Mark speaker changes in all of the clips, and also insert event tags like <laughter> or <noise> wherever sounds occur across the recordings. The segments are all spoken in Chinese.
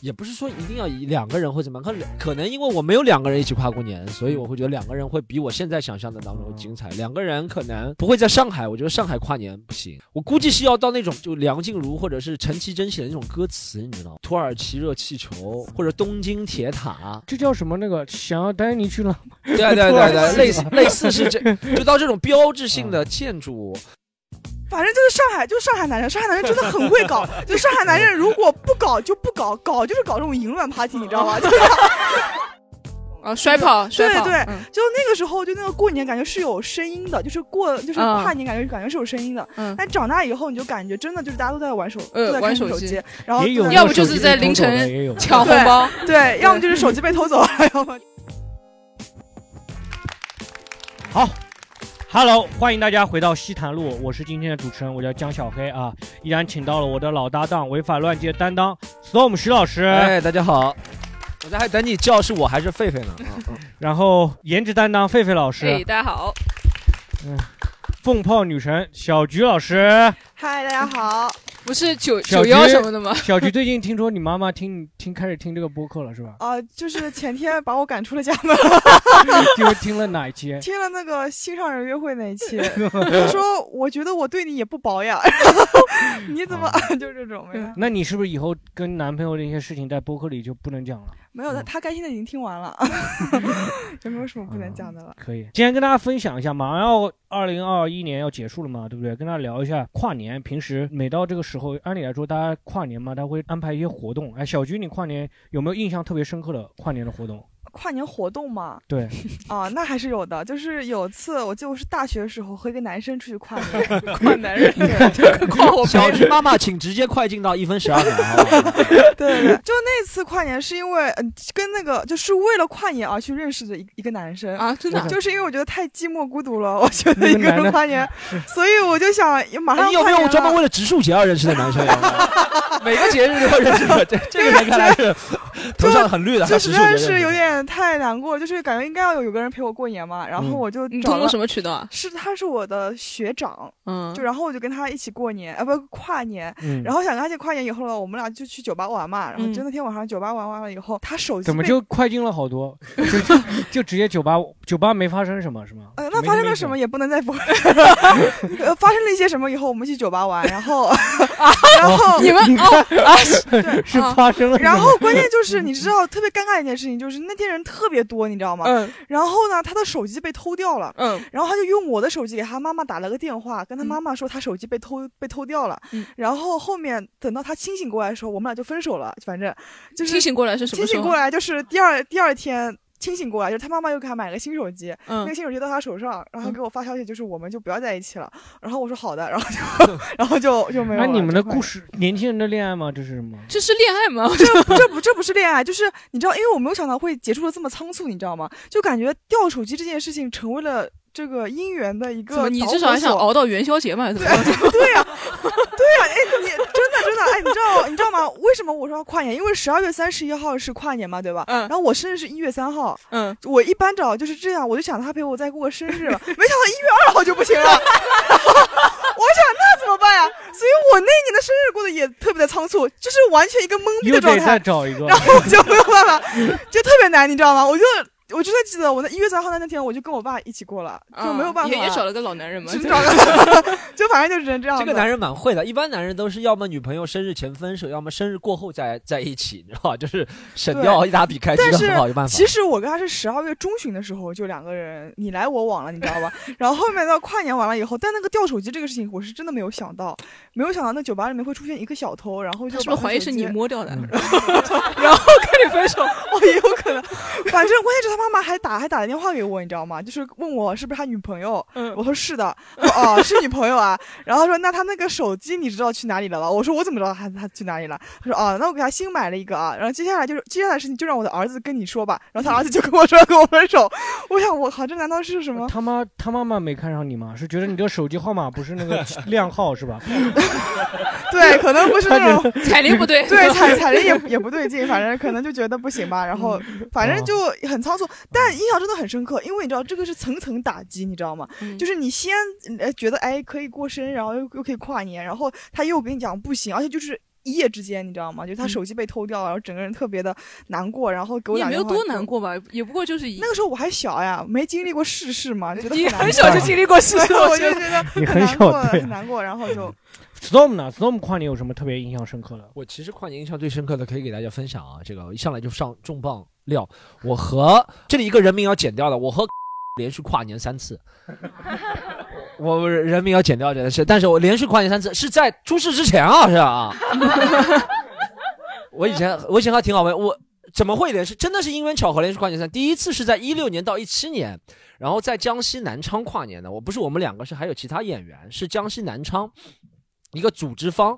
Speaker 1: 也不是说一定要以两个人或怎么样，可能可能因为我没有两个人一起跨过年，所以我会觉得两个人会比我现在想象的当中精彩。两个人可能不会在上海，我觉得上海跨年不行，我估计是要到那种就梁静茹或者是陈绮贞写的那种歌词，你知道吗？土耳其热气球或者东京铁塔，
Speaker 2: 这叫什么？那个想要带你去了，
Speaker 1: 对啊对对
Speaker 2: <laughs>
Speaker 1: 对，类似类似是这，就到这种标志性的建筑物。
Speaker 3: 反正就是上海，就是上海男人，上海男人真的很会
Speaker 2: <laughs>
Speaker 3: 搞。就上海男人如果不搞就不搞，搞就是搞这种淫乱 party，你知道吗？就是
Speaker 4: 啊，哦摔炮，
Speaker 3: 对
Speaker 4: 摔炮，
Speaker 3: 对，
Speaker 4: 嗯
Speaker 3: 就那个时候，就那个过年感觉是有声音的，就是过就是
Speaker 4: 嗯
Speaker 3: 跨年感觉、感觉是有声音的。
Speaker 4: 嗯
Speaker 3: 但长大以后，你就感觉真的就是大家都在玩手，
Speaker 4: 呃
Speaker 3: 都在
Speaker 4: 玩
Speaker 3: 看
Speaker 4: 手
Speaker 3: 手
Speaker 4: 机，
Speaker 3: 然后
Speaker 2: 也有
Speaker 3: 都在
Speaker 4: 要不就是在凌晨
Speaker 2: 手机被偷走的也有
Speaker 4: 抢红包，
Speaker 3: 对，要么就是手机被偷走了，
Speaker 4: <laughs>
Speaker 3: 要么
Speaker 2: <laughs> 好，Hello，欢迎大家回到西坛路，我是今天的主持人，我叫江小黑啊，依然请到了我的老搭档违法乱纪担当 Storm 徐老师，
Speaker 1: 哎，大家好，我在还等你叫是我还是狒狒呢？啊啊
Speaker 2: <laughs> 然后颜值担当狒狒老师，嗯
Speaker 4: 哎，大家好，
Speaker 2: 凤炮女神小菊老师。
Speaker 3: 嗨，大家好，？
Speaker 4: 不是九
Speaker 2: 小
Speaker 4: 九
Speaker 2: 菊
Speaker 4: 幺什么的吗？
Speaker 2: 小菊最近听说你妈妈听听开始听这个播客了是吧 <laughs>
Speaker 3: 啊，就是前天把我赶出了家门， <laughs>
Speaker 2: 就听了哪一期？
Speaker 3: 听了那个新上人约会那一期，他说我觉得我对你也不薄呀， <laughs> 然后你怎么啊就这种没有
Speaker 2: 那你是不是以后跟男朋友的一些事情在播客里就不能讲了？
Speaker 3: 没有他他开心的已经听完了，有没有什么不能讲的了？
Speaker 2: 可以，今天跟大家分享一下，马上要二零二一年要结束了嘛，对不对？跟大家聊一下跨年，平时每到这个时候，按理来说大家跨年嘛，他会安排一些活动。哎，小菊，你跨年有没有印象特别深刻的跨年的活动？
Speaker 3: 跨年活动嘛，
Speaker 2: 对，
Speaker 3: 啊，那还是有的。就是有次，我记得我是大学的时候和一个男生出去
Speaker 1: <laughs>
Speaker 3: 跨年，跨男人，对
Speaker 4: 跨我
Speaker 1: 小 <laughs> 菊妈妈，请直接快进到一分十二秒，好不好？
Speaker 3: 对对， <laughs> 就那次跨年是因为，嗯、跟那个就是为了跨年而去认识的一一个男生。
Speaker 4: 啊，真的啊，
Speaker 3: 就是因为我觉得太寂寞孤独了， <laughs> 我觉得
Speaker 2: 那
Speaker 3: 一
Speaker 2: 个
Speaker 3: 个
Speaker 2: 男
Speaker 3: 人
Speaker 2: 的
Speaker 1: <laughs>
Speaker 3: 跨年，所以我就想马上
Speaker 1: 哎你有
Speaker 3: 跨
Speaker 1: 没有
Speaker 3: 年
Speaker 1: 专门
Speaker 3: 啊了。
Speaker 1: 为了植树节而认识的男生
Speaker 3: <laughs>
Speaker 1: 呀？每个节日都要认识的，这这个人看来是头上很绿的，
Speaker 3: 就
Speaker 1: 还植树
Speaker 3: 实
Speaker 1: 节
Speaker 3: 在
Speaker 1: 认识
Speaker 3: 是有点太难过，就是感觉应该要有有个人陪我过年嘛，然后
Speaker 1: 嗯
Speaker 3: 我就
Speaker 4: 你
Speaker 3: 找
Speaker 4: 通
Speaker 3: 了
Speaker 4: 过什么渠道啊？
Speaker 3: 是他是我的学长，
Speaker 4: 嗯
Speaker 3: 就，然后我就跟他一起过年，啊不跨年，
Speaker 2: 嗯，
Speaker 3: 然后想跟他去跨年以后呢，我们俩就去酒吧玩嘛。然后
Speaker 4: 嗯
Speaker 3: 就那天晚上酒吧玩完了以后，他手机
Speaker 2: 怎么
Speaker 3: 被
Speaker 2: 就快进了好多？就就 <laughs> 就直接酒吧酒吧没发生什么是吗？
Speaker 3: 呃，那发生了什么？也不能 <laughs> 再播。呃，发生了一些什么以后，我们去酒吧玩，然后， <laughs> 然后，
Speaker 4: 你们哦，
Speaker 2: <laughs> 是发生了什么，
Speaker 3: 啊然后关
Speaker 2: <laughs>
Speaker 3: 键就是你知道特别尴尬的一件事情，就是那天人特别多，你知道吗？
Speaker 4: 嗯
Speaker 3: 然后呢，他的手机被偷掉了。
Speaker 4: 嗯，
Speaker 3: 然后他就用我的手机给他妈妈打了个电话，跟他
Speaker 4: 嗯
Speaker 3: 妈妈说他手机被偷、被偷掉了。
Speaker 4: 嗯
Speaker 3: 然后后面等到他清醒过来的时候，我们俩就分手了。反正就是
Speaker 4: 清醒过来是什么
Speaker 3: 清
Speaker 4: 时
Speaker 3: 醒
Speaker 4: 候？
Speaker 3: 过来就是第二第二天清醒过来，就是他妈妈又给他买了个新手机，那
Speaker 4: 嗯
Speaker 3: 个新手机到他手上，然后
Speaker 4: 嗯
Speaker 3: 给我发消息，就是我们就不要在一起了。然后我说好的，然后就然后就就没有
Speaker 2: 那
Speaker 3: 了。
Speaker 2: 你们的
Speaker 3: 这块
Speaker 2: 故事，年轻人的恋爱吗？这是什么？
Speaker 4: <laughs> 这是恋爱吗？
Speaker 3: 这这不这不是恋爱，就是你知道，因为我没有想到会结束的这么仓促，你知道吗？就感觉掉手机这件事情成为了这个姻缘的一
Speaker 4: 怎
Speaker 3: 个
Speaker 4: 么你
Speaker 3: 导
Speaker 4: 至少
Speaker 3: 火
Speaker 4: 还想
Speaker 3: 索
Speaker 4: 熬到元宵节嘛？还是怎么着？
Speaker 3: 对呀、对呀、哎，你 <laughs> 真的真的，哎，你知道你知道吗？为什么我说要跨年？因为十二月三十一号是跨年嘛，对吧？
Speaker 4: 嗯
Speaker 3: 然后我生日是一月三号，
Speaker 4: 嗯，
Speaker 3: 我一般找就是这样，我就想他陪我再过个生
Speaker 4: <laughs>
Speaker 3: 日了，没想到一月二号就不行了。然后我想那怎么办呀？所以我那年的生日过得也特别的仓促，就是完全一个懵逼
Speaker 2: 又
Speaker 3: 的状
Speaker 2: 得再
Speaker 3: 态，
Speaker 2: 找一个
Speaker 3: 然，后 <laughs> 我就没有办法，就特别难，你知道吗？我就我真的记得我那一月三号那天，我就跟我爸一起过了，就没有办
Speaker 4: 嗯
Speaker 3: 法，
Speaker 4: 也也找了个老男人嘛
Speaker 3: 只。能找个，就反正就只能这样子。
Speaker 1: 这个男人蛮会的，一般男人都是要么女朋友生日前分手，要么生日过后再在一起，你知道吧？就是省掉一大笔开支
Speaker 3: 但，是
Speaker 1: 很好的办法。
Speaker 3: 其实我跟他是十二月中旬的时候就两个人你来我往了，你知道吧？ <laughs> 然后后面到跨年完了以后，但那个掉手机这个事情，我是真的没有想到，没有想到那酒吧里面会出现一个小偷，然后
Speaker 4: 他
Speaker 3: 就
Speaker 4: 不
Speaker 3: 是把
Speaker 4: 是
Speaker 3: 他
Speaker 4: 怀疑
Speaker 3: 手
Speaker 4: 是
Speaker 3: 机
Speaker 4: 你摸掉的？
Speaker 3: <laughs> 然后跟你分手，哦，也有可能。 <laughs> 反正关键是他妈妈还打还打了电话给我，你知道吗？就是问我是不是他女朋友，
Speaker 4: 嗯
Speaker 3: 我说是的，她说哦是女朋友啊。然后说那他那个手机你知道去哪里了吧？我说我怎么知道他他去哪里了？他说哦，那我给他新买了一个啊。然后接下来就是接下来的事情就让我的儿子跟你说吧。然后他儿子就跟我说要跟我分手。我想我靠，这难道是什么？
Speaker 2: 他妈他 <laughs> 妈妈没看上你吗？是觉得你的手机号码不是那个靓号是吧？
Speaker 3: 对，对，可能不是那
Speaker 5: <laughs>
Speaker 3: 种
Speaker 4: <laughs> 彩铃不对，
Speaker 3: <laughs> 对彩
Speaker 4: <laughs>
Speaker 3: 彩
Speaker 2: <laughs>
Speaker 3: 铃也也不对劲，反正可能就觉得不行吧，然后
Speaker 4: 嗯
Speaker 3: 反
Speaker 4: 哦
Speaker 3: 正就很仓促，但印象真的很深刻，因为你知道这个是层层打击，你知道吗？
Speaker 4: 嗯
Speaker 3: 就是你先呃觉得哎可以过生日，然后又又可以跨年，然后他又跟你讲不行，而且就是。一夜之间，你知道吗？就是他手机被偷掉了，然后整个人特别的难过，然后给我
Speaker 4: 嗯也
Speaker 3: 打
Speaker 4: 没有
Speaker 3: 电话
Speaker 4: 多难。过吧，也不过就是一
Speaker 3: 那个时候我很小呀，没经历过世事嘛，觉得
Speaker 4: 你
Speaker 3: 难
Speaker 4: 很小就
Speaker 3: 过
Speaker 4: 经历过
Speaker 3: <laughs>
Speaker 4: 事情，
Speaker 3: 对，我
Speaker 4: 我觉
Speaker 3: 就
Speaker 4: 得
Speaker 3: 觉得
Speaker 2: 你很
Speaker 3: 很难过，
Speaker 2: 小对
Speaker 3: 很难过，然后
Speaker 4: <laughs>
Speaker 3: 就
Speaker 2: Storm 呢？Storm 跨年有什么特别印象深刻的？
Speaker 1: 我其实跨年印象最深刻的，可以给大家分享啊。这个我一上来就上重磅料，我和这里一个人名要剪掉了，我和 <laughs> 连续跨年三次。我人名要剪掉这件事，但是我连续跨年三次是在出事之前啊，是啊。 <laughs> 我以前我以前还挺好玩，我怎么会连续？真的是因缘巧合连续跨年三，第一次是在一六年到一七年，然后在江西南昌跨年的。我不是我们两个，是还有其他演员，是江西南昌一个组织方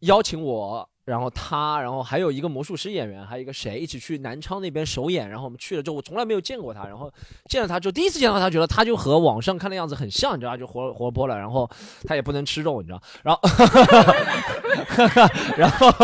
Speaker 1: 邀请我，然后他，然后还有一个魔术师演员，还有一个谁一起去南昌那边首演。然后我们去了之后，我从来没有见过他，然后见了他之后，第一次见到他，觉得他就和网上看的样子很像，你知道，他就活活泼了，然后他也不能吃肉，你知道，然后，然后，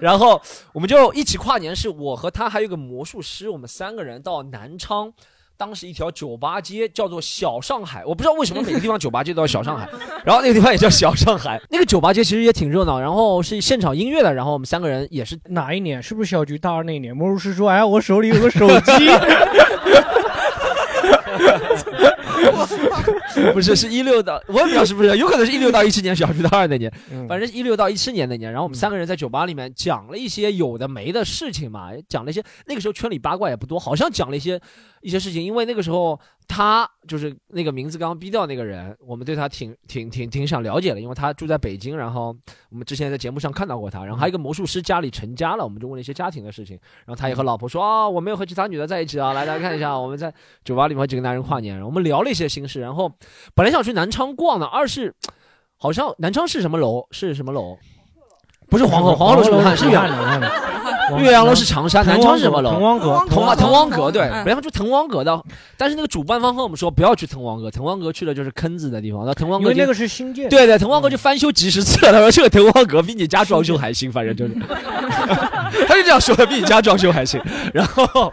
Speaker 1: 然后我们就一起跨年，是我和他还有一个魔术师，我们三个人到南昌。当时一条酒吧街叫做小上海，我不知道为什么每个地方酒吧街都叫小 <laughs> 上海，然后那个地方也叫小上海。 <laughs> 那个酒吧街其实也挺热闹，然后是现场音乐的，然后我们三个人也是
Speaker 2: 哪一年？是不是小菊大二那一年？魔术师说：“哎，我手里有个手机。
Speaker 1: 不是是一六到，我也不知道是不是，有可能是一六到一七年小学到二那年，
Speaker 2: 嗯”
Speaker 1: 反正一六到一七年那年，然后我们三个人在酒吧里面讲了一些有的没的事情嘛，讲了一些那个时候圈里八卦也不多，好像讲了一些一些事情，因为那个时候他就是那个名字刚刚逼掉那个人，我们对他挺挺挺挺想了解的，因为他住在北京，然后我们之前在节目上看到过他，然后还有一个魔术师家里成家了，我们就问了一些家庭的事情，然后他也和老婆说啊、我没有和其他女的在一起啊，来大家看一下，我们在酒吧里面和几个男人跨年，然后我们聊了一些心事，然后本来想去南昌逛的，二是好像南昌是什么楼？是什么楼？不是黄鹤，黄鹤楼是武汉，是
Speaker 2: 岳
Speaker 1: 岳
Speaker 2: 阳
Speaker 1: 阳
Speaker 2: 楼
Speaker 1: 岳阳楼是长沙，南昌是什么楼
Speaker 2: 滕？王阁，
Speaker 1: 滕王
Speaker 3: 滕
Speaker 1: 滕
Speaker 3: 王
Speaker 1: 王
Speaker 3: 阁
Speaker 1: 阁对，
Speaker 4: 嗯
Speaker 1: 本来要去滕王阁的，但是那个主办方和我们说不要去滕王阁，滕王阁去了就是坑字的地方。那滕
Speaker 2: <laughs>
Speaker 1: 王
Speaker 2: 因
Speaker 1: 阁
Speaker 2: 为
Speaker 1: 已
Speaker 2: 那
Speaker 1: 经
Speaker 2: 个是新建。
Speaker 1: 对对，滕王阁就翻修几十次了。他说这个滕王阁比你家装修还新，反
Speaker 2: <laughs>
Speaker 1: 正就是，他就这样说的，比你家装修还新。然后，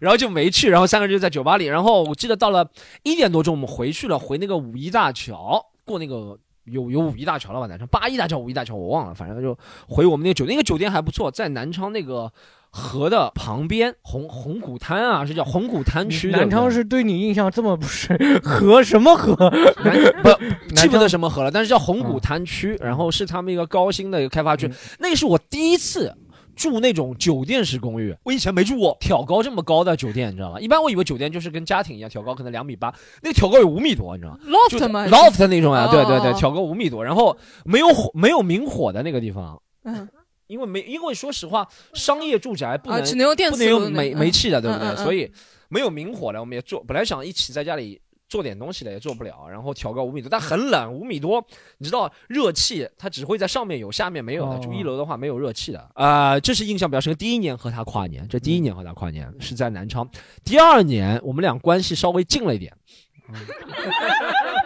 Speaker 1: 然后就没去，然后三个人就在酒吧里。然后我记得到了一点多钟，我们回去了，回那个五一大桥，过那个有有五一大桥了吧？南昌八一大桥、五一大桥我忘了，反正就回我们那个酒店，那个酒店还不错，在南昌那个。河的旁边，红红谷滩啊，是叫红谷滩区的。
Speaker 2: 南昌是对你印象这么不是河什么河？ <laughs>
Speaker 1: 南不记不
Speaker 2: 南昌
Speaker 1: 得什么河了，但是叫红谷滩区，然后是他们一个高新的一个开发区
Speaker 2: 嗯，
Speaker 1: 那是我第一次。住那种酒店式公寓，我以前没住过挑高这么高的酒店，你知道吗？一般我以为酒店就是跟家庭一样，挑高可能两米八，那个挑高有五米多，你知道吗？就
Speaker 4: loft 嘛
Speaker 1: loft 那种啊，对对对，
Speaker 4: 哦
Speaker 1: 挑高五米多，然后没有火没有明火的那个地方，
Speaker 4: 嗯
Speaker 1: 因为没因为说实话，商业住宅不
Speaker 4: 啊，
Speaker 1: 能
Speaker 4: 只能用电
Speaker 1: 不
Speaker 4: 磁
Speaker 1: 能
Speaker 4: 炉
Speaker 1: 用
Speaker 4: 那
Speaker 1: 煤
Speaker 4: 个
Speaker 1: 煤气的，对不
Speaker 4: 嗯嗯嗯
Speaker 1: 对？所以没有明火的，我们也做。本来想一起在家里做点东西的，也做不了。然后调高五米多，但很冷，五米多，你知道热气它只会在上面有，下面没有的。
Speaker 2: 哦
Speaker 1: 就一楼的话没有热气的。啊，这是印象比较深。第一年和他跨年，这第一年和他跨年是在南昌。第二年我们俩关系稍微近了一点。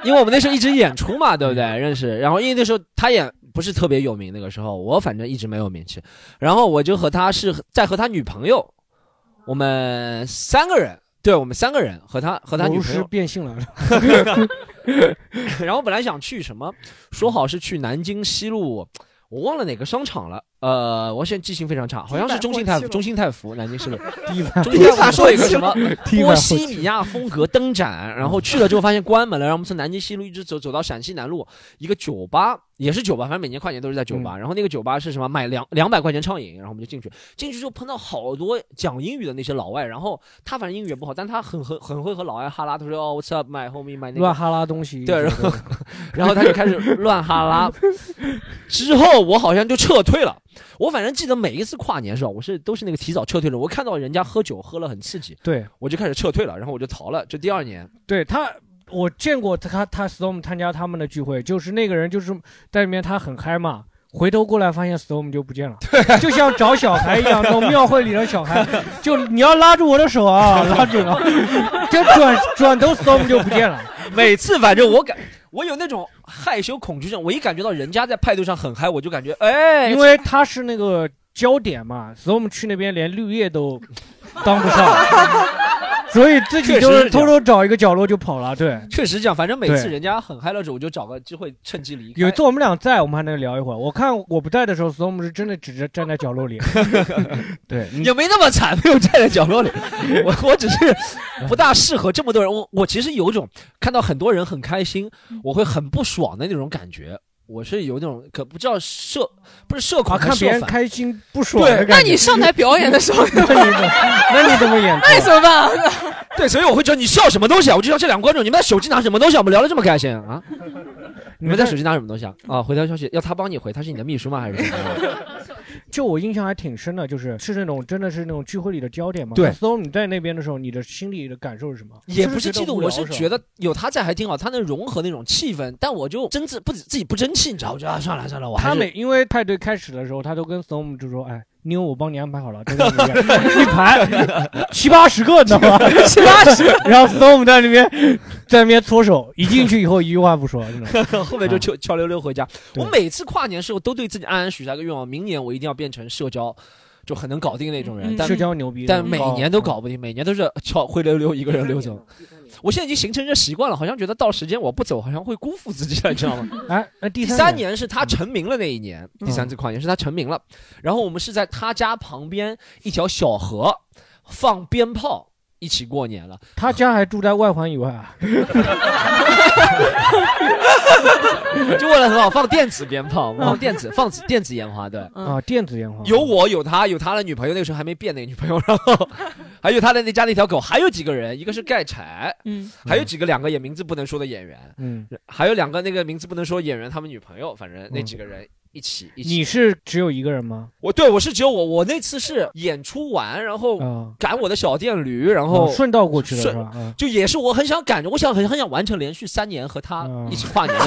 Speaker 1: 因为我们那时候一直演出嘛，对不对？认识，然后因为那时候他也不是特别有名，那个时候我反正一直没有名气，然后我就和他是在和他女朋友，我们三个人，对我们三个人和他和他女
Speaker 2: 魔术
Speaker 1: 朋
Speaker 2: 师
Speaker 1: 友，
Speaker 2: 变性
Speaker 1: <laughs>
Speaker 2: 了，
Speaker 1: 然后本来想去什么，说好是去南京西路，我忘了哪个商场了，呃，我现在记性非常差，好像是中信泰
Speaker 3: 地板过
Speaker 1: 福，
Speaker 3: 期了
Speaker 1: 中信泰福，南京西路，
Speaker 2: 第一版
Speaker 1: 中信泰福 <laughs> 做一个什么？
Speaker 2: 第一
Speaker 1: 波
Speaker 2: 版
Speaker 1: 西米亚风格灯展，然后去了之后发现关门了，然后我们从南京西路一直走走到陕西南路一个酒吧，也是酒吧，反正每年跨年都是在酒吧。然后那个酒吧是什么？买两两百块钱畅饮，然后我们就进去，进去之后碰到好多讲英语的那些老外，然后他反正英语也不好，但他很很很会和老外哈拉，他说哦，What's up, my homie, my 那
Speaker 2: 乱
Speaker 1: 个，
Speaker 2: 哈拉东西。
Speaker 1: 对
Speaker 2: 然
Speaker 1: 然
Speaker 2: 后
Speaker 1: 然后他就开始乱
Speaker 2: <laughs>
Speaker 1: 哈拉。之后我好像就撤退了，我反正记得每一次跨年是吧，我是都是那个提早撤退了，我看到人家喝酒喝了很刺激，
Speaker 2: 对
Speaker 1: 我就开始撤退了，然后我就逃了。这第二年。
Speaker 2: 对，他我见过他他 Storm 参加他们的聚会，就是那个人就是在里面他很嗨嘛。回头过来发现 Storm 就不
Speaker 1: <laughs>
Speaker 2: 见了，就像找小孩一样，那种庙会里的小孩， <laughs>
Speaker 1: <laughs>
Speaker 2: 就你要拉住我的手啊，拉住啊，就转转头 Storm 就不见了。
Speaker 1: 每次反正我感我有那种害羞恐惧症，我一感觉到人家在派对上很嗨，我就感觉哎，
Speaker 2: 因为他是那个焦点嘛，所以我们去那边连绿叶都当不
Speaker 1: <laughs>
Speaker 2: 上，所以自己就是
Speaker 1: 确实是这样
Speaker 2: 偷偷找一个角落就跑了。对，
Speaker 1: 确实这样，反正每次
Speaker 2: 对
Speaker 1: 人家很嗨的时候，我就找个机会趁机离开。
Speaker 2: 有一次我们俩在，我们还能聊一会儿。我看我不在的时候，所以我们是真的只是站在角落
Speaker 1: <laughs>
Speaker 2: 里。对，
Speaker 1: 也没那么惨， <laughs> 没有站在角落里。我我只是不大适合这么多人。我我其实有一种看到很多人很开心，
Speaker 4: 嗯
Speaker 1: 我会很不爽的那种感觉。我是有那种可不叫社，不是社恐、
Speaker 2: 啊，看别人开心不爽的
Speaker 1: 对
Speaker 2: 感
Speaker 4: 那
Speaker 2: 觉
Speaker 4: 你上台表演的时候，
Speaker 2: <laughs> 那你怎么那你怎么演出？
Speaker 4: 那你怎么办？
Speaker 1: <laughs> 对，所以我会觉得你笑什么东西啊？我就像这两个观众，你们的手机拿什么东西啊？我们聊得这么开心啊？你们在手机拿什么东西啊？啊，回条消息要他帮你回，他是你的秘书吗？还是什么？
Speaker 2: 就我印象还挺深的，就是是那种真的是那种聚会里的焦点嘛。
Speaker 1: 对
Speaker 2: 所以你在那边的时候，你的心里的感受是什么？
Speaker 1: 也不是
Speaker 2: 你
Speaker 1: 嫉妒，
Speaker 2: 无聊
Speaker 1: 我是
Speaker 2: 吧
Speaker 1: 觉得有他在还挺好，他能融合那种气氛。但我就真自不自己不争气，你知道？我就啊，算了算了，我还
Speaker 2: 他
Speaker 1: 是
Speaker 2: 每因为派对开始的时候，他都跟 Storm 就说：“哎，妞，我帮你安排好了。”都在那边一排七八十个，你知道吗？七八十。然后 Storm 在那边在那边搓手，一进去以后一句话不说，真的。
Speaker 1: <laughs> 后面就悄悄溜溜回家。
Speaker 2: 嗯对
Speaker 1: 我每次跨年时候都对自己暗暗许下一个愿望，明年我一定要变成社交，就很能搞定那种人。
Speaker 4: 嗯
Speaker 1: 但
Speaker 2: 社交牛逼，
Speaker 1: 但每年都搞不定，每年都是悄灰溜溜一个人溜走。我现在已经形成这习惯了，好像觉得到时间我不走，好像会辜负自己了，你知道吗？
Speaker 2: <laughs> 哎，那第
Speaker 1: 第
Speaker 2: 三嗯
Speaker 1: 三年是他成名了那一年，第三次跨年是他成名了，然后我们是在他家旁边一条小河放鞭炮一起过年了。
Speaker 2: 他家还住在外环以外 <laughs> 啊，
Speaker 1: 就为了很好，放电子鞭炮，
Speaker 2: 嗯
Speaker 1: 放电子放子电子烟花，对。
Speaker 4: 嗯
Speaker 2: 啊，电子烟花
Speaker 1: 有我有他有他的女朋友，那个时候还没变那个女朋友，然后 <laughs> 还有他的那家那条狗，还有几个人，一个是盖柴，
Speaker 4: 嗯，
Speaker 1: 还有几个两个也名字不能说的演员，
Speaker 2: 嗯，
Speaker 1: 还有两个那个名字不能说演员他们女朋友，反正那几个人一起一起。
Speaker 2: 嗯你是只有一个人吗？
Speaker 1: 我对我是只有我，我那次是演出完，然后
Speaker 2: 啊，
Speaker 1: 赶我的小电驴，然
Speaker 2: 然
Speaker 1: 后
Speaker 2: 哦顺道过去的是
Speaker 1: 顺
Speaker 2: 吧？啊
Speaker 1: 就也是我很想赶着，我想很很想完成连续三年和他
Speaker 2: 嗯
Speaker 1: 一起跨年的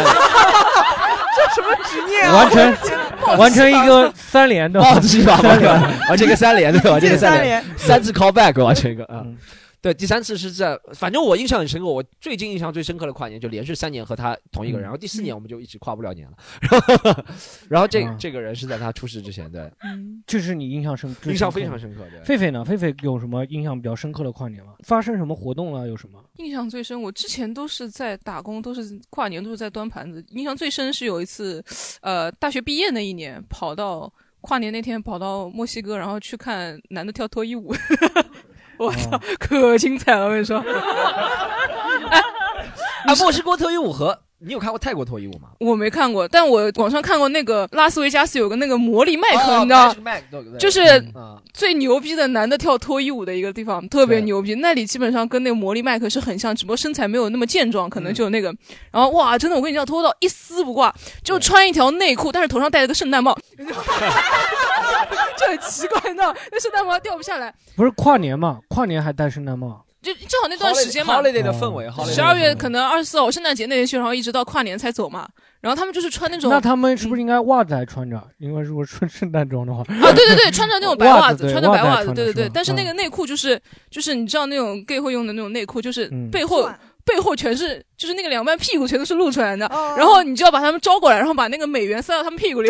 Speaker 3: 什么执念啊？
Speaker 2: 完成完成一个三连
Speaker 1: <laughs>
Speaker 2: 的，
Speaker 1: 帽子
Speaker 2: <laughs>
Speaker 1: 吧，完成完成一个三连对吧？这个三连。
Speaker 3: 连，
Speaker 1: 三次 callback 完成一个啊
Speaker 2: 嗯。
Speaker 1: 对，第三次是在，反正我印象很深刻。我最近印象最深刻的跨年就连续三年和他同一个人，
Speaker 2: 嗯
Speaker 1: 然后第四年我们就一起跨不了年 <laughs> 了。然后，然后这
Speaker 2: 嗯
Speaker 1: 这个人是在他出事之前，对，
Speaker 3: 嗯
Speaker 2: 这是你印象深，
Speaker 1: 印象非常
Speaker 2: 深刻的。
Speaker 1: 深刻。对，
Speaker 2: 狒狒呢？狒狒有什么印象比较深刻的跨年吗？发生什么活动了？有什么？
Speaker 4: 印象最深，我之前都是在打工，都是跨年都是在端盘子。印象最深是有一次，呃，大学毕业那一年，跑到跨年那天跑到墨西哥，然后去看男的跳脱衣舞， <laughs>
Speaker 1: 哦
Speaker 4: 我操， <laughs> 可精彩了！我跟
Speaker 1: <laughs>
Speaker 4: 你说，
Speaker 1: 啊，墨西哥脱衣舞和你有看过泰国脱衣舞吗？
Speaker 4: 我没看过，但我网上看过那个拉斯维加斯有个那个魔力麦
Speaker 1: 哦
Speaker 4: 坑，你知道，
Speaker 1: Magic Mike，对对
Speaker 4: 就是
Speaker 1: 嗯啊
Speaker 4: 最牛逼的男的跳脱衣舞的一个地方，特别
Speaker 1: 对嗯
Speaker 4: 牛逼。那里基本上跟那个魔力麦克是很像，只不过身材没有那么健壮，可能就有那个。然后哇，真的，我跟你讲，脱到一丝不挂，就穿一条内裤，但是头上戴了个圣诞帽，就很奇怪，你知道，那圣诞帽掉不下来。
Speaker 2: 不是跨年嘛？跨年还戴圣诞帽，
Speaker 4: 就正好那段时间嘛，
Speaker 1: ，holiday 的氛围，holiday
Speaker 4: 十
Speaker 1: 的
Speaker 4: 二
Speaker 1: 氛围
Speaker 4: 月可能二十四号圣诞节那天去，然后一直到跨年才走嘛。然后他们就是穿那种
Speaker 2: 那他们是不是应该袜子还穿着？因为如果穿圣诞装的话，
Speaker 4: 啊，对对对，穿着那种白
Speaker 2: 袜
Speaker 4: 袜
Speaker 2: 子
Speaker 4: 子，
Speaker 2: 对
Speaker 4: 穿着
Speaker 2: 袜
Speaker 4: 白
Speaker 2: 子还
Speaker 4: 袜子，
Speaker 2: 穿
Speaker 4: 对
Speaker 2: 着
Speaker 4: 对对
Speaker 2: 是吧。
Speaker 4: 但是那
Speaker 2: 嗯
Speaker 4: 个内裤就是就是你知道那种 gay 会用的那种内裤，就是
Speaker 2: 嗯
Speaker 4: 背后
Speaker 3: 钻
Speaker 4: 背后全是，就是那个两半屁股全都是露出来的。
Speaker 3: 哦
Speaker 4: 然后你就要把他们招过来，然后把那个美元塞到他们屁股里，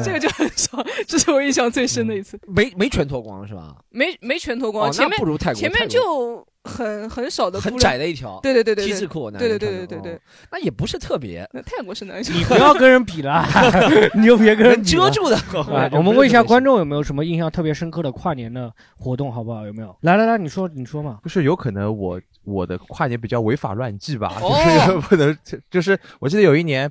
Speaker 4: <laughs> 这个就很爽。 <laughs> 这是我印象最深的一次，
Speaker 1: 嗯没没全脱光是吧？
Speaker 4: 没没全脱光，
Speaker 1: 哦，
Speaker 4: 前
Speaker 1: 那
Speaker 4: 面
Speaker 1: 不如泰国，
Speaker 4: 前
Speaker 1: 泰
Speaker 4: 面
Speaker 1: 国
Speaker 4: 就很很少的，
Speaker 1: 很窄，的一条
Speaker 4: 对对对对
Speaker 1: T 字
Speaker 4: 对，
Speaker 1: 裤，那
Speaker 4: 对
Speaker 1: 人
Speaker 4: 对对
Speaker 1: 穿的
Speaker 4: 对对
Speaker 1: 哦
Speaker 4: 对
Speaker 1: 那也不是特别
Speaker 4: 那泰国是男生
Speaker 2: 你不要跟人比了， <laughs> 你就别跟人
Speaker 1: 能
Speaker 2: 比
Speaker 1: 遮
Speaker 2: 了。
Speaker 1: 住的。
Speaker 2: 哎，我们问一下观众有没有什么印象特别深刻的跨年的活动，好不好？有没有？来来来，你说你说嘛。
Speaker 6: 就是有可能我我的跨年比较违法乱纪
Speaker 2: <laughs>
Speaker 6: 吧，
Speaker 1: 哦
Speaker 6: 就是不能，就是我记得有一年，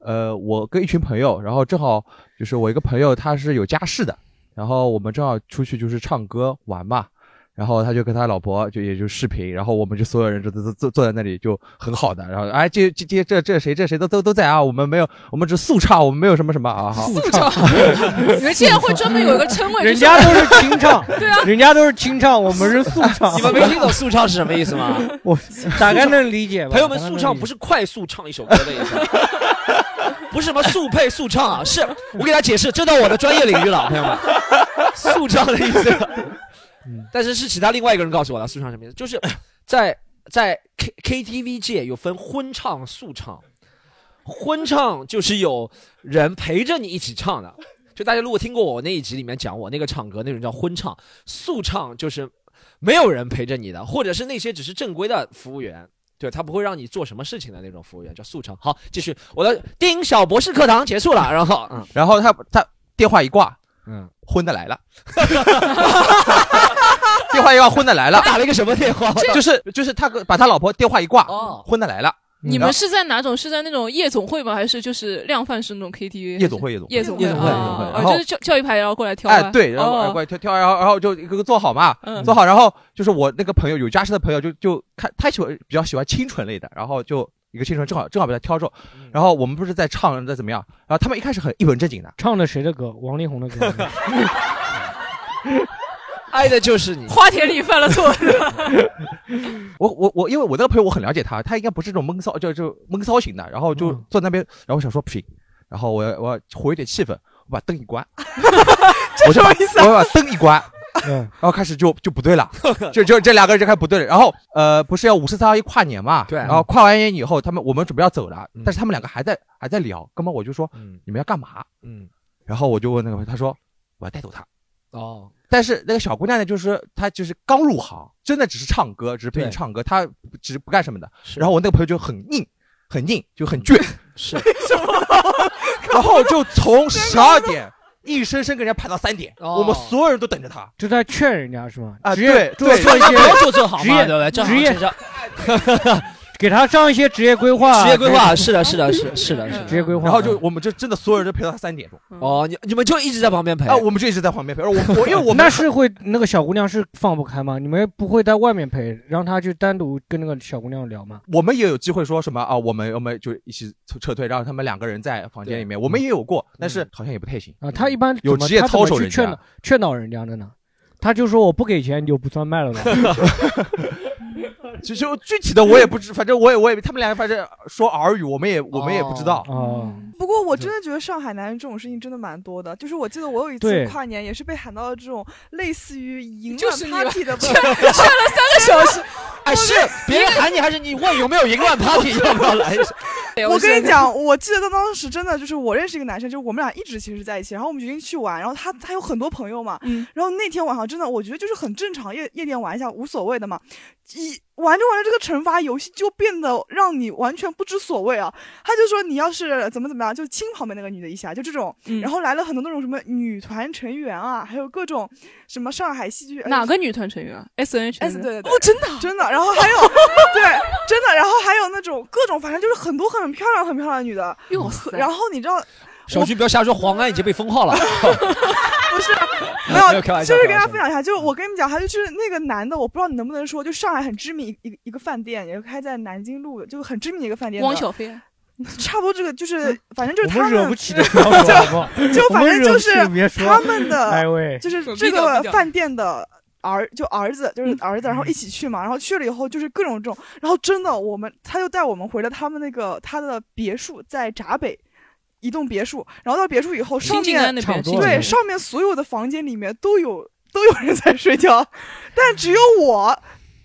Speaker 6: 呃，我跟一群朋友，然后正好就是我一个朋友他是有家室的，然后我们正好出去就是唱歌玩嘛。然后他就跟他老婆就也就视频，然后我们就所有人就都都坐坐在那里就很好的，然后哎这这这这这谁这谁都都都在啊，我们没有我们只速唱，我们没有什么什么啊，好，
Speaker 2: <laughs>
Speaker 4: 素照，
Speaker 6: <laughs>
Speaker 4: 你们竟然会专门有一个称谓，
Speaker 2: 人
Speaker 4: 就是
Speaker 2: 家都是清唱，
Speaker 4: <laughs> 对啊，
Speaker 2: 人家都是清唱，我们是速唱。
Speaker 1: 你们没听
Speaker 2: <laughs>
Speaker 1: 懂速唱是什么意思吗？ <laughs>
Speaker 2: 大概能理解吧？
Speaker 1: 朋友们，速唱不
Speaker 2: 是
Speaker 1: 是快速唱一首歌的意
Speaker 2: <laughs>
Speaker 1: 思，不是什么速配速唱啊，是我给大家解释，这到我的专业领域了，朋友们，速唱的意思
Speaker 2: 嗯。
Speaker 1: 但是是其他另外一个人告诉我的，速唱什么意思？就是在在 K KTV 界有分荤唱、素唱。荤唱就是有人陪着你一起唱的，就大家如果听过我那一集里面讲我那个唱歌，那种叫荤唱；素唱就是没有人陪着你的，或者是那些只是正规的服务员。对他不会让你做什么事情的那种服务员，叫素唱。好，继续，我的丁小博士课堂结束了，然后嗯，
Speaker 6: 然后他他电话一挂，
Speaker 1: 嗯，
Speaker 6: 荤的来了， <laughs> 电话一挂，荤的来了，
Speaker 1: 打了一个什么电话？
Speaker 6: 就是就是他把他老婆电话一挂，荤的来了。
Speaker 4: 哦你
Speaker 6: 嗯然后
Speaker 4: 们是在哪种？是在那种夜总会吗？还是就是量贩式那种 KTV？
Speaker 6: 夜总会夜总会
Speaker 4: 夜总
Speaker 6: 夜总会
Speaker 4: 啊
Speaker 6: 夜总会
Speaker 4: 啊
Speaker 6: 然后
Speaker 4: 就是叫叫一排，然后过来挑吧。
Speaker 6: 哎，对，然后
Speaker 4: 哦
Speaker 6: 哎，过来跳跳，然后然后就一个个做好嘛，
Speaker 4: 嗯
Speaker 6: 做好，然后就是我那个朋友有家室的朋友就就看他喜欢比较喜欢清纯类的，然后就一个清纯正好正好被他挑中，
Speaker 4: 嗯
Speaker 6: 然后我们不是在唱在怎么样，然后他们一开始很一本正经的，
Speaker 2: 唱的谁的歌？王力宏的歌。
Speaker 4: <laughs>
Speaker 1: 爱的就是你。
Speaker 4: 花田里犯了错。
Speaker 1: <laughs>
Speaker 6: 我我我，因为我那个朋友我很了解他，他应该不是这种闷骚，就就闷骚型的，然后就坐那边，然后我想说不行，然后我要我要活跃点气氛，我把灯一关，我就把
Speaker 7: 啊
Speaker 6: 我把灯一关。
Speaker 2: 嗯，
Speaker 6: 然后开始就就不对了，就就这两个人就开始不对了。然后呃，不是要五十三号一跨年嘛？
Speaker 1: 对
Speaker 6: 然后跨完年以后，他们我们准备要走了，但是他们两个还在还在聊。哥们，我就说你们要干嘛？
Speaker 1: 嗯，
Speaker 6: 然后我就问那个朋友，他说我要带走他。
Speaker 1: 哦，
Speaker 6: 但是那个小姑娘呢，就是她就是刚入行，真的只是唱歌，只是陪你
Speaker 1: 对
Speaker 6: 唱歌，她只是不干什么的。
Speaker 1: 是
Speaker 6: 然后我那个朋友就很硬，很硬，就很倔， <laughs>
Speaker 1: 是，
Speaker 6: 然后就从十二点硬生生跟人家盘到三点，
Speaker 1: 哦
Speaker 6: 我们所有人都等着她。
Speaker 2: 就在劝人家是吗？
Speaker 6: 啊，
Speaker 2: 职业
Speaker 6: 对对，
Speaker 2: 做一些
Speaker 1: 要 <laughs> 做正行
Speaker 2: 职
Speaker 1: 嘛，
Speaker 2: 业
Speaker 1: 对不对？正行
Speaker 2: 职业
Speaker 1: 正向
Speaker 2: 给他上一些职业规划，嗯
Speaker 1: 职业规划，是的，是的，是是的，
Speaker 2: <laughs>
Speaker 1: 是的
Speaker 2: 职业规划。
Speaker 6: 然后就我们就真的所有人都陪到三点钟，
Speaker 1: 嗯哦，你你们就一直在旁边陪
Speaker 6: 啊，我们就一直在旁边陪。
Speaker 1: <laughs>
Speaker 6: 而我我因为我们
Speaker 2: 那是会那个小姑娘是放不开吗？你们不会在外面陪，让她去单独跟那个小姑娘聊吗？
Speaker 6: 我们也有机会说什么啊，我们我们就一起撤撤退，让他们两个人在房间里面，我
Speaker 1: 嗯
Speaker 6: 们也有过，但是好像也不太 <laughs> 行。
Speaker 2: 啊，她一般
Speaker 6: 有
Speaker 2: 怎么
Speaker 6: 职业
Speaker 2: 她怎么
Speaker 6: 操守
Speaker 2: 去
Speaker 6: 人
Speaker 2: 劝
Speaker 6: 家
Speaker 2: 导劝导人家的呢？她就说我不给钱你就不算卖了
Speaker 6: <laughs>
Speaker 2: 吧？
Speaker 6: 其实具体的我也不知，反正我也我也他们俩反正说耳语，我们也我们也不知道。
Speaker 2: 哦，
Speaker 3: 不过我真的觉得上海男人这种事情真的蛮多的，就是我记得我有一次
Speaker 2: 对
Speaker 3: 跨年也是被喊到了这种类似于迎
Speaker 4: 就
Speaker 3: 晚
Speaker 4: 是你
Speaker 3: party
Speaker 4: <laughs>
Speaker 3: 的，<laughs>
Speaker 4: 劝了三个小时。
Speaker 1: 哎，是别人喊你，还是你问有没有淫
Speaker 4: <laughs>
Speaker 1: 乱 party 要不要来？
Speaker 3: 我跟你，讲，我记得当时真的就是我认识一个男生，就是我们俩一直其实在一起，然后我们决定去玩，然后他他有很多朋友嘛，
Speaker 4: 嗯
Speaker 3: 然后那天晚上真的我觉得就是很正常，夜夜店玩一下无所谓的嘛，一玩着玩着这个惩罚游戏就变得让你完全不知所谓啊，他就说你要是怎么怎么样就亲旁边那个女的一下，就这种，
Speaker 4: 嗯
Speaker 3: 然后来了很多那种什么女团成员啊，还有各种什么上海戏剧哎
Speaker 4: 哪个女团成员？S 啊 N H
Speaker 3: S 对对对
Speaker 4: 哦，真的啊，
Speaker 3: 真的，然后还
Speaker 4: <laughs>
Speaker 3: 有对真的，然后还有那种各种，反正就是很多很漂亮很漂亮的女的，
Speaker 4: 哟塞
Speaker 3: 然后你知道
Speaker 1: 小军不要瞎说，黄安已经被封号了。
Speaker 3: 不是
Speaker 1: 没
Speaker 3: 没
Speaker 1: 有
Speaker 3: 有，
Speaker 1: 开玩笑
Speaker 3: 就是
Speaker 1: 开玩
Speaker 3: 跟大家
Speaker 1: 笑
Speaker 3: 分享一下，就是我跟你们讲，他就是那个男的，我不知道你能不能说，就上海很知名一一个一个饭店，也开在南京路，就很知名的一个饭店的。
Speaker 4: 汪小菲啊，
Speaker 3: 差不多这个就是，反 <laughs> 正就是
Speaker 2: 我
Speaker 3: 他
Speaker 2: 们惹
Speaker 3: 们
Speaker 2: 不起的，不要说好不好？
Speaker 3: 就反正
Speaker 2: 我们
Speaker 3: 就
Speaker 2: 惹不起别
Speaker 3: 是
Speaker 2: 说
Speaker 3: 他们
Speaker 2: <laughs>
Speaker 3: 的
Speaker 2: 哎喂，
Speaker 3: 就是
Speaker 4: 低
Speaker 3: 这
Speaker 4: 调
Speaker 3: 个
Speaker 4: 低调
Speaker 3: 饭店的儿就儿子，
Speaker 2: 嗯
Speaker 3: 就是儿子，然后一起去嘛，然后去了以后就是各种这种，然后真的我们他就带我们回了他们那个他的别墅在闸北。一栋别墅，然后到别墅以后，上
Speaker 4: 新静安
Speaker 3: 面
Speaker 4: 那边
Speaker 2: 差不
Speaker 4: 新
Speaker 2: 多
Speaker 4: 静安
Speaker 3: 对上面所有的房间里面都有都有人在睡觉，但只有我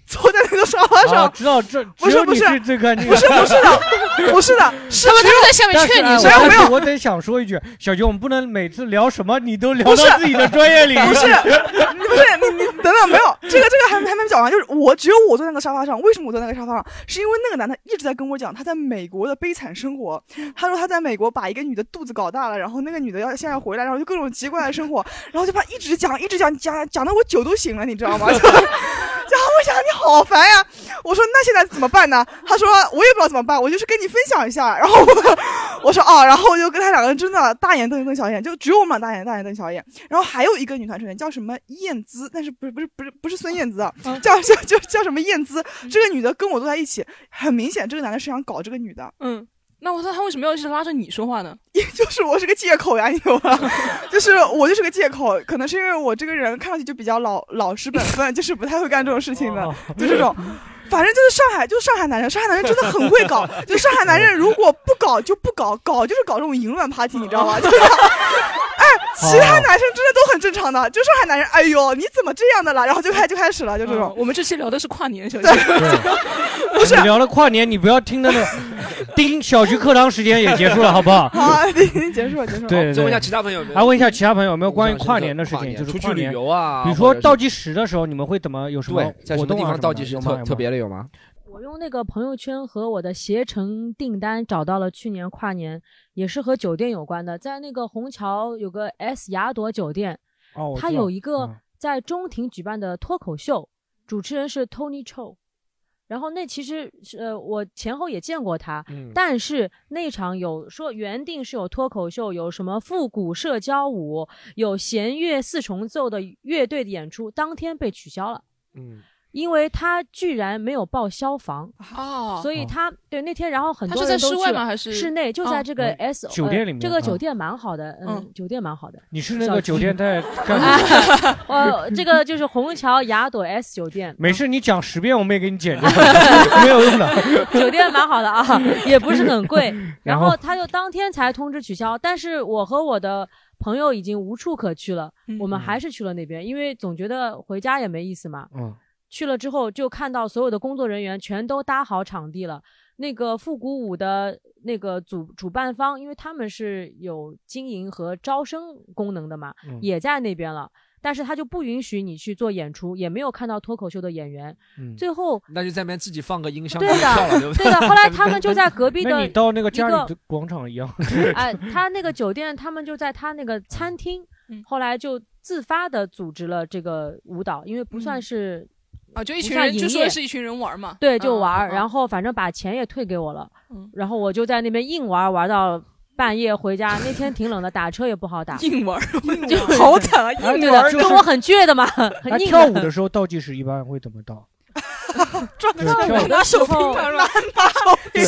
Speaker 3: 坐在那个沙发
Speaker 2: 啊，
Speaker 3: 上，
Speaker 2: 知道这
Speaker 3: 不是
Speaker 2: 只有
Speaker 3: 不
Speaker 2: 你
Speaker 3: 是
Speaker 2: 是
Speaker 6: <laughs>
Speaker 2: 最干净的，
Speaker 3: 不是不是的，
Speaker 4: <laughs>
Speaker 1: <laughs>
Speaker 3: 不是的，是
Speaker 4: 他们他们在下面
Speaker 2: 但是
Speaker 4: 劝
Speaker 2: 哎
Speaker 4: 你
Speaker 2: 我
Speaker 4: 是吧？
Speaker 2: 但
Speaker 3: 没有没
Speaker 2: 是
Speaker 3: 有
Speaker 2: 我得想说一句，小军，我们不能每次聊什么你都聊
Speaker 3: 不是
Speaker 2: 到自己的专业领域。
Speaker 3: 不是，你不是你你等等，没有这个这个还没还没讲完，就是我只有我坐在那个沙发上，为什么我坐在那个沙发上？是因为那个男的一直在跟我讲他在美国的悲惨生活，他说他在美国把一个女的肚子搞大了，然后那个女的要现在回来，然后就各种奇怪的生活，然后就把一直讲一直讲讲讲的我酒都醒了，你知道吗？ <laughs> 就然后我想你好烦呀、我说那现在怎么办呢？他说我也不知道怎么办，我就是跟你分享一下。然后我我说啊，然后我就跟他两个人真的大眼瞪瞪小眼，就只有我们俩大眼大眼瞪小眼。然后还有一个女团成员叫什么燕姿，但是不是不是不是不是孙燕姿啊，叫叫叫叫什么燕姿？这个女的跟我坐在一起，很明显这个男的是想搞这个女的，
Speaker 4: 嗯，那我说他为什么要一直拉着你说话呢？
Speaker 3: 也 <laughs> 就是我是个借口呀，你懂吗？就是我就是个借口，可能是因为我这个人看上去就比较老老实本分，就是不太会干这种事情的，就这种。反正就是上海，就是上海男人，上海男人真的很会搞。就上海男人如果不搞就不搞，搞就是搞这种淫乱 <laughs> party，你知道吗？就是，哎，其他男生真的都很正常的，就上海男人，哎呦，你怎么这样的啦？然后就开就开始了，就这种。
Speaker 4: 哦我们这期聊的是跨年，小姐。 <laughs>
Speaker 3: 不是
Speaker 2: 你聊了跨年，你不要听那个叮，小学课堂时间也结束了，好不好？
Speaker 3: 好
Speaker 8: <laughs>
Speaker 3: 啊，已经结束了，结束了。
Speaker 2: 对对
Speaker 9: 再
Speaker 2: 对
Speaker 9: 问一下其他朋友有没有
Speaker 2: 还问一下其他朋友有没有关于跨年的事
Speaker 9: 跨
Speaker 2: 情，
Speaker 9: 年
Speaker 2: 就是
Speaker 9: 出去
Speaker 2: 跨
Speaker 9: 旅
Speaker 2: 年
Speaker 9: 游啊，
Speaker 2: 比如
Speaker 9: 或
Speaker 2: 说
Speaker 9: 者是
Speaker 2: 倒计时的时候，你们会怎么有什么
Speaker 9: 对，在什
Speaker 2: 活
Speaker 9: 么
Speaker 2: 动
Speaker 9: 地
Speaker 2: 啊
Speaker 9: 方
Speaker 2: 么
Speaker 9: 倒计时
Speaker 2: 有吗
Speaker 9: 特特？别的有吗？
Speaker 8: 我用那个朋友圈和我的携程订单找到了去年跨年，也是和酒店有关的，在那个虹桥有个 S 雅朵酒店，
Speaker 2: 有吗哦，我
Speaker 8: 它
Speaker 2: 知道
Speaker 8: 有一个
Speaker 2: 嗯
Speaker 8: 在中庭举办的脱口秀，主持人是 Tony Chou。然后那其实是呃，我前后也见过他，
Speaker 9: 嗯
Speaker 8: 但是那场有说原定是有脱口秀，有什么复古社交舞，有弦乐四重奏的乐队的演出，当天被取消了，
Speaker 9: 嗯，
Speaker 8: 因为他居然没有报消防，
Speaker 4: 哦，
Speaker 8: 所以
Speaker 2: 哦
Speaker 8: 他对那天然后很
Speaker 4: 他
Speaker 8: 多
Speaker 4: 是在
Speaker 8: 人都
Speaker 4: 室
Speaker 8: 去
Speaker 4: 外
Speaker 8: 了
Speaker 4: 吗还是
Speaker 8: 室内？就
Speaker 4: 哦
Speaker 8: 在这个 S
Speaker 2: 嗯酒
Speaker 8: 呃
Speaker 2: 店里面
Speaker 8: 这个
Speaker 2: 啊
Speaker 8: 酒店蛮好的，嗯
Speaker 4: 嗯，
Speaker 8: 酒店蛮好的。
Speaker 2: 你是那
Speaker 8: 小
Speaker 2: 个
Speaker 8: 区
Speaker 2: 酒店在
Speaker 9: <laughs>
Speaker 2: 干
Speaker 8: <laughs>
Speaker 2: 什么？
Speaker 8: 哦，这个就是虹桥雅朵 S 酒店，
Speaker 2: 没事，你讲十遍我们也给你
Speaker 9: <laughs>
Speaker 2: 剪掉，没有用的。
Speaker 8: <laughs> 酒店蛮好的啊，也不是很贵。
Speaker 2: 然
Speaker 8: 然
Speaker 2: 后
Speaker 8: 后他就当天才通知取消，但是我和我的朋友已经无处可去了，
Speaker 4: 嗯
Speaker 8: 我们还是去了那边，因为总觉得回家也没意思嘛。
Speaker 2: 嗯，
Speaker 8: 去了之后就看到所有的工作人员全都搭好场地了。那个复古舞的那个主主办方，因为他们是有经营和招生功能的嘛，
Speaker 2: 嗯
Speaker 8: 也在那边了。但是他就不允许你去做演出，也没有看到脱口秀的演员。
Speaker 2: 嗯
Speaker 8: 最后，
Speaker 9: 那就在那边自己放个音箱就
Speaker 8: 对
Speaker 9: 跳了，对
Speaker 8: 的，
Speaker 9: 不
Speaker 8: 对的。后来他们就在隔壁
Speaker 2: <laughs> 那你
Speaker 8: 的
Speaker 2: 到那个家里
Speaker 8: 一个
Speaker 2: 的广
Speaker 8: <laughs>
Speaker 2: 场一样，
Speaker 1: <laughs>
Speaker 8: 哎，他那个酒店，他们就在他那个餐厅
Speaker 4: 嗯，
Speaker 8: 后来就自发的组织了这个舞蹈，因为不算
Speaker 4: 嗯
Speaker 8: 是
Speaker 4: 啊，就一
Speaker 8: 不
Speaker 4: 群
Speaker 8: 像
Speaker 4: 人，就
Speaker 8: 营
Speaker 4: 说
Speaker 8: 业
Speaker 4: 是一群人玩嘛。
Speaker 8: 对，就
Speaker 4: 嗯
Speaker 8: 玩儿，
Speaker 4: 嗯
Speaker 8: 然后反正把钱也退给我了
Speaker 4: 嗯，
Speaker 8: 然后我就在那边硬玩儿，玩到半夜回家。那天挺冷的，打车也不好打，
Speaker 4: 硬玩儿，
Speaker 8: 就
Speaker 4: <laughs>
Speaker 3: <laughs> 好惨啊！
Speaker 2: 哎
Speaker 8: <laughs> 对
Speaker 2: 对啊
Speaker 8: 的，
Speaker 2: 就
Speaker 8: 就是我很倔的嘛，很
Speaker 2: 那
Speaker 8: 硬
Speaker 2: 跳舞的时候倒计时一般会怎么倒？
Speaker 3: 转
Speaker 2: 对跳舞
Speaker 8: 的时候， <laughs>
Speaker 2: 对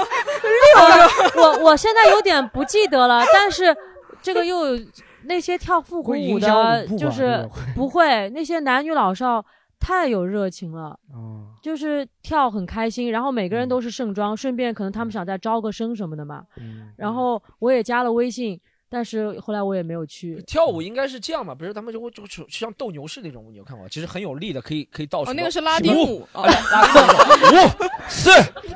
Speaker 8: 呃我我现在有点不记得了，但是这个又有那些跳复古
Speaker 2: 会影
Speaker 8: 舞
Speaker 2: 响
Speaker 8: 的
Speaker 2: 舞步，吧？
Speaker 8: 就是不会，那些男女老少太有热情了，
Speaker 2: 啊，
Speaker 8: 就是跳很开心，然后每个人
Speaker 2: 嗯
Speaker 8: 都是盛装，顺便可能他们想再招个生什么的嘛。
Speaker 2: 嗯
Speaker 8: 然后我也加了微信，但是后来我也没有去。
Speaker 9: 跳舞应该是这样嘛，不是他们就会就就像斗牛士那种舞，你有看过？其实很有力的，可以可以倒数。
Speaker 4: 哦，那个是拉丁舞，
Speaker 9: 啊
Speaker 4: 哦
Speaker 2: <laughs> 哦
Speaker 9: 五、四、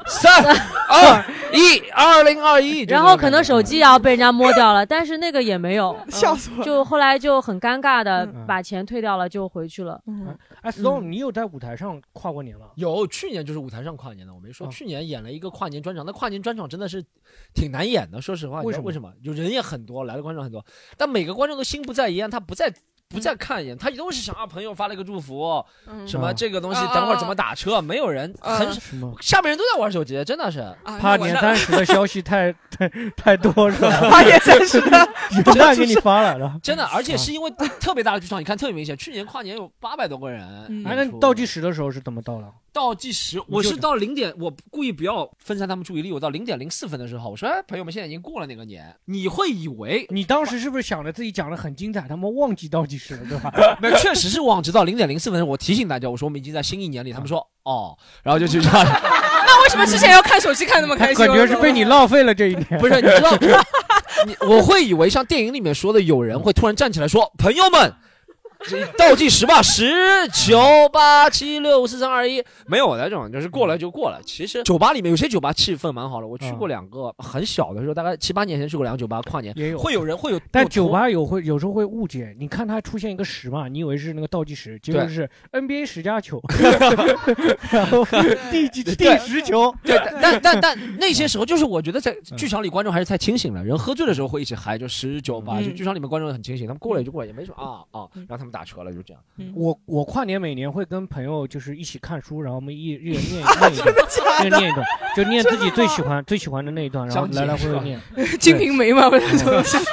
Speaker 9: 三、二、一，二零二一。
Speaker 8: 然后可能手机也要被人家摸掉了，但是那个也没有，
Speaker 3: <laughs>
Speaker 8: 嗯
Speaker 3: 笑死我了！
Speaker 8: 就后来就很尴尬的
Speaker 2: 嗯
Speaker 8: 把钱退掉了，就回去了。
Speaker 4: 嗯
Speaker 2: 哎，Stone，你有在舞台上跨过年吗？
Speaker 1: 有去年就是舞台上跨年的，我没说。
Speaker 2: 啊
Speaker 1: 去年演了一个跨年专场，那跨年专场真的是挺难演的，说实话。
Speaker 2: 为什么
Speaker 1: 你知道为什么？就人也很多，来的观众很多，但每个观众都心不在焉，他不在不在看一眼，他都是想啊，朋友发了一个祝福，
Speaker 4: 嗯
Speaker 1: 什么
Speaker 2: 啊
Speaker 1: 这个东西
Speaker 4: 啊
Speaker 1: 等会儿怎么打车，没有人，
Speaker 4: 啊
Speaker 1: 很
Speaker 4: 啊
Speaker 1: 少
Speaker 2: 什么？
Speaker 1: 下面人都在玩手机，真的是。
Speaker 4: 啊，
Speaker 2: 怕
Speaker 4: 那完
Speaker 2: 年三
Speaker 4: 了
Speaker 2: 十的
Speaker 4: <laughs>
Speaker 2: 消息太 <laughs> 太太多是吧？
Speaker 3: 八点三十
Speaker 2: <laughs>
Speaker 3: 的，
Speaker 2: 元旦给你发了，然后。哦
Speaker 1: 真的，而且是因为特别大的剧场，你看特别明显。去年跨年有八百多个人，
Speaker 4: 嗯
Speaker 2: 哎，那你倒计时的时候是怎么倒了？
Speaker 1: 倒计时，
Speaker 2: 你
Speaker 1: 我
Speaker 2: 就是
Speaker 1: 到零点，我故意不要分散他们注意力。我到零点零四分的时候，我说：“哎，朋友们，现在已经过了那个年。” <laughs> 你会以为
Speaker 2: 你当时是不是想着自己讲的很精彩，他们忘记倒计时了，对吧？
Speaker 1: 那确实是忘，直到零点零四分，我提醒大家，我说我们已经在新一年里。他们说：“哦。”然后就去这 <laughs> 样。
Speaker 4: 那为什么之前要看手机看那么
Speaker 2: 感
Speaker 4: 开心？
Speaker 2: 觉是被你浪费了这一年。
Speaker 1: 不是，你知道， <laughs> 你我会以为像电影里面说的，有人会突然站起来说：“朋友们。” <laughs> 倒计时吧，十九八七六四三二一，没有的这种，就是过了就过了。其实酒吧里面有些酒吧气氛蛮好的，我去过两个，很小的时候，大概七八年前去过两个酒吧跨年，
Speaker 2: 也有
Speaker 1: <laughs> 会有人会有，
Speaker 2: 但酒吧有会有时候会误解，你看它出现一个十嘛，你以为是那个倒计时，结果
Speaker 1: 对
Speaker 2: 是 NBA 十加球， <laughs> 然后第几第
Speaker 1: 对
Speaker 2: 十球，
Speaker 1: <laughs> 对，但但但那些时候就是我觉得在剧场里观众还是太清醒了，人喝醉的时候会一起嗨，就十九八，
Speaker 4: 嗯
Speaker 1: 就剧场里面观众很清醒，他们过来也就过来，也没什么啊啊，然后他们打车了，就这样。
Speaker 2: 我我跨年每年会跟朋友就是一起看书，然后我们一一人念
Speaker 4: 啊
Speaker 2: 念一段，一人念一段，就念自己最喜欢最喜欢的那一段，然后
Speaker 1: 章节
Speaker 2: 来来回
Speaker 1: 是
Speaker 2: 回
Speaker 1: 吧
Speaker 2: 念。
Speaker 4: 《 <laughs> 金瓶梅》嘛，不是 <laughs> 说是
Speaker 2: 《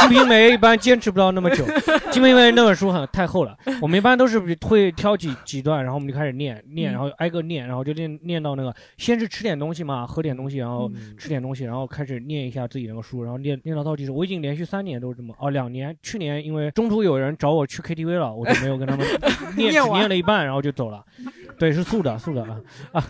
Speaker 2: 金瓶梅》一般坚持不到那么久，《金瓶梅》那本书很太厚了，我们一般都是会挑几几段，然后我们就开始念念，
Speaker 4: 嗯
Speaker 2: 然后挨个念，然后就念念到那个先是吃点东西嘛，喝点东西，然后吃点东西，然后开始念一下自己那个书，然后念念到倒计时。我已经连续三年都是这么，哦，两年，去年因为中途有人找我去 KTV 了，我就没有跟他们念，
Speaker 3: 念
Speaker 2: 只
Speaker 3: 完
Speaker 2: 念了一半，然后就走了。对，是素的，素的啊啊。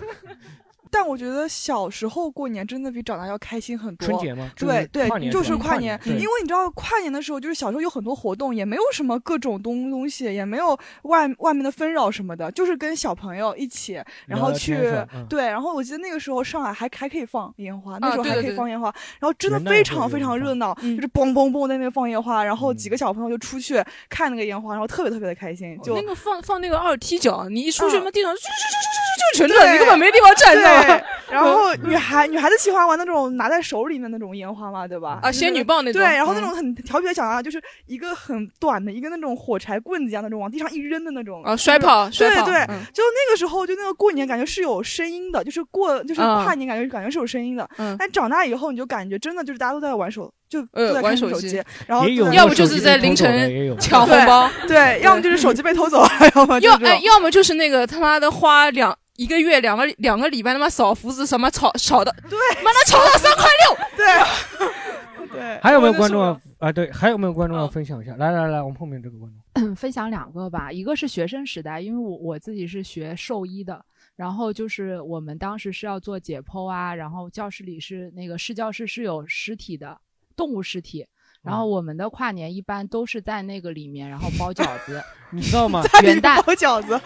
Speaker 3: 但我觉得小时候过年真的比长大要开心很多。
Speaker 2: 春节嘛，
Speaker 3: 对对
Speaker 2: 跨，年
Speaker 3: 就是
Speaker 2: 是吧
Speaker 3: 跨
Speaker 2: 年，
Speaker 3: 因为你知道跨年的时候，就是小时候有很多活动，也没有什么各种东东西，也没有外外面的纷扰什么的，就是跟小朋友一起，然后
Speaker 2: 聊聊
Speaker 3: 去
Speaker 2: 天是吧嗯
Speaker 3: 对，然后我记得那个时候上海还还可以放烟花，那
Speaker 4: 啊
Speaker 3: 时候还
Speaker 4: 对对
Speaker 3: 可以
Speaker 4: 对
Speaker 3: 放烟花，然后真的
Speaker 2: 元旦
Speaker 3: 非
Speaker 2: 会
Speaker 3: 常
Speaker 2: 有
Speaker 3: 非
Speaker 2: 烟
Speaker 3: 常
Speaker 2: 花嗯
Speaker 3: 热闹，
Speaker 4: 嗯
Speaker 3: 就是嘣嘣嘣在那边放烟花，然后几个小朋友就出去看那个烟花，然后特别特别的开心，就
Speaker 2: 哦
Speaker 4: 那个放放那个二踢脚，你一出去
Speaker 3: 嗯
Speaker 4: 嘛，地上就就就就就就全
Speaker 3: 对
Speaker 4: 乱，你根本没地方站，你知道
Speaker 3: 对
Speaker 4: 吗？， <laughs> 嗯
Speaker 3: 然后女孩女孩子喜欢玩那种拿在手里面那种烟花嘛，对吧？
Speaker 4: 啊，
Speaker 3: 就是
Speaker 4: 仙女棒那种，
Speaker 3: 对，然后那
Speaker 4: 嗯
Speaker 3: 种很调皮的小孩，啊就是一个很短的一个那种火柴棍子一样那种往地上一扔的那种
Speaker 4: 啊摔。炮，
Speaker 3: 对
Speaker 4: 摔炮，
Speaker 3: 对
Speaker 4: 嗯
Speaker 3: 就那个时候，就那个过年感觉是有声音的，就是过就是
Speaker 4: 啊
Speaker 3: 跨年感觉、感觉是有声音的。
Speaker 4: 嗯
Speaker 3: 但长大以后，你就感觉真的就是大家都在玩手，就
Speaker 4: 呃
Speaker 3: 都在看
Speaker 4: 玩
Speaker 3: 手
Speaker 4: 手机
Speaker 3: 然后
Speaker 2: 也有
Speaker 3: 都
Speaker 2: 那
Speaker 3: 在
Speaker 4: 要
Speaker 2: 种
Speaker 4: 不就是
Speaker 2: 手机
Speaker 4: 在
Speaker 2: 被偷
Speaker 4: 凌
Speaker 2: 走的
Speaker 4: 晨
Speaker 2: 也有
Speaker 4: 抢红包，
Speaker 3: 对，要么就是手机被偷走了，要么就
Speaker 4: 要
Speaker 3: 是这
Speaker 4: 哎
Speaker 3: 种，
Speaker 4: 要么就是那个他妈的花两一个月两个两个礼拜他妈扫福子，什么炒炒的，
Speaker 3: 对
Speaker 4: 妈的炒到三块六， <laughs>
Speaker 2: <laughs>
Speaker 3: 对对。
Speaker 2: 还有没有
Speaker 3: 真的
Speaker 2: 观众
Speaker 3: 受不
Speaker 2: 要
Speaker 3: 了
Speaker 2: 啊？对，还有没有观众要
Speaker 4: 嗯
Speaker 2: 分享一下？来来来，我们后面这个观众，
Speaker 10: 分享两个吧，一个是学生时代，因为我我自己是学兽医的，然后就是我们当时是要做解剖啊，然后教室里是那个试教室是有尸体的，动物尸体。然
Speaker 2: 嗯
Speaker 10: 后我们的跨年一般都是在那个里面，然后包饺子，
Speaker 2: <laughs> 你知
Speaker 10: <laughs>
Speaker 2: 道吗？
Speaker 10: 元旦
Speaker 3: 包饺子，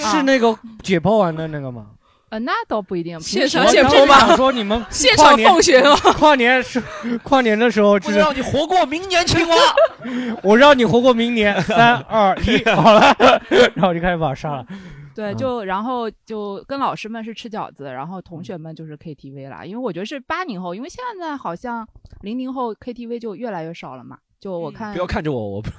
Speaker 2: 是那个解剖完的那个吗？
Speaker 10: 呃那倒不一定，平
Speaker 4: 现
Speaker 10: 时
Speaker 4: 场
Speaker 2: 我
Speaker 4: 解
Speaker 2: 当
Speaker 4: 剖
Speaker 2: 时
Speaker 4: 吧
Speaker 2: 想说你们
Speaker 4: 现
Speaker 2: 跨
Speaker 4: 场
Speaker 2: 年
Speaker 4: 放血了，
Speaker 2: 跨年是跨年的时候，就
Speaker 11: 不
Speaker 2: 是
Speaker 11: 让你活过明年青蛙。
Speaker 2: 我让你活过明年。三 <laughs> 二 <laughs> 一，好了，然后我就开始把他杀了。
Speaker 10: 对，
Speaker 2: 嗯
Speaker 10: 就然后就跟老师们是吃饺子，然后同学们就是 KTV 啦。因为我觉得是八零后，因为现在好像零零后 KTV 就越来越少了嘛。就我
Speaker 3: 嗯
Speaker 10: 看
Speaker 11: 不，
Speaker 1: <laughs>
Speaker 11: 要看着我，我不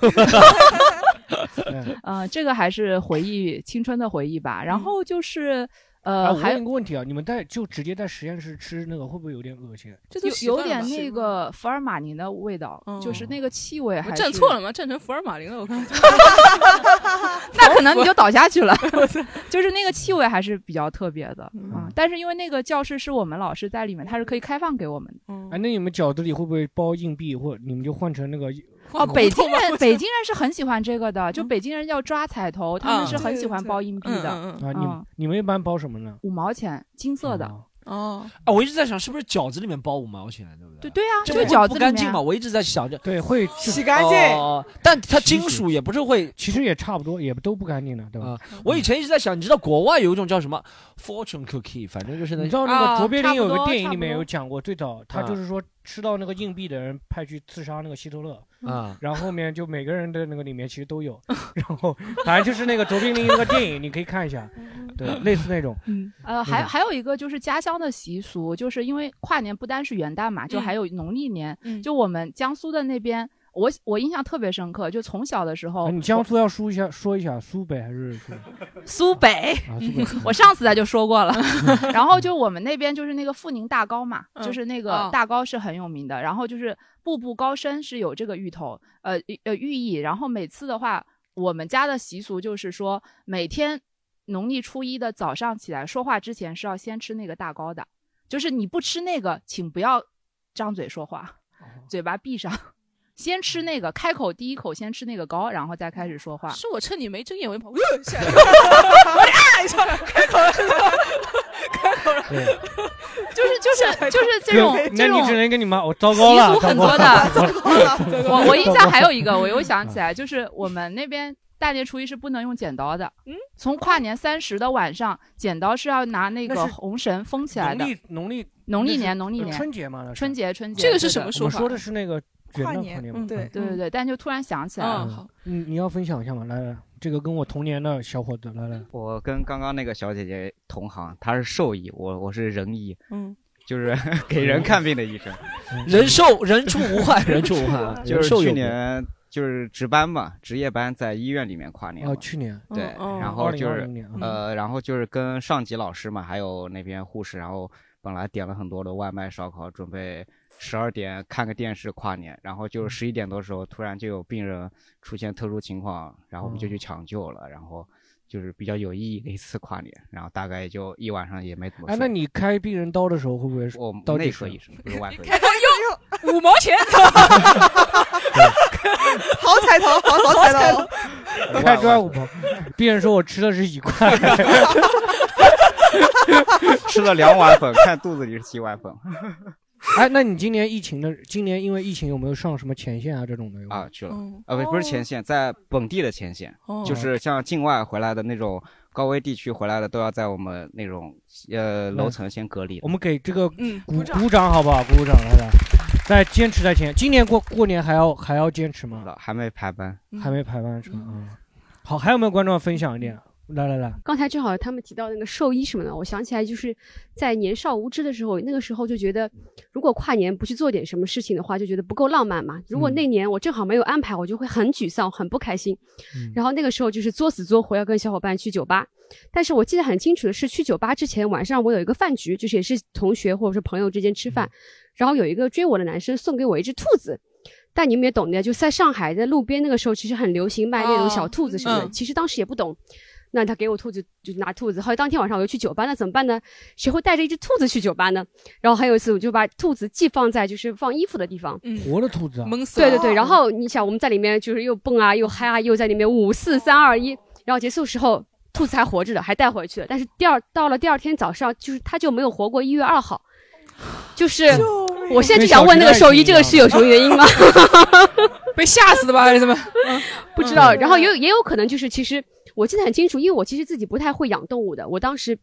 Speaker 2: 嗯
Speaker 10: 呃，这个还是回忆青春的回忆吧。然后就是
Speaker 2: 啊，
Speaker 10: 呃，
Speaker 2: 我
Speaker 10: 还
Speaker 2: 问一个问题啊，你们在就直接在实验室吃那个，会不会有点恶心？
Speaker 4: 这都
Speaker 10: 有
Speaker 4: 习惯
Speaker 10: 有
Speaker 4: 了
Speaker 10: 点
Speaker 4: 吧
Speaker 10: 那个福尔马林的味道，就是那个气味还
Speaker 4: 我
Speaker 10: 是
Speaker 4: 站错了，吗？站成福尔马林了，我看。
Speaker 10: <laughs> 那可能你就倒下去了。就是那个气味还是比较特别的啊。但是因为那个教室是我们老师在里面，他是可以开放给我们的。
Speaker 2: 哎，那你们饺子里会不会包硬币，或者你们就换成那个
Speaker 4: 哦
Speaker 10: 北京人北京人是很喜欢这个的，就北京人要抓彩头，他们
Speaker 4: 嗯
Speaker 10: 是很喜欢包硬币
Speaker 4: 嗯
Speaker 10: 的，
Speaker 4: 嗯
Speaker 2: 啊？你们
Speaker 10: 嗯
Speaker 2: 你们一般包什么呢？
Speaker 10: 五毛钱金色的。
Speaker 2: 啊
Speaker 4: 嗯哦，
Speaker 11: 啊，我一直在想是不是饺子里面包五毛钱，对不
Speaker 10: 对
Speaker 11: 对？
Speaker 10: 对啊，
Speaker 11: 这
Speaker 10: 就
Speaker 11: 不
Speaker 10: 饺
Speaker 11: 不
Speaker 10: 子里
Speaker 11: 干净
Speaker 10: 面
Speaker 11: 嘛，我一直在想着。
Speaker 2: 对，会就
Speaker 3: 洗干净，
Speaker 11: 哦，但它金属也不是会。
Speaker 2: 其实也差不多，也都不干净的，对吧？
Speaker 11: 啊我以前一直在想，你知道国外有一种叫什么 fortune cookie，反正就是
Speaker 2: 你
Speaker 11: 那
Speaker 2: 知道那个
Speaker 10: 啊
Speaker 2: 卓别
Speaker 10: 差
Speaker 2: 林
Speaker 10: 不
Speaker 2: 有个
Speaker 10: 多
Speaker 2: 电影
Speaker 10: 差
Speaker 2: 里
Speaker 10: 不
Speaker 2: 面有
Speaker 10: 多
Speaker 2: 讲过，最早他
Speaker 11: 啊
Speaker 2: 就是说吃到那个硬币的人派去刺杀那个希特勒，
Speaker 10: 嗯
Speaker 11: 啊，
Speaker 2: 然后后面就每个人的那个里面其实都有， <laughs> 然后反正就是那个卓别林那个电影，你可以看一下，对，类似那种，
Speaker 4: 嗯
Speaker 10: 呃，还还有一个就是家乡的习俗，就是因为跨年不单是元旦嘛，就还有农历年。
Speaker 4: 嗯
Speaker 10: 就我们江苏的那边，我我印象特别深刻，就从小的时候，
Speaker 2: 啊你江苏要说一下，说一下苏北还是苏北
Speaker 10: 苏北，
Speaker 2: 啊？苏北，
Speaker 10: <laughs> 我上次咱就说
Speaker 2: <laughs>
Speaker 10: 过了。然后就我们那边就是那个阜宁大糕嘛，
Speaker 4: 嗯
Speaker 10: 就是那个
Speaker 4: 哦
Speaker 10: 大糕是很有名的。然后就是步步高升是有这个芋头，呃寓呃寓意。然后每次的话，我们家的习俗就是说，每天农历初一的早上起来说话之前是要先吃那个大糕的，就是你不吃那个，请不要张嘴说话，
Speaker 2: 哦
Speaker 10: 嘴巴闭上。 <laughs> 先吃那个，开口第一口先吃那个糕，然后再开始说话。
Speaker 4: 是我趁你没睁眼，我就跑呃下来了，
Speaker 2: 对，
Speaker 10: <laughs> 就是就是就是这种
Speaker 2: 跟
Speaker 10: 这
Speaker 2: 那
Speaker 10: 种
Speaker 2: 你只能跟你妈，我糟
Speaker 10: 习
Speaker 2: 糕了，
Speaker 10: 俗
Speaker 2: 糟
Speaker 10: 很
Speaker 2: 糕
Speaker 10: 多
Speaker 2: 了，
Speaker 10: 的，
Speaker 2: <laughs>
Speaker 3: 我
Speaker 10: 我我印象还有一个，我又想起来，就是我们那边大年初一是不能用剪刀的。嗯，从跨年三十的晚上，剪刀是要拿那
Speaker 2: 那
Speaker 10: 个
Speaker 2: 是
Speaker 10: 红绳封起来
Speaker 2: 农
Speaker 10: 的。
Speaker 2: <laughs> 历农历
Speaker 10: 农历年，农历
Speaker 2: 呃
Speaker 10: 年，
Speaker 2: 春节嘛，那是
Speaker 10: 春，节，春节。
Speaker 4: 这个是
Speaker 10: 对的
Speaker 4: 什么
Speaker 2: 我
Speaker 4: 说
Speaker 2: 们
Speaker 4: 法？
Speaker 2: 说的是那个元旦
Speaker 3: 跨
Speaker 2: 跨
Speaker 3: 年
Speaker 2: 年嘛，
Speaker 3: 嗯对
Speaker 10: 对对对，但就突然想起来了。
Speaker 4: 嗯，
Speaker 2: 嗯
Speaker 4: 好，
Speaker 2: 你你要分享一下嘛？来来，这个跟我同年的小伙子，来
Speaker 4: 嗯
Speaker 2: 来，
Speaker 12: 我跟刚刚那个小姐姐同行，她是兽医，我我是人医，
Speaker 4: 嗯，
Speaker 12: 就是 <laughs> 给人看病的医生。
Speaker 11: <laughs> 人兽人畜无害，人畜
Speaker 12: <laughs>
Speaker 11: 无害，啊
Speaker 12: 就
Speaker 11: 人
Speaker 12: 是
Speaker 11: 兽
Speaker 12: 去
Speaker 11: 有
Speaker 12: 年就是值班嘛，值夜班在医院里面跨年
Speaker 11: 哦
Speaker 12: 嘛
Speaker 2: 啊，，去年，
Speaker 12: 对，
Speaker 4: 嗯
Speaker 12: 然
Speaker 4: 嗯
Speaker 12: 后
Speaker 2: 二零
Speaker 12: 就
Speaker 2: 二
Speaker 12: 是
Speaker 2: 零年，啊，
Speaker 12: 呃，然后就是跟上级老师嘛，还有那边护士，然后本来点了很多的外卖、烧烤，准备十二点看个电视跨年，然后就是十一点多时候，突然就有病人出现特殊情况，然后我们就去抢救了，然后就是比较有意义的一次跨年，然后大概也就一晚上也没怎么
Speaker 2: 哎
Speaker 12: 睡。，
Speaker 2: 那你开病人刀的啊时候会不会
Speaker 12: 我们
Speaker 2: 到
Speaker 12: 内
Speaker 2: 底
Speaker 12: 科
Speaker 2: 是
Speaker 12: 医生不是外科医
Speaker 3: <laughs>
Speaker 12: 生。
Speaker 3: 哎
Speaker 4: 五毛钱，
Speaker 3: 好彩头，好
Speaker 2: <laughs>
Speaker 3: 好彩头，
Speaker 12: <laughs>
Speaker 2: 开砖五毛？病人说我吃的是一块，
Speaker 12: 吃了两碗粉，看肚子里是几碗粉
Speaker 2: <laughs> 哎，那你今年疫情的，今年因为疫情有没有上什么前线啊这种的？有吗
Speaker 12: 啊去了啊不不是前线，在本地的前线
Speaker 2: 哦，
Speaker 12: 就是像境外回来的那种高危地区回来的，都要在我们那种呃楼层先隔离的。
Speaker 2: 嗯我们给这个
Speaker 4: 嗯
Speaker 2: 鼓鼓掌好不好？鼓鼓掌，大家再坚持在前。今年过过年还要还要坚持吗？
Speaker 12: 还没排班，
Speaker 2: 还没排班是吗？啊，好，还有没有观众要分享一点？来来来，
Speaker 13: 刚才正好他们提到那个兽医什么的，我想起来就是在年少无知的时候，那个时候就觉得，如果跨年不去做点什么事情的话，就觉得不够浪漫嘛。如果那年我正好没有安排，我就会很沮丧，很不开心。然后那个时候就是作死作活要跟小伙伴去酒吧，但是我记得很清楚的是，去酒吧之前晚上我有一个饭局，就是也是同学或者是朋友之间吃饭，然后有一个追我的男生送给我一只兔子。但你们也懂的，就在上海，在路边那个时候，其实很流行卖那种小兔子什么的。
Speaker 4: 嗯
Speaker 13: 其实当时也不懂，那他给我兔子就拿兔子，后来当天晚上我就去酒吧，那怎么办呢？谁会带着一只兔子去酒吧呢？然后还有一次，我就把兔子寄放在就是放衣服的地方，
Speaker 4: 嗯
Speaker 2: 活的兔子啊，
Speaker 13: 对对对，
Speaker 4: 哦
Speaker 13: 然后你想我们在里面就是又蹦啊又嗨啊，又在里面五四三二一，然后结束时候兔子还活着的，还带回去了，但是第二到了第二天早上，就是它就没有活过一月二号，就是我现在就想问那个兽医，这个是有什么
Speaker 10: <laughs>
Speaker 13: 原因吗？
Speaker 4: 被吓死的吧，还是什么？
Speaker 13: 不知道。然后也有也有可能就是，其实我记得很清楚，因为我其实自己不太会养动物的。我当时，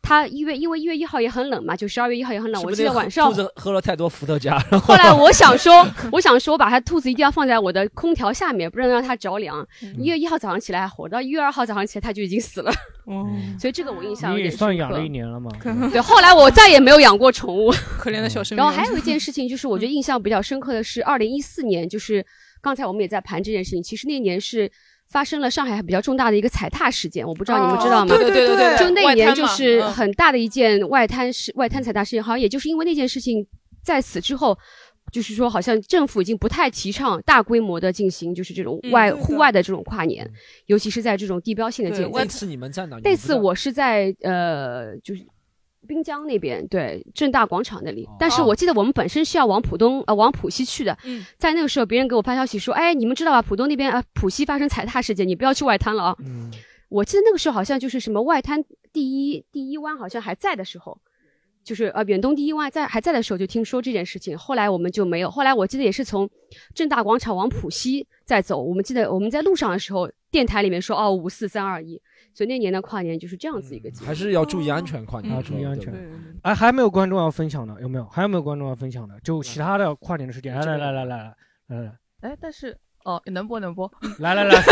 Speaker 13: 他一月因为一月一号也很冷嘛，就十二月一号也很冷。
Speaker 1: 是不
Speaker 13: 我
Speaker 1: 是
Speaker 13: 记得
Speaker 1: 那个
Speaker 13: 晚上
Speaker 1: 兔，子喝了太多伏特加，然后
Speaker 13: 后来我
Speaker 1: <laughs>
Speaker 13: 想说，我想说，把它兔子一定要放在我的空调下面，不能让它着凉。一月一号早上起来还活着，到一月二号早上起来它就已经死了。 <laughs> 所以这个我印象有
Speaker 2: 你也
Speaker 13: 点
Speaker 2: 算
Speaker 13: 深
Speaker 2: 养
Speaker 13: 刻
Speaker 2: 了一年了嘛？
Speaker 13: 对，后来我再也没有养过宠物，
Speaker 4: <laughs> 可怜的小生命。
Speaker 13: 然后还有一件事情，就是我觉得印象比较深刻的是，二零一四年，就是刚才我们也在盘这件事情。其实那年是发生了上海比较重大的一个踩踏事件，我不知道你们知道吗？
Speaker 4: 哦对对对对对
Speaker 13: 就那年就
Speaker 4: 外
Speaker 13: 是
Speaker 4: 滩嘛嗯
Speaker 13: 很大的一件外滩事、外滩踩踏事件，好像也就是因为那件事情，在此之后。就是说，好像政府已经不太提倡大规模的进行就是这种
Speaker 1: 嗯
Speaker 13: 外
Speaker 1: 对的
Speaker 13: 户外的这种跨
Speaker 4: 嗯
Speaker 13: 年，尤其是在这种地标性的建
Speaker 1: 对，
Speaker 13: 筑。
Speaker 1: 那次你们在哪？你
Speaker 13: 那
Speaker 1: 们不在
Speaker 13: 次我是在呃，就是滨江那边，对，正大广场那里。
Speaker 1: 哦
Speaker 13: 但是我记得我们本身是要往浦东呃往浦西去的。
Speaker 4: 嗯
Speaker 13: 在那个时候，别人给我发消息说：“哎，你们知道吧？浦东那边啊、呃浦西发生踩踏事件，你不要去外滩了啊。
Speaker 1: 嗯
Speaker 13: 我记得那个时候好像就是什么外滩第一第一湾好像还在的时候，就是呃远东第一湾在还在的时候就听说这件事情，后来我们就没有。后来我记得也是从正大广场往浦西再走，我们记得我们在路上的时候，电台里面说哦五四三二一，所以那年的跨年就是这样子一个节日。
Speaker 1: 还是要注意安全，
Speaker 4: 嗯
Speaker 1: 跨年
Speaker 2: 啊，注意安全
Speaker 1: 对对。
Speaker 2: 哎，还没有观众要分享的，有没有？还有没有观众要分享的？就其他的跨年的事件，来来来来来来来
Speaker 5: 哎，但是哦，能播能播，
Speaker 2: 嗯来来
Speaker 5: <laughs>
Speaker 2: 来，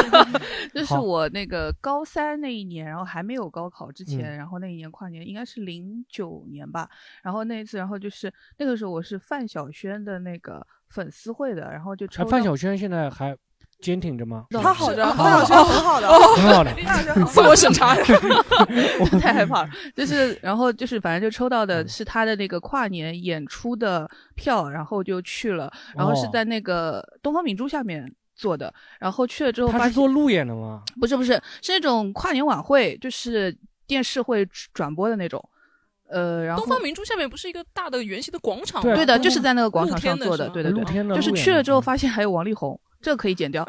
Speaker 5: 就是
Speaker 2: 好
Speaker 5: 我那个高三那一年，然后还没有高考之前，
Speaker 2: 嗯
Speaker 5: 然后那一年跨年应该是零九年吧，然后那一次，然后就是那个时候我是范晓萱的那个粉丝会的，然后就抽
Speaker 2: 哎，
Speaker 5: 到、
Speaker 2: 范晓萱现在还坚挺着吗？
Speaker 5: 她好着
Speaker 2: 哦
Speaker 5: 范晓萱很好的
Speaker 2: 哦 <laughs> 很好的
Speaker 5: <laughs> 范晓萱很好的
Speaker 4: 自我审查
Speaker 5: <laughs> 太害怕了。 <laughs> 就是，然后就是，反正就抽到
Speaker 2: 嗯
Speaker 5: 的是他的那个跨年演出的票，然后就去了，然后是
Speaker 2: 哦
Speaker 5: 在那个东方明珠下面做的，然后去了之后
Speaker 2: <laughs> 他
Speaker 5: 发
Speaker 2: 是
Speaker 5: 现
Speaker 2: 做路演的
Speaker 5: <laughs>
Speaker 2: 吗？
Speaker 5: 不是不是，是那种跨年晚会，就是电视会转播的那种。呃，然后
Speaker 4: <laughs> 东方明珠下面不是一个大的圆形的广场吗？
Speaker 5: 对哦的，就是在那个广场
Speaker 4: 露天
Speaker 5: 上做
Speaker 4: 的是
Speaker 5: 的，
Speaker 4: 吗，
Speaker 5: <laughs> 对对对，
Speaker 2: 啊露天的
Speaker 5: 就是
Speaker 2: 路
Speaker 5: 去
Speaker 2: 演嗯
Speaker 5: 了之后发现还有王力宏，这可以剪 <laughs> 掉。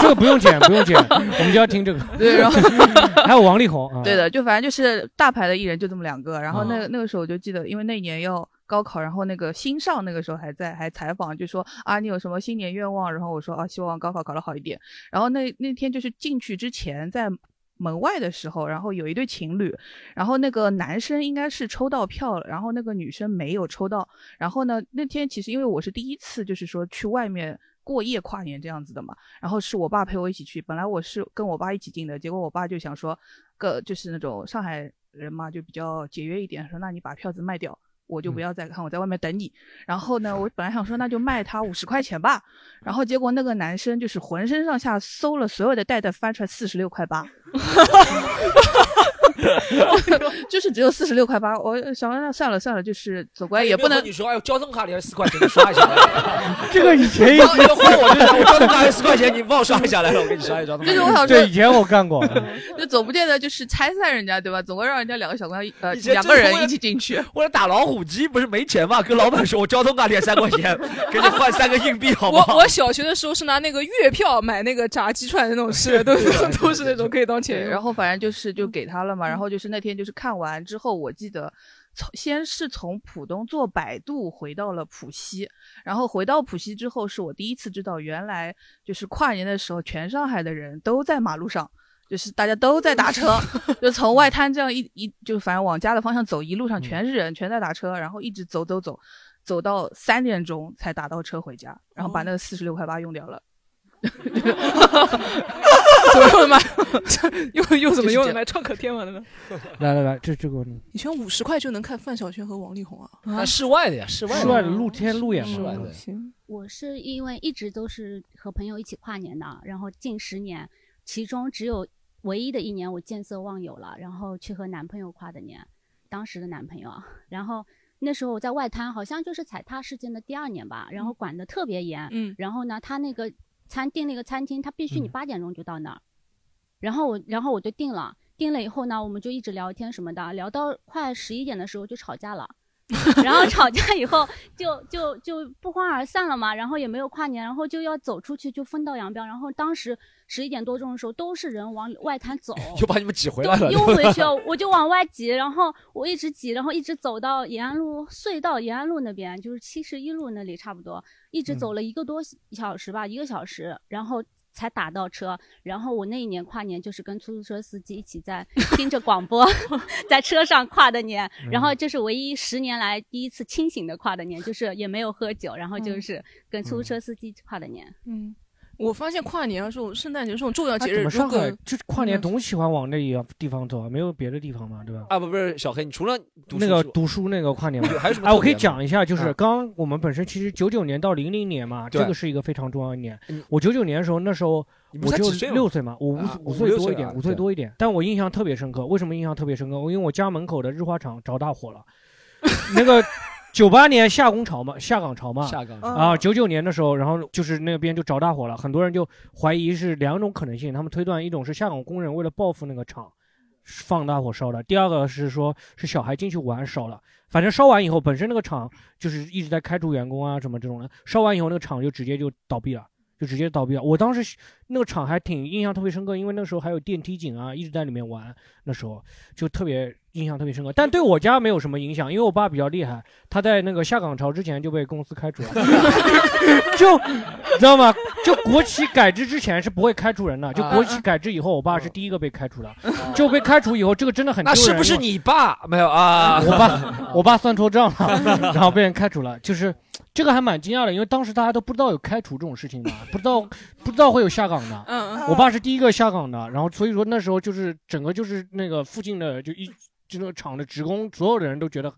Speaker 2: 这个不用剪，不用剪，我们就要听这个。
Speaker 5: 对，然后
Speaker 2: <laughs> 还有王力宏啊，
Speaker 5: 对的，就反正就是大牌的艺人就这么两个。然后那
Speaker 2: 哦
Speaker 5: 那个时候我就记得，因为那年要高考，然后那个新上那个时候还在还采访，就说啊你有什么新年愿望？然后我说啊希望高考考得好一点。然后那那天就是进去之前在。门外的时候，然后有一对情侣，然后那个男生应该是抽到票了，然后那个女生没有抽到。然后呢，那天其实因为我是第一次，就是说去外面过夜跨年这样子的嘛，然后是我爸陪我一起去，本来我是跟我爸一起进的，结果我爸就想说，个就是那种上海人嘛，就比较节约一点，说那你把票子卖掉。我就不要再看，我在外面等你。然后呢，我本来想说那就卖他五十块钱吧，然后结果那个男生就是浑身上下搜了所有的袋袋，翻出来四十六块八。 <laughs> 就是只有四十六块八，我想说那算了算了，就是走过来也不能
Speaker 1: 你说，哎，交通卡里还是四块钱，你刷一下来。
Speaker 2: <laughs> 这个以前也
Speaker 1: 然后然后换我就是，我交通卡还是四块钱，你帮我刷一下来了，我给你刷一张。
Speaker 5: 就是我想说
Speaker 2: 对，以前我干过。嗯
Speaker 5: 就总不见得就是拆散人家对吧？总归让人家两个小姑娘一呃
Speaker 1: 以前
Speaker 5: 两个
Speaker 1: 真
Speaker 5: 人
Speaker 1: 的
Speaker 5: 一起
Speaker 1: <laughs>
Speaker 5: 进去。
Speaker 1: 我打老虎机不是没钱嘛，跟老板说我交通卡里还三块钱，给你换三个硬币哦好不好？
Speaker 4: 我我小学的时候是拿那个月
Speaker 5: <laughs>
Speaker 4: 票买那个炸鸡串的那种吃的，都是都是那种可以当钱
Speaker 5: 对，
Speaker 4: 用。
Speaker 5: 嗯然后反正就是就给他了嘛，然后就是那天就是看完之后，我记得从先是从浦东坐摆渡回到了浦西，然后回到浦西之后，是我第一次知道原来就是跨年的时候，全上海的人都在马路上。就是大家都在打车， <laughs> 就从外滩这样一一就反正往家的方向走，一路上全是人，全在打车，然后一直走走走，走到三点钟才打到车回家，然后把那个四十六块八用掉了。
Speaker 4: <laughs>
Speaker 5: <laughs>
Speaker 4: 怎么用的麦？用用怎么用的麦？创可贴完了 <laughs> 呢？
Speaker 2: 来来来，这这个你
Speaker 4: 以前五十块就能看范晓萱和王力宏啊！
Speaker 1: 啊室外的呀室外的
Speaker 2: 室外的露天路演嗯
Speaker 4: 室
Speaker 2: 嘛
Speaker 4: 外的哦行
Speaker 14: 我是因为一直都是和朋友一起跨年的，然后近十年，其中只有唯一的一年我见色忘友了，然后去和男朋友跨的年，当时的男朋友啊，然后那时候我在外滩，好像就是踩踏事件的第二年吧，然后管得特别严，
Speaker 4: 嗯，
Speaker 14: 然后呢，他那个餐订那个餐厅，他必须你
Speaker 4: 嗯
Speaker 14: 八点钟就到那儿，然后我然后我就定了，定了以后呢，我们就一直聊天什么的，聊到快十一点的时候就吵架了。然后吵架以后就就就不欢而散了嘛，然后也没有跨年，然后就要走出去就分道扬镳。然后当时十一点多钟的时候，都是人往外滩走，
Speaker 1: <laughs> 又把你们挤回来了，
Speaker 14: 又回
Speaker 2: <laughs>
Speaker 14: 去了，我就往外挤，然后我一直挤，然后一直走到延安路隧道，延安路那边就是七十一路那里差不多，一直
Speaker 2: 嗯
Speaker 14: 走了一个多小时吧，一个小时，然后。才打到车，然后我那一年跨年就是跟出租车司机一
Speaker 2: <laughs>
Speaker 14: 起在听着广播， <laughs> 在车上跨的年，
Speaker 2: 嗯
Speaker 14: 然后这是唯一十年来第一次清醒的跨的年，就是也没有喝酒，然后就
Speaker 4: 嗯
Speaker 14: 是跟出租车司机跨的年。
Speaker 4: 嗯，我发现跨年啊，这种圣诞节这种重要
Speaker 2: 啊
Speaker 4: 节
Speaker 2: 怎
Speaker 4: 日，
Speaker 2: 么上
Speaker 4: 如
Speaker 2: 海
Speaker 4: 果
Speaker 2: 就是跨
Speaker 5: 嗯
Speaker 2: 年总喜欢往那一个地方走啊？没有别的地方吗？对吧？
Speaker 1: 啊不不是小黑，你除了读
Speaker 2: 那个
Speaker 1: 书
Speaker 2: 读书那个跨年嘛，
Speaker 1: 还有什么
Speaker 2: 哎，
Speaker 1: 特
Speaker 2: 我可以
Speaker 1: 别吗
Speaker 2: 讲一下，就
Speaker 1: 啊
Speaker 2: 是刚刚我们本身其实九九年到零零年嘛，这
Speaker 1: 对
Speaker 2: 个是一个非常重要的一年
Speaker 1: 嗯。
Speaker 2: 我九九年的时候，那时候
Speaker 1: 你不
Speaker 2: 我
Speaker 1: 是才
Speaker 2: 就
Speaker 1: 几岁吗
Speaker 2: 六岁嘛，我五
Speaker 1: 啊
Speaker 2: 五
Speaker 1: 五
Speaker 2: 岁
Speaker 1: 六
Speaker 2: 多
Speaker 1: 岁
Speaker 2: 一点，
Speaker 1: 啊
Speaker 2: 五岁
Speaker 1: 对
Speaker 2: 多一点，但我印象特别深刻。为什么印象特别深刻？我因为我家门口的日化厂着大火
Speaker 1: <laughs>
Speaker 2: 了，那个九八年夏工潮嘛，下岗潮嘛，
Speaker 1: 下岗潮
Speaker 2: 啊，九九年的时候，然后就是那边就着大火了，很多人就怀疑是两种可能性，他们推断一种是下岗工人为了报复那个厂。放大火烧的，第二个是说是小孩进去玩烧了，反正烧完以后，本身那个厂就是一直在开除员工啊什么这种的，烧完以后那个厂就直接就倒闭了，就直接倒闭了。我当时那个厂还挺印象特别深刻，因为那时候还有电梯井啊，一直在里面玩，那时候就特别印象特别深刻。但对我家没有什么影响，因为我爸比较厉害，他在那个下岗潮之前就被公司开除了， <laughs> 就你 <laughs> 知道吗？就国企改制之前是不会开除人
Speaker 1: 啊
Speaker 2: 的，就国企改制以后，我爸是第一个被开除的，就被开除以后，这个真的很
Speaker 1: 那
Speaker 2: 丢
Speaker 1: 哦啊是
Speaker 2: 人
Speaker 1: 不是
Speaker 2: 因为
Speaker 1: 你爸没有啊？
Speaker 2: <laughs> 我爸，我爸算错账了，
Speaker 1: <laughs>
Speaker 2: 然后被人开除了。就是这个还蛮惊讶的，因为当时大家都不知道有开除这种事情嘛，不知道不知道会有下岗的。
Speaker 4: 嗯
Speaker 2: 我爸是第一个下岗的，然后所以说那时候就是整个就是那个附近的就一就那个厂的职工，所有的人都觉得。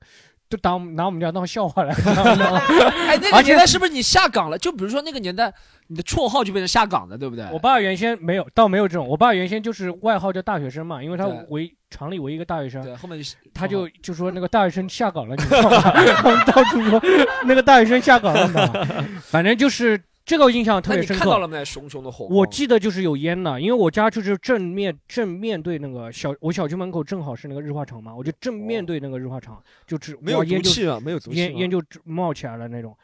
Speaker 2: 都当我们拿我们家当笑话来看，
Speaker 1: <laughs> 哎，那个
Speaker 2: 而且
Speaker 1: 年代是不是你下岗了？就比如说那个年代，你的绰号就变成下岗的，对不对？
Speaker 2: 我爸原先没有，倒没有这种。我爸原先就是外号叫大学生嘛，因为他
Speaker 1: 对
Speaker 2: 唯厂里唯一一个大学生。
Speaker 1: 对，后面就是
Speaker 2: 他就就说那个大学生下岗了，你知道吗？到处说那个大学生下岗了，你知道吗？反正就是这个印象特
Speaker 1: 那
Speaker 2: 别
Speaker 1: 你
Speaker 2: 深刻。
Speaker 1: 看到了没？熊熊的火光。
Speaker 2: 我记得就是有烟的，因为我家就是正面正面对那个小我小区门口正好是那个日化厂嘛，我就正面对那个日化厂，就只
Speaker 1: 哦没有
Speaker 2: 哇烟
Speaker 1: 毒
Speaker 2: 就
Speaker 1: 气啊没有毒气
Speaker 2: 烟
Speaker 1: 啊
Speaker 2: 烟就冒起来了那种。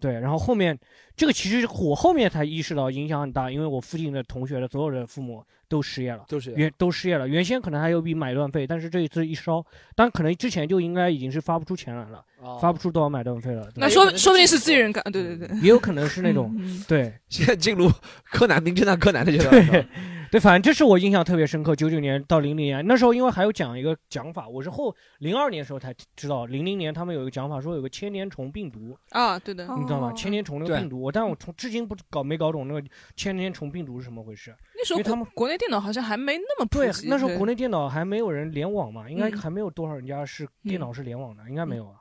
Speaker 2: 对，然后后面这个其实我后面才意识到影响很大，因为我附近的同学的所有的父母都失业了，
Speaker 1: 都失业
Speaker 2: 原都失业了。原先可能还有笔买断费，但是这一次一烧，但可能之前就应该已经是发不出钱来了，
Speaker 1: 哦哎
Speaker 2: 发不出多少买断费了。对
Speaker 4: 那说说不定是自己人干，对对 <laughs> 对，
Speaker 2: 也有可能是那种
Speaker 4: 嗯嗯
Speaker 2: 对，
Speaker 1: 现在进入柯南名侦探柯南的阶段。
Speaker 2: 对，对，反正这是我印象特别深刻。九九年到零零年那时候，因为还有讲一个讲法，我是后零二年的时候才知道，零零年他们有一个讲法，说有个千年虫病毒，
Speaker 4: 啊，对的，
Speaker 2: 你知道
Speaker 5: 哦
Speaker 2: 吗？千年虫那个
Speaker 4: 对
Speaker 2: 病毒，我但我从至今不搞没搞懂那个千年虫病毒是什么回事。
Speaker 4: 那时候
Speaker 2: 因为他们
Speaker 4: 国国内电脑好像还没那么普
Speaker 2: 对
Speaker 4: 及，
Speaker 2: 那时候
Speaker 4: 对
Speaker 2: 国内电脑还没有人联网嘛，应该
Speaker 1: 嗯
Speaker 2: 还没有多少人家是电脑是联网的，应该没有啊。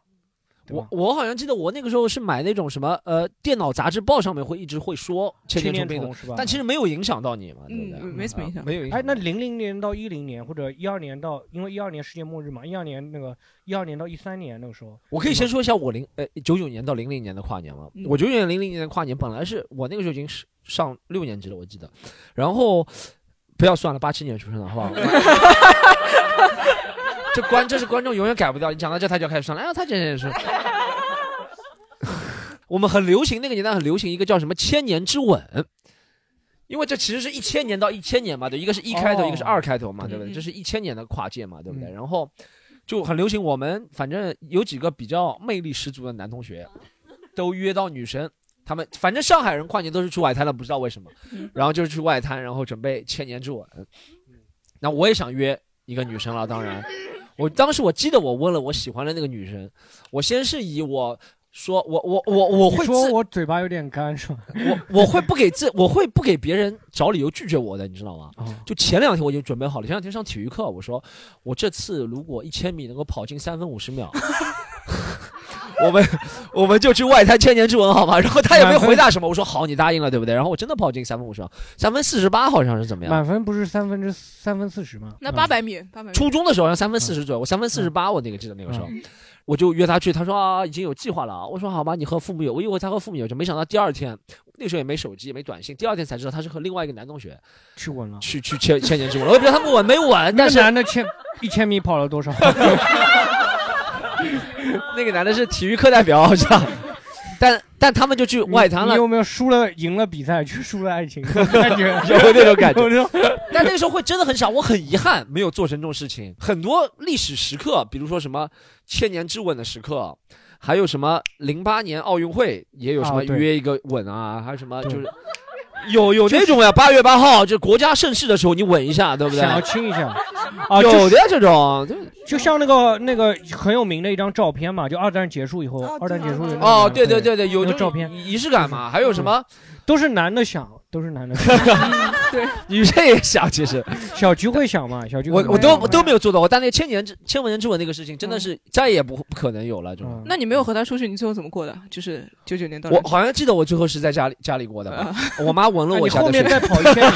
Speaker 1: 我我好像记得我那个时候是买那种什么呃电脑杂志报上面会一直会说千
Speaker 2: 千
Speaker 1: 年
Speaker 2: 年
Speaker 1: 虫
Speaker 2: 虫
Speaker 1: 病毒
Speaker 2: 是吧
Speaker 1: 但其实没有影响到你嘛，对不对？
Speaker 4: 嗯，没什么影响，
Speaker 1: 没有影响
Speaker 2: 哎，那零零年到一零年或者一二年到，因为一二年世界末日嘛，一二年那个一二年到一三年那个时候，
Speaker 1: 我可以先说一下我零呃九九年到零零年的跨年嘛
Speaker 2: 嗯。
Speaker 1: 我九九年零零年的跨年本来是我那个时候已经是上六年级了，我记得。然后不要算了，八七年出生的，好不好？这观这是观众永远改不掉。你讲到这，他就要开始算了。哎呀，他真是。 <laughs> 我们很流行那个年代很流行一个叫什么“千年之吻”，因为这其实是一千年到一千年嘛，对，一个是一开头，
Speaker 11: 哦
Speaker 1: 一个是二开头嘛，对不
Speaker 11: 嗯
Speaker 1: 对？
Speaker 11: 嗯
Speaker 1: 这是一千年的跨界嘛，对不对？然后就很流行，我们反正有几个比较魅力十足的男同学，都约到女生，他们反正上海人跨年都是去外滩了，不知道为什么，
Speaker 6: 嗯
Speaker 1: 然后就是去外滩，然后准备千年之吻。那我也想约一个女生了，当然，我当时我记得我问了我喜欢的那个女生，我先是以我说我我我我会
Speaker 2: 你说我嘴巴有点干是吧？
Speaker 1: 我我会不给自，我会不给别人找理由拒绝我的，你知道吗？
Speaker 2: 哦
Speaker 1: 就前两天我已经准备好了，前两天上体育课，我说我这次如果一千米能够跑进三分五十
Speaker 2: <laughs>
Speaker 1: 秒，我们我们就去外滩千年之吻好吗？然后他也没回答什么，我说好，你答应了对不对？然后我真的跑进三分五十秒，三分四十八好像是怎么样嗯
Speaker 2: 满？分不是三分之三分四十吗？嗯
Speaker 4: 那八百米，八百米。
Speaker 1: 初中的时候好像三分四十左右，我三分四十八，我那个记得那个时候。我就约他去，他说啊已经有计划了啊。我说好吧，你和父母有，我以为他和父母有约，就没想到第二天，那时候也没手机也没短信，第二天才知道他是和另外一个男同学
Speaker 2: 去吻了，
Speaker 1: 去去千千年之吻了。我也不知道他们吻没吻，
Speaker 2: 那
Speaker 1: 但
Speaker 2: 个
Speaker 1: 是
Speaker 2: 男的千一千米跑了多少？
Speaker 1: 那个男的是体育课代表好像，但但他们就去外滩
Speaker 2: 你
Speaker 1: 了
Speaker 2: 你。有没有输了赢了比赛，却输了爱情？感觉
Speaker 1: <laughs> 有那种感
Speaker 2: 有那
Speaker 1: 觉
Speaker 2: 种。
Speaker 1: 但那个时候会真的很少，我很遗憾没有做成这种事情。很多历史时刻，比如说什么千年之吻的时刻，还有什么零八年奥运会也有什么
Speaker 11: 啊对
Speaker 1: 约一个吻啊，还有什么
Speaker 11: 对
Speaker 1: 就是。有有那种呀，八月八号就国家盛世的时候，你吻一下，对不对？
Speaker 2: 想要亲一下啊
Speaker 1: 有
Speaker 2: 就
Speaker 1: 的
Speaker 2: 是
Speaker 1: 这种，对
Speaker 2: 就像那个那个很有名的一张照片嘛，就二战结束以后，二战结束以后
Speaker 1: 哦，对对对对，有
Speaker 2: 那
Speaker 1: 这
Speaker 2: 个照片，
Speaker 1: 仪式感嘛，还有什么？
Speaker 2: 嗯都是男的想，都是
Speaker 1: <laughs>
Speaker 2: 男的想。
Speaker 1: 女生也想，其实
Speaker 2: 小菊会想嘛，小菊
Speaker 1: 我
Speaker 2: 会
Speaker 1: 我
Speaker 2: 想嗯
Speaker 1: 都我都没有做到过，但那个千年之千年之吻那个事情，真的是再也不不可能有了，这种。
Speaker 4: 那你没有和他出去，你最后怎么过的？就是九九年到
Speaker 1: 我好像记得我最后是在家里家里过的吧，我妈吻了我一
Speaker 2: 啊
Speaker 1: 下
Speaker 2: 你后面再跑一
Speaker 1: <laughs> 圈，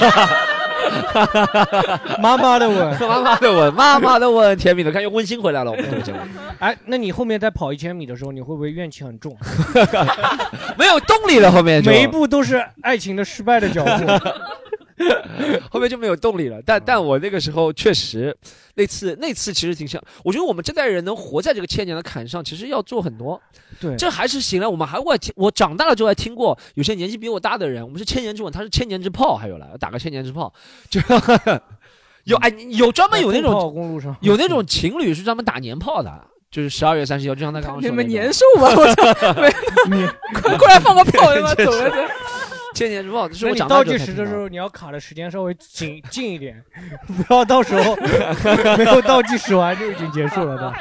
Speaker 2: 妈妈的吻
Speaker 1: <laughs> 妈妈的吻，妈妈的吻，甜蜜的，看又温馨回来了，
Speaker 2: <laughs>
Speaker 1: 我们这个节目
Speaker 2: 哎，那你后面再跑一千米的时候，你会不会怨气很重？
Speaker 1: <laughs> 没有动力了，后面就
Speaker 2: 每一步都是爱情的失败的脚
Speaker 1: <laughs>
Speaker 2: 步。 <laughs>
Speaker 1: 后面就没有动力了。
Speaker 2: 嗯
Speaker 1: 但但我那个时候确实，那次那次其实挺像，我觉得我们这代人能活在这个千年的坎上，其实要做很多。
Speaker 2: 对
Speaker 1: 这还是行了。我们还我还听，我长大了之后还听过有些年纪比我大的人，我们是千年之吻，他是千年之炮，还有了打个千年之炮，就
Speaker 2: <laughs>
Speaker 1: 有哎有专门有那
Speaker 2: 在风炮
Speaker 1: 种
Speaker 2: 公路上
Speaker 1: 有那种情侣是专门打年炮的。就是十二月三十一号，就像他刚刚说的
Speaker 4: 你
Speaker 1: 那
Speaker 4: 们年
Speaker 1: 种，
Speaker 4: 兽吧，我操！
Speaker 1: <laughs>
Speaker 4: 没快 <laughs> 过来放个炮，他妈走了走。
Speaker 1: 千年之炮，这是
Speaker 2: 那
Speaker 1: 我
Speaker 2: 你
Speaker 1: 长大
Speaker 2: 倒
Speaker 1: 之
Speaker 2: 计
Speaker 1: 后才
Speaker 2: 时的
Speaker 1: 听到
Speaker 2: 时候，你要卡的时间稍微紧近一点， <laughs> 不要到时
Speaker 1: <laughs>
Speaker 2: 候没有倒计时完就已经结束了的。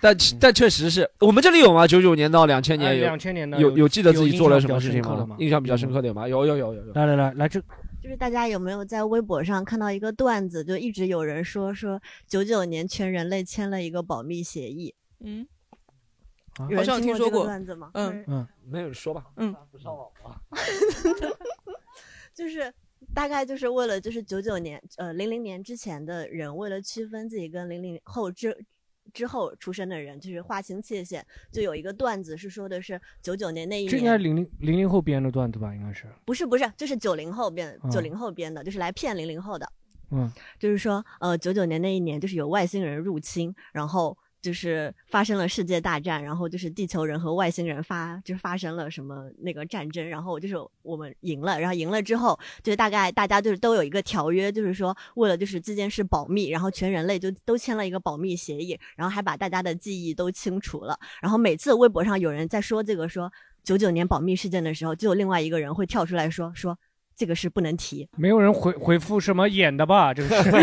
Speaker 1: 但但确实是我们这里有吗？九九年到两千
Speaker 2: 哎
Speaker 1: 年有
Speaker 2: 2000年的
Speaker 1: 有
Speaker 2: 有
Speaker 1: 记得自己
Speaker 2: 有
Speaker 1: 做了
Speaker 2: 印
Speaker 1: 什
Speaker 2: 象
Speaker 1: 么
Speaker 2: 比较
Speaker 1: 事情
Speaker 2: 深刻的
Speaker 1: 吗
Speaker 2: 吗？
Speaker 1: 印象比较深刻的吗？有有有
Speaker 2: <laughs>
Speaker 1: 有
Speaker 15: 啊
Speaker 1: 有。
Speaker 2: 来来来来，这
Speaker 15: 就是大家有没有在微博上看到一个段子，就一直有人说说九九年全人类签了一个保密协议。
Speaker 4: 嗯，
Speaker 15: 有
Speaker 4: 好
Speaker 15: 人
Speaker 4: 像
Speaker 15: 听
Speaker 4: 听
Speaker 15: 过
Speaker 4: 说
Speaker 15: 这
Speaker 4: 过
Speaker 15: 个段子吗？
Speaker 4: 嗯
Speaker 2: 嗯，
Speaker 1: 没有你说吧。
Speaker 4: 嗯，
Speaker 1: 不上网吧。
Speaker 2: <laughs>
Speaker 15: <laughs> 就是大概就是为了就是九九年呃零零年之前的人，为了区分自己跟零零后之之后出生的人，就是划清界限，就有一个段子是说的是九九年那一
Speaker 2: 这应该是
Speaker 15: 年。
Speaker 2: 零零零零后编的段子吧？应该是，
Speaker 15: 不是不是，就是九零后编
Speaker 2: 嗯
Speaker 15: 九零后编的，就是来骗零零后的。
Speaker 1: <laughs>
Speaker 2: 嗯，
Speaker 15: 就是说，呃，九九年那一年，就是有外星人入侵，然后就是发生了世界大战，然后就是地球人和外星人发就是发生了什么那个战争，然后就是我们赢了，然后赢了之后，就是大概大家就是都有一个条约，就是说为了就是这件事保密，然后全人类就都签了一个保密协议，然后还把大家的记忆都清除了，然后每次微博上有人在说这个说九九年保密事件的时候，就有另外一个人会跳出来说说。这个是不能提，
Speaker 2: 没有人回回复什么演的吧？这个是的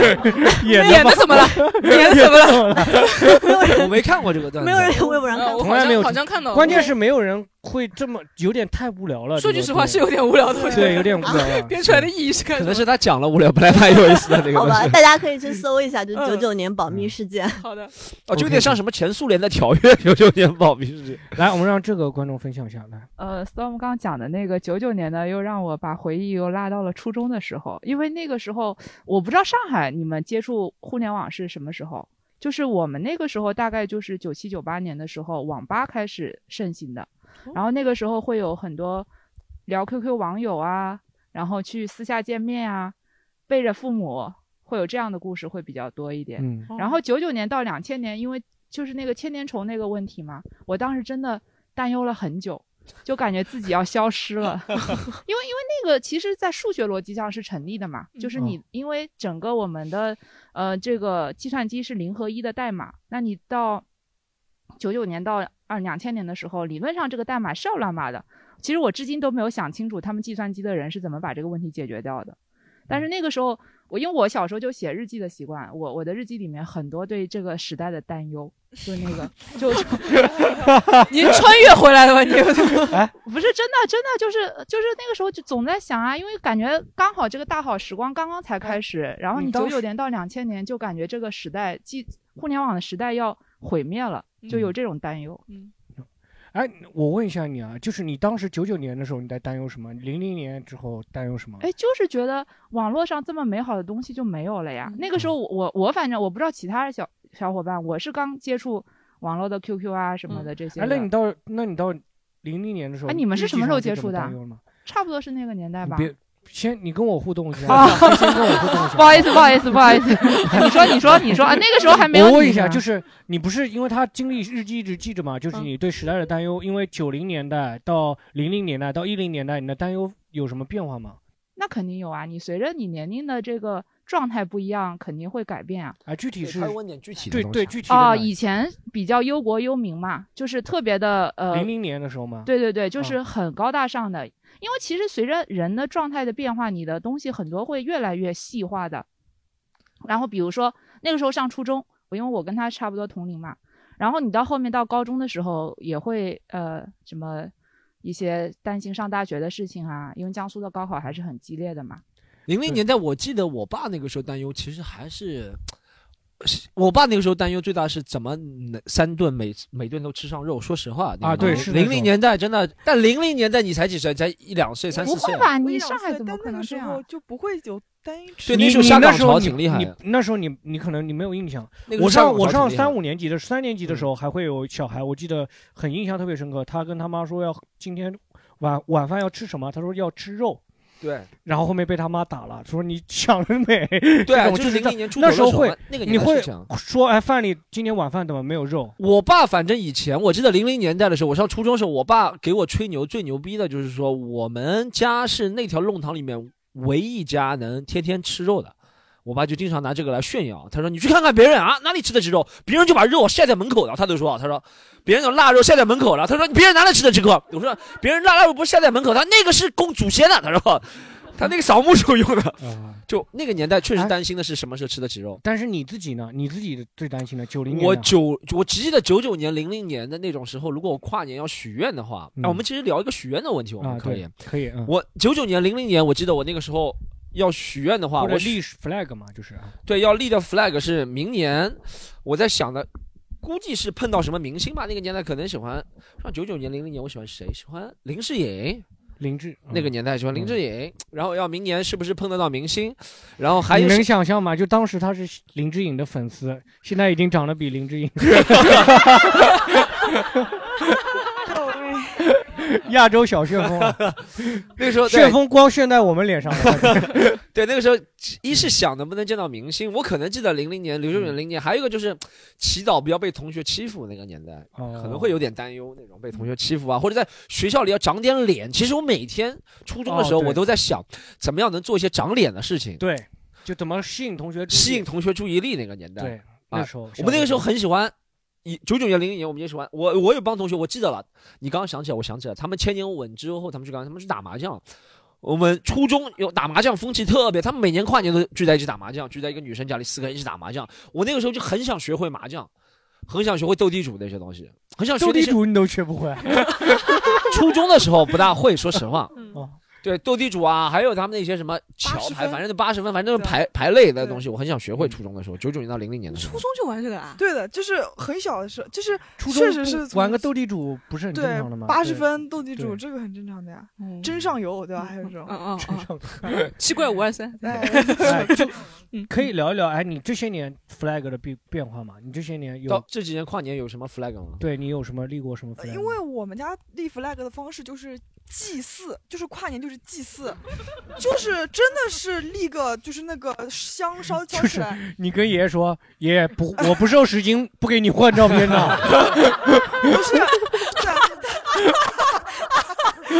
Speaker 15: 演
Speaker 2: 吧
Speaker 15: 的怎么了
Speaker 2: 演
Speaker 15: 演的怎么了
Speaker 2: 了
Speaker 1: 我没看过这个段子。
Speaker 15: 没有人微博上看到。
Speaker 2: 从来没有，
Speaker 4: 好像看到过
Speaker 2: 关键是没有人会这么，有点太无聊了。
Speaker 4: 说句
Speaker 2: 这个
Speaker 4: 实话
Speaker 2: 对
Speaker 4: 是有点无聊的，我觉得
Speaker 2: 对，有点无聊
Speaker 1: <laughs>
Speaker 2: 了。
Speaker 4: 编出来的意义是看
Speaker 1: 可能是他讲了无聊，本来蛮有意思的那个
Speaker 15: <laughs> 好
Speaker 1: 东
Speaker 15: 吧，
Speaker 1: 西。嗯
Speaker 15: 大家可以去搜一下，就九九年保密事件。
Speaker 4: 嗯好的，
Speaker 1: 哦，就有点像什么前苏联的条约，九九年保密事件。
Speaker 2: 来，我们让这个观众分享一下来。
Speaker 10: 呃，Storm 刚刚讲的那个九九年呢，又让我把回忆又拉到了初中的时候，因为那个时候我不知道上海你们接触互联网是什么时候，就是我们那个时候大概就是九七九八年的时候，网吧开始盛行的，然后那个时候会有很多聊 QQ 网友啊，然后去私下见面啊，背着父母会有这样的故事会比较多一点。
Speaker 16: 嗯
Speaker 10: 然后九九年到两千年，因为就是那个千年虫那个问题嘛，我当时真的担忧了很久。就感觉自己要消失了， <laughs> 因为因为那个其实，在数学逻辑上是成立的嘛，就是你
Speaker 5: 嗯
Speaker 10: 因为整个我们的呃这个计算机是零和一的代码，那你到九九年到二两千年的时候，理论上这个代码是要乱码的。其实我至今都没有想清楚他们计算机的人是怎么把这个问题解决掉的。但是那个时候，我因为我小时候就写日记的习惯，我我的日记里面很多对这个时代的担忧，就是那个
Speaker 4: <laughs>
Speaker 10: 就 <laughs> 就
Speaker 4: 你是穿越回来的吧你
Speaker 2: 哎，
Speaker 10: 不是真的，真的就是就是那个时候就总在想啊，因为感觉刚好这个大好时光刚刚才开始，然后
Speaker 2: 嗯
Speaker 5: 你
Speaker 10: 你
Speaker 5: 当
Speaker 10: 九九
Speaker 5: 时
Speaker 10: 年到两千年就感觉这个时代，即互联网的时代要毁灭了，就有这种担忧。
Speaker 4: 嗯，
Speaker 2: 哎，我问一下你啊，就是你当时九九年的时候你在担忧什么？零零年之后担忧什么？
Speaker 10: 哎，就是觉得网络上这么美好的东西就没有了呀。
Speaker 2: 嗯
Speaker 10: 那个时候我我我反正我不知道其他的小小伙伴，我是刚接触网络的 QQ 啊什么的这些的。
Speaker 2: 哎，那你到那你到零零年的时候，
Speaker 10: 哎你们是什么时候接触的啊
Speaker 2: 日记上就这么担忧了吗？
Speaker 10: 差不多是那个年代吧。
Speaker 2: 别，先你跟我
Speaker 10: <laughs>
Speaker 2: 互动一下，
Speaker 10: 啊
Speaker 2: 先先跟我互动一下。
Speaker 10: 不好意思不好意思不好意思你说你说你说啊那个时候还没有
Speaker 2: 我问
Speaker 10: 你
Speaker 2: 一下，
Speaker 10: 呢嗯
Speaker 2: 就是你不是因为他经历日记一直记着嘛，就是你对时代的担忧，因为九零年代到零零年代到一零年代，你的担忧有什么变化吗？
Speaker 10: 那肯定有啊，你随着你年龄的这个状态不一样，肯定会改变啊。
Speaker 2: 啊，具体是
Speaker 1: 还有问点具体的
Speaker 2: 对
Speaker 1: 东西
Speaker 2: 对
Speaker 1: 啊
Speaker 2: 具体的
Speaker 10: 哦，
Speaker 2: 呢
Speaker 10: 以前比较忧国忧民嘛，就是特别的呃，
Speaker 2: 零零年的时候吗？
Speaker 10: 对对对，就是
Speaker 2: 啊
Speaker 10: 很高大上的。因为其实随着人的状态的变化，你的东西很多会越来越细化的。然后比如说那个时候上初中，我因为我跟他差不多同龄嘛，然后你到后面到高中的时候也会呃什么一些担心上大学的事情啊，因为江苏的高考还是很激烈的嘛。
Speaker 1: 零零年代，我记得我爸那个时候担忧，其实还是。是我爸那个时候担忧最大是怎么能三顿每每顿都吃上肉。说实话
Speaker 2: 啊对是那
Speaker 1: 零
Speaker 2: 种
Speaker 1: 零年代真的，但零零年代你才几岁，才一两岁、三四
Speaker 10: 不会
Speaker 1: 岁啊。
Speaker 10: 吧？你
Speaker 3: 一
Speaker 10: 上
Speaker 3: 两
Speaker 10: 海
Speaker 3: 岁
Speaker 10: 怎么
Speaker 3: 但
Speaker 10: 可
Speaker 3: 那
Speaker 10: 能
Speaker 3: 个
Speaker 10: 这
Speaker 3: 时
Speaker 10: 样
Speaker 3: 候？就不会有担忧吃。
Speaker 1: 对那
Speaker 2: 你
Speaker 1: 时候
Speaker 2: 你
Speaker 1: 下
Speaker 2: 那
Speaker 1: 岗
Speaker 2: 时候
Speaker 1: 潮
Speaker 2: 你
Speaker 1: 挺厉害
Speaker 2: 你
Speaker 1: 的
Speaker 2: 那时候你你可能你没有印象
Speaker 1: 那。个
Speaker 2: 我
Speaker 1: 时候
Speaker 2: 上我
Speaker 1: 下
Speaker 2: 上
Speaker 1: 岗潮挺厉害嗯
Speaker 2: 三五年级的三年级的时候，还会有小孩，我记得很印象特别深刻。他跟他妈说要今天晚晚饭要吃什么，他说要吃肉。
Speaker 1: 对，
Speaker 2: 然后后面被他妈打了，说你 <laughs> 想得美。
Speaker 1: 对
Speaker 2: 这
Speaker 1: 啊
Speaker 2: 种
Speaker 1: 就是是
Speaker 2: 那
Speaker 1: 零一年出
Speaker 2: 那
Speaker 1: 头的
Speaker 2: 时候
Speaker 1: 时候
Speaker 2: 会
Speaker 1: 嘛，那个
Speaker 2: 你
Speaker 1: 年代
Speaker 2: 会
Speaker 1: 是这样
Speaker 2: 说，哎，饭里今天晚饭怎么没有肉？
Speaker 1: 我爸反正以前我记得零零年代的时候，我上初中的时候，我爸给我吹牛最牛逼的就是说，我们家是那条弄堂里面唯一一家能天天吃肉的。我爸就经常拿这个来炫耀，他说：“你去看看别人啊，哪里吃得起肉？别人就把肉晒在门口了。”他就说：“他说别人有腊肉晒在门口了。”他说：“别人哪里吃得起肉？”我说：“别人腊肉不是晒在门口，他那个是供祖先的。”他说：“他那个扫墓时候用的。”就那个年代确实担心的是什么时候吃得起肉。
Speaker 2: 但是你自己呢？你自己最担心的九零年呢
Speaker 1: 我九，我只记得九九年、零零年的那种时候，如果我跨年要许愿的话，
Speaker 2: 嗯
Speaker 1: 啊，我们其实聊一个许愿的问题，我
Speaker 2: 啊，
Speaker 1: 们可以。
Speaker 2: 对可以，嗯
Speaker 1: 我九九年、零零年，我记得我那个时候要许愿的话，
Speaker 2: 或者
Speaker 1: 我许
Speaker 2: 立 flag 嘛，就是啊
Speaker 1: 对要立的 flag 是明年，我在想的，估计是碰到什么明星吧。那个年代可能喜欢，像九九年、零零年，我喜欢谁？喜欢林志颖。
Speaker 2: 林志嗯
Speaker 1: 那个年代喜欢林志颖，然后要明年是不是碰得到明星？然后还
Speaker 2: 你
Speaker 1: 有
Speaker 2: 能
Speaker 1: 谁
Speaker 2: 想象吗？就当时他是林志颖的粉丝，现在已经长得比林志
Speaker 1: <laughs>
Speaker 2: 颖亚洲小旋风了。
Speaker 1: <laughs> 那个时候对
Speaker 2: 旋风光炫在我们脸上
Speaker 1: <laughs>
Speaker 2: 了。
Speaker 1: 对，那个时候一是想能不能见到明星，我可能记得零零年、零
Speaker 2: 嗯
Speaker 1: 九年、零年，还有一个就是祈祷不要被同学欺负那个年代，
Speaker 2: 哦
Speaker 1: 可能会有点担忧那种被同学欺负啊，或者在学校里要长点脸。其实我每天初中的时候，
Speaker 2: 哦对
Speaker 1: 我都在想怎么样能做一些长脸的事情，
Speaker 2: 对，就怎么吸引同学注意
Speaker 1: 吸引同学注意力那个年代。
Speaker 2: 对
Speaker 1: 啊
Speaker 2: 那时候
Speaker 1: 我们那个时候很喜欢。一九九年、零零年，我们也喜欢。我我有帮同学，我记得了。你刚刚想起来，我想起来，他们千年稳之后，他们去干嘛？他们去打麻将。我们初中有打麻将，风气特别。他们每年跨年都聚在一起打麻将，聚在一个女生家里，四个人一起打麻将。我那个时候就很想学会麻将，很想学会斗地主那些东西，很想学
Speaker 2: 斗
Speaker 1: 那
Speaker 2: 地
Speaker 1: 些。
Speaker 2: 主你都学不
Speaker 1: <laughs>
Speaker 2: 会，
Speaker 1: 初中的时候不大会，说实话。
Speaker 2: 哦
Speaker 1: 对斗地主啊，还有他们那些什么桥牌，反正就八十分，反正就是牌牌类的东西，我很想学
Speaker 2: 嗯
Speaker 1: 会。初中的时候，九九年到零零年的时候，
Speaker 3: 初中就玩这个啊？对的，就是很小的时候，就是
Speaker 2: 初中
Speaker 3: 确实是
Speaker 2: 玩个斗地主不是很正
Speaker 3: 对
Speaker 2: 常的吗？
Speaker 3: 八十
Speaker 2: 对
Speaker 3: 分斗地主，
Speaker 2: 对
Speaker 3: 这个很正常的呀。真上游对吧？还有这种，
Speaker 4: 嗯
Speaker 3: 真上
Speaker 4: 游，七怪五二三。。
Speaker 3: <laughs>
Speaker 2: 哎就
Speaker 3: 嗯
Speaker 2: 可以聊一聊，哎，你这些年 flag 的变变化吗？你这些年有
Speaker 1: 到这几年跨年有什么 flag 吗？
Speaker 2: 对你有什么立过什么 flag？
Speaker 3: 呃因为我们家立 flag 的方式就是祭祀，就是跨年就是祭祀，就是真的是立个就是那个香烧烧起来，
Speaker 2: 你跟爷爷说，爷爷不，我不收十斤，
Speaker 1: <laughs>
Speaker 3: 啊
Speaker 2: 不给你换照片的。
Speaker 3: 不是，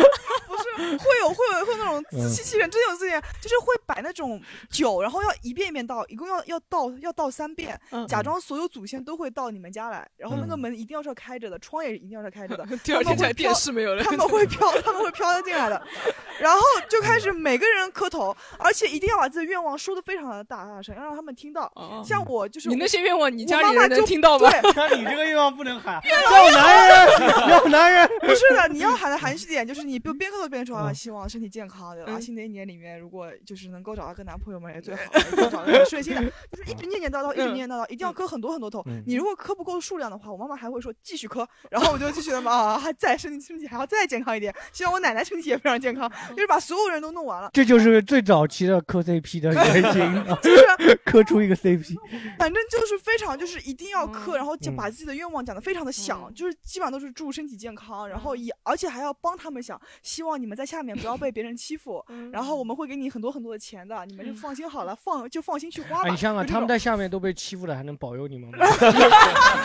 Speaker 3: 会有会有会有那种自欺欺人，真的有自欺欺人，就是会摆那种酒，然后要一遍一遍倒，一共要要倒要倒三遍，假装所有祖先都会到你们家来，然后那个门一定要是开着的，窗也一定要是开着的
Speaker 4: <laughs> 第二天
Speaker 3: 他们会
Speaker 4: 看电
Speaker 3: 飘
Speaker 4: 视没有了
Speaker 3: 他们会飘，他们会飘进来的，然后就开始每个人磕头，而且一定要把自己的愿望说的非常的大大声，要让他们听到。像我就是
Speaker 4: 哦你那些愿望你
Speaker 3: 我
Speaker 4: 家里
Speaker 3: 妈妈
Speaker 4: 人能
Speaker 3: 就
Speaker 4: 听到吗
Speaker 3: 对
Speaker 4: 那你这
Speaker 2: 个愿望不能喊
Speaker 3: <laughs> 愿
Speaker 2: 要男人 <laughs> 要男人
Speaker 3: 不是的，你要喊的含蓄点，就是你边边磕头边说啊，希望身体健康，对吧？
Speaker 4: 嗯
Speaker 3: 新的一年里面，如果就是能够找到个男朋友们也最好，能够找到个顺心的，就是一直念念叨叨，一直
Speaker 4: 嗯
Speaker 3: 念念叨叨，一定要磕很多很多头
Speaker 4: 嗯。
Speaker 3: 你如果磕不够数量的话，我妈妈还会说继续磕，然后我就继续的嘛，啊还再身体身体还要再健康一点，希望我奶奶身体也非常健康，
Speaker 4: 嗯
Speaker 3: 就是把所有人都弄完了。
Speaker 2: <laughs> 这就是最早期的磕 CP 的原
Speaker 3: 就是
Speaker 2: 型， <laughs> 磕出一个 CP。
Speaker 4: <laughs>
Speaker 3: 反正就是非常，就是一定要磕，
Speaker 4: 嗯
Speaker 3: 然后就
Speaker 2: 嗯
Speaker 3: 把自己的愿望讲得非常的响，就是基本上都是祝身体健康，然后
Speaker 4: 嗯
Speaker 3: 也而且还要帮他们想，希望你们在下面不要被别人
Speaker 4: <laughs>
Speaker 3: 欺负，
Speaker 4: 嗯
Speaker 3: 然后我们会给你很多很多的钱的，你们就放心好了，放就放心去花吧。
Speaker 2: 啊，你想想，
Speaker 3: 就这
Speaker 2: 他们
Speaker 3: 种
Speaker 2: 在下面都被欺负了，还能保佑你们吗？ <laughs>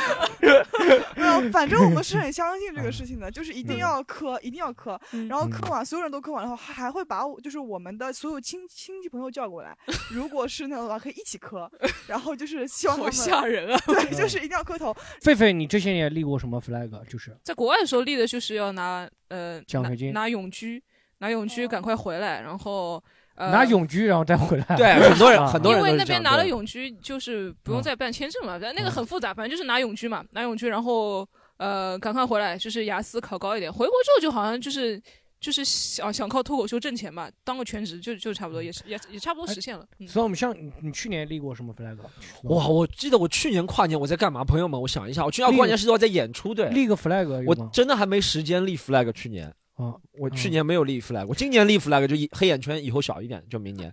Speaker 3: 没有，反正我们是很
Speaker 2: <laughs>
Speaker 3: 相信这
Speaker 2: 嗯
Speaker 3: 个事情的，就是一定要磕，一定要磕，
Speaker 4: 嗯
Speaker 3: 然后磕完所有人都磕完，然后还还会把我就是我们的所有亲亲戚朋友
Speaker 4: <laughs>
Speaker 3: 叫过来，如果是那样的话可以一起磕，然后就是希望他
Speaker 4: 好
Speaker 3: 们
Speaker 4: 吓人啊
Speaker 2: <laughs> 嗯
Speaker 3: 对，就是一定要磕头，
Speaker 2: 狒狒，你之前也立过什么 flag？就是
Speaker 4: 在国外的时候立的就是要拿呃
Speaker 2: 奖学
Speaker 4: 拿
Speaker 2: 金
Speaker 4: 拿永居，拿永居赶快回来，然后呃
Speaker 2: 拿永居然后再回来。
Speaker 11: 对很多人
Speaker 2: 啊
Speaker 11: 很多人
Speaker 4: 因为
Speaker 11: 都是
Speaker 4: 那
Speaker 11: 这
Speaker 4: 边
Speaker 11: 样对
Speaker 4: 拿
Speaker 11: 嗯
Speaker 4: 了永居，就是不用再办签证嘛，但那个很复杂，反正就是拿永居嘛，拿永居，然后呃，赶快回来，就是雅思考高一点。回国之后就好像就是就是想想靠脱口秀挣钱嘛，当个全职就就差不多，也是也也差不
Speaker 11: 哎
Speaker 4: 多实现了。嗯，
Speaker 2: 所以我们像你，你去年立过什么 flag？
Speaker 1: 哇，我记得我去年跨年我在干嘛？朋友们，我想一下，我去年跨年是要在演出，对，
Speaker 2: 立个 flag 有吗
Speaker 1: 我真的还没时间立 flag。去年
Speaker 2: 啊，
Speaker 1: 我去年没有立 flag，我今年立 flag 就一黑眼圈以后小一点，就明年。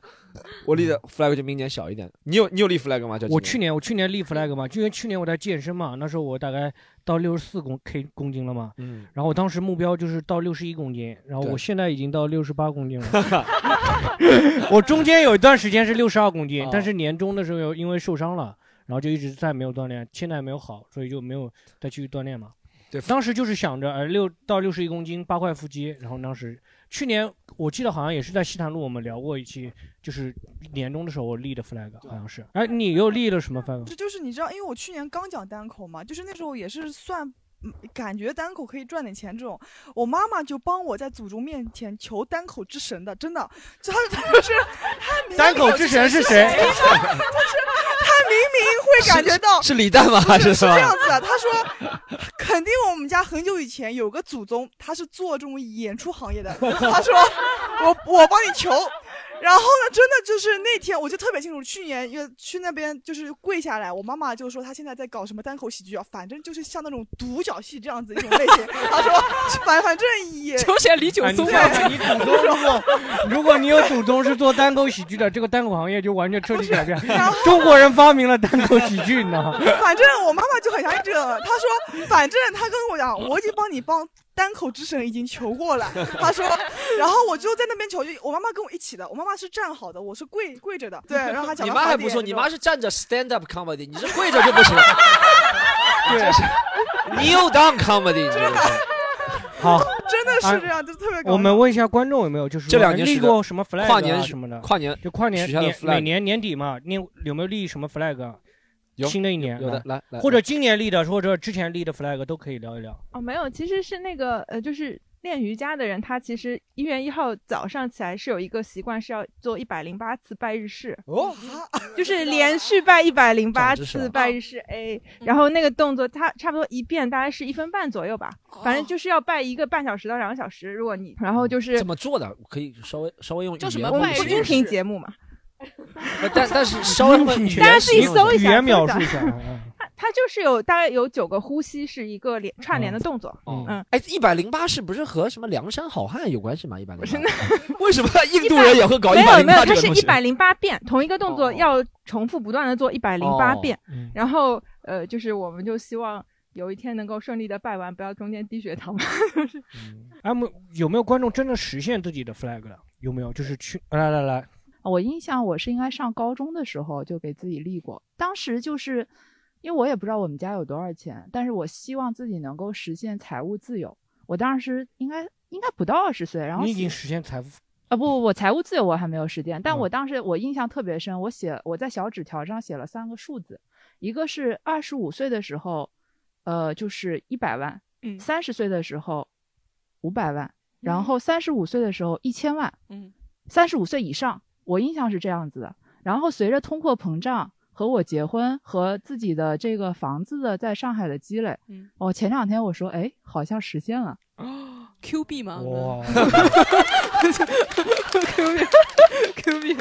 Speaker 1: 我立的 flag 就明年小一点。你有你有立 flag 吗？就今嗯
Speaker 16: <laughs>
Speaker 2: 我去年我去年立 flag 嘛，就因为去年我在健身嘛，那时候我大概到六十四公 K 公斤了嘛，
Speaker 1: 嗯，
Speaker 2: 然后我当时目标就是到六十一公斤，然后
Speaker 1: 对
Speaker 2: 我现在已经到六十八
Speaker 1: <laughs>
Speaker 2: 公斤了， <laughs> 我中间有一段时间是六十二公斤，
Speaker 1: 哦
Speaker 2: 但是年终的时候因为受伤了，然后就一直再没有锻炼，现在没有好，所以就没有再去锻炼嘛。
Speaker 1: 对，
Speaker 2: 当时就是想着，呃，六到六十一公斤，八块腹肌。然后当时去年我记得好像也是在西坛路我们聊过一期，就是年终的时候我立的 flag，好像是。哎，你又立了什么 flag？
Speaker 3: 这就是你知道，因为我去年刚讲单口嘛，就是那时候也是算。嗯感觉单口可以赚点钱，这种我妈妈就帮我在祖宗面前求单口之神的，真的，就她她就是她明明
Speaker 2: 单口之神是谁
Speaker 3: 她就是她明明会感觉到
Speaker 1: 是是李诞吗
Speaker 3: 不是
Speaker 1: 是
Speaker 3: 是
Speaker 1: 吧
Speaker 3: 这样子的，她说肯定我们家很久以前有个祖宗，他是做这种演出行业的，他说 <laughs> 我我帮你求。然后呢，真的就是那天我就特别清楚，去年也去那边就是跪下来，我妈妈就说她现在在搞什么单口喜剧啊，反正就是像那种独角戏这样子一种类型。她说 <laughs> 反反正也
Speaker 4: 求贤李
Speaker 2: 哎你
Speaker 1: 啊
Speaker 2: 想你祖宗如果 <laughs> 如果你有祖宗是做单口喜剧的，这个单口行业就完全彻底改
Speaker 3: <laughs>
Speaker 2: 变。中国人发明了单口喜剧，你知道吗？
Speaker 3: <laughs> 反正我妈妈就很相信这个，她说，反正她跟我讲，我已经帮你帮单口之神已经求过了。她说， <laughs> 然后我就在那边求，就我妈妈跟我一起的，我妈妈是站好的，我是跪跪着的。对，然后她讲
Speaker 1: 你
Speaker 3: 得
Speaker 1: 妈
Speaker 3: 好
Speaker 1: 还
Speaker 3: 一
Speaker 1: 不
Speaker 3: 点
Speaker 1: 错，你妈
Speaker 3: 就是
Speaker 1: 站着 stand up comedy，你是跪着
Speaker 16: <laughs>
Speaker 1: 就不行。对是 kneel down comedy，你这个是
Speaker 2: 好，
Speaker 3: <laughs> 真的是这
Speaker 2: 啊
Speaker 3: 样，就特别搞
Speaker 2: 我
Speaker 3: 笑。
Speaker 2: 们问一下观众有没有就是说
Speaker 1: 这两年
Speaker 2: 立
Speaker 1: 是的
Speaker 2: 过什么 flag 啊
Speaker 1: 跨年
Speaker 2: 什么的？
Speaker 1: 跨年
Speaker 2: 就跨年
Speaker 1: 许下的
Speaker 2: 年
Speaker 1: flag
Speaker 2: 每年年底嘛，你有没有立什么 flag？啊
Speaker 1: 有
Speaker 2: 新的一年
Speaker 1: 有有的来来
Speaker 2: 或者今年立的，或者之前立的 flag 都可以聊一聊。
Speaker 16: 哦，没有，其实是那个呃，就是练瑜伽的人，他其实一月一号早上起来是有一个习惯，是要做一百零八次拜日式。
Speaker 1: 哦，
Speaker 16: <laughs> 就是连续拜一百零八
Speaker 17: 长知识了
Speaker 16: 次拜日式 A，然后那个动作它差不多一遍大概是一分半左右吧，反正就是要拜一个半小时到两个小时。如果你 <laughs> 然后就是
Speaker 1: 怎么做的，我可以稍微稍微用语言
Speaker 16: 我们
Speaker 1: 描
Speaker 16: 不
Speaker 1: 述
Speaker 16: 音频节目嘛，
Speaker 1: <laughs> 呃但
Speaker 16: <laughs>
Speaker 1: 但是稍微用语言
Speaker 16: 大家自己
Speaker 1: 形容
Speaker 16: 搜一下，嗯搜 <laughs>
Speaker 2: 下
Speaker 16: 它它就是有大概有九个呼吸是一个连串联的动作，嗯，
Speaker 1: 哎，一百零八是不是和什么梁山好汉有关系吗？一百零八，为什么印度人也会搞
Speaker 16: 没
Speaker 1: 一百
Speaker 16: 有
Speaker 1: 零
Speaker 16: 没有，
Speaker 1: 八这
Speaker 16: 它
Speaker 1: 个
Speaker 16: 是
Speaker 1: 东
Speaker 16: 一
Speaker 1: 西？
Speaker 16: 百零八遍，同一个动作要重复不断的做一百零八
Speaker 1: 哦
Speaker 16: 遍
Speaker 1: 嗯，
Speaker 16: 然后呃，就是我们就希望有一天能够顺利的拜完，不要中间低血糖。
Speaker 2: 哎，我们有没有观众真的实现自己的 flag 了？有没有？就是去来来来，
Speaker 10: 啊我印象我是应该上高中的时候就给自己立过，当时就是因为我也不知道我们家有多少钱，但是我希望自己能够实现财务自由。我当时应该应该不到二十岁，然后
Speaker 2: 你已经
Speaker 10: 写
Speaker 2: 嗯实现财富
Speaker 10: 啊不不不，财务自由我还没有实践，但我当时我印象特别深，我写我在小纸条上写了三个数字，一个是二十五岁的时候，呃，就是一百万，
Speaker 4: 嗯，
Speaker 10: 三十岁的时候五百万，
Speaker 4: 嗯
Speaker 10: 然后三十五岁的时候一千万，
Speaker 4: 嗯，
Speaker 10: 三十五岁以上，我印象是这样子的。然后随着通货膨胀和我结婚和自己的这个房子的在上海的积累，
Speaker 4: 嗯，
Speaker 10: 哦，前两天我说，哎，好像实
Speaker 4: <laughs>
Speaker 10: 现了。
Speaker 4: Q 币吗？嗯
Speaker 10: 哇
Speaker 11: <laughs>
Speaker 4: ，Q 币，Q 币，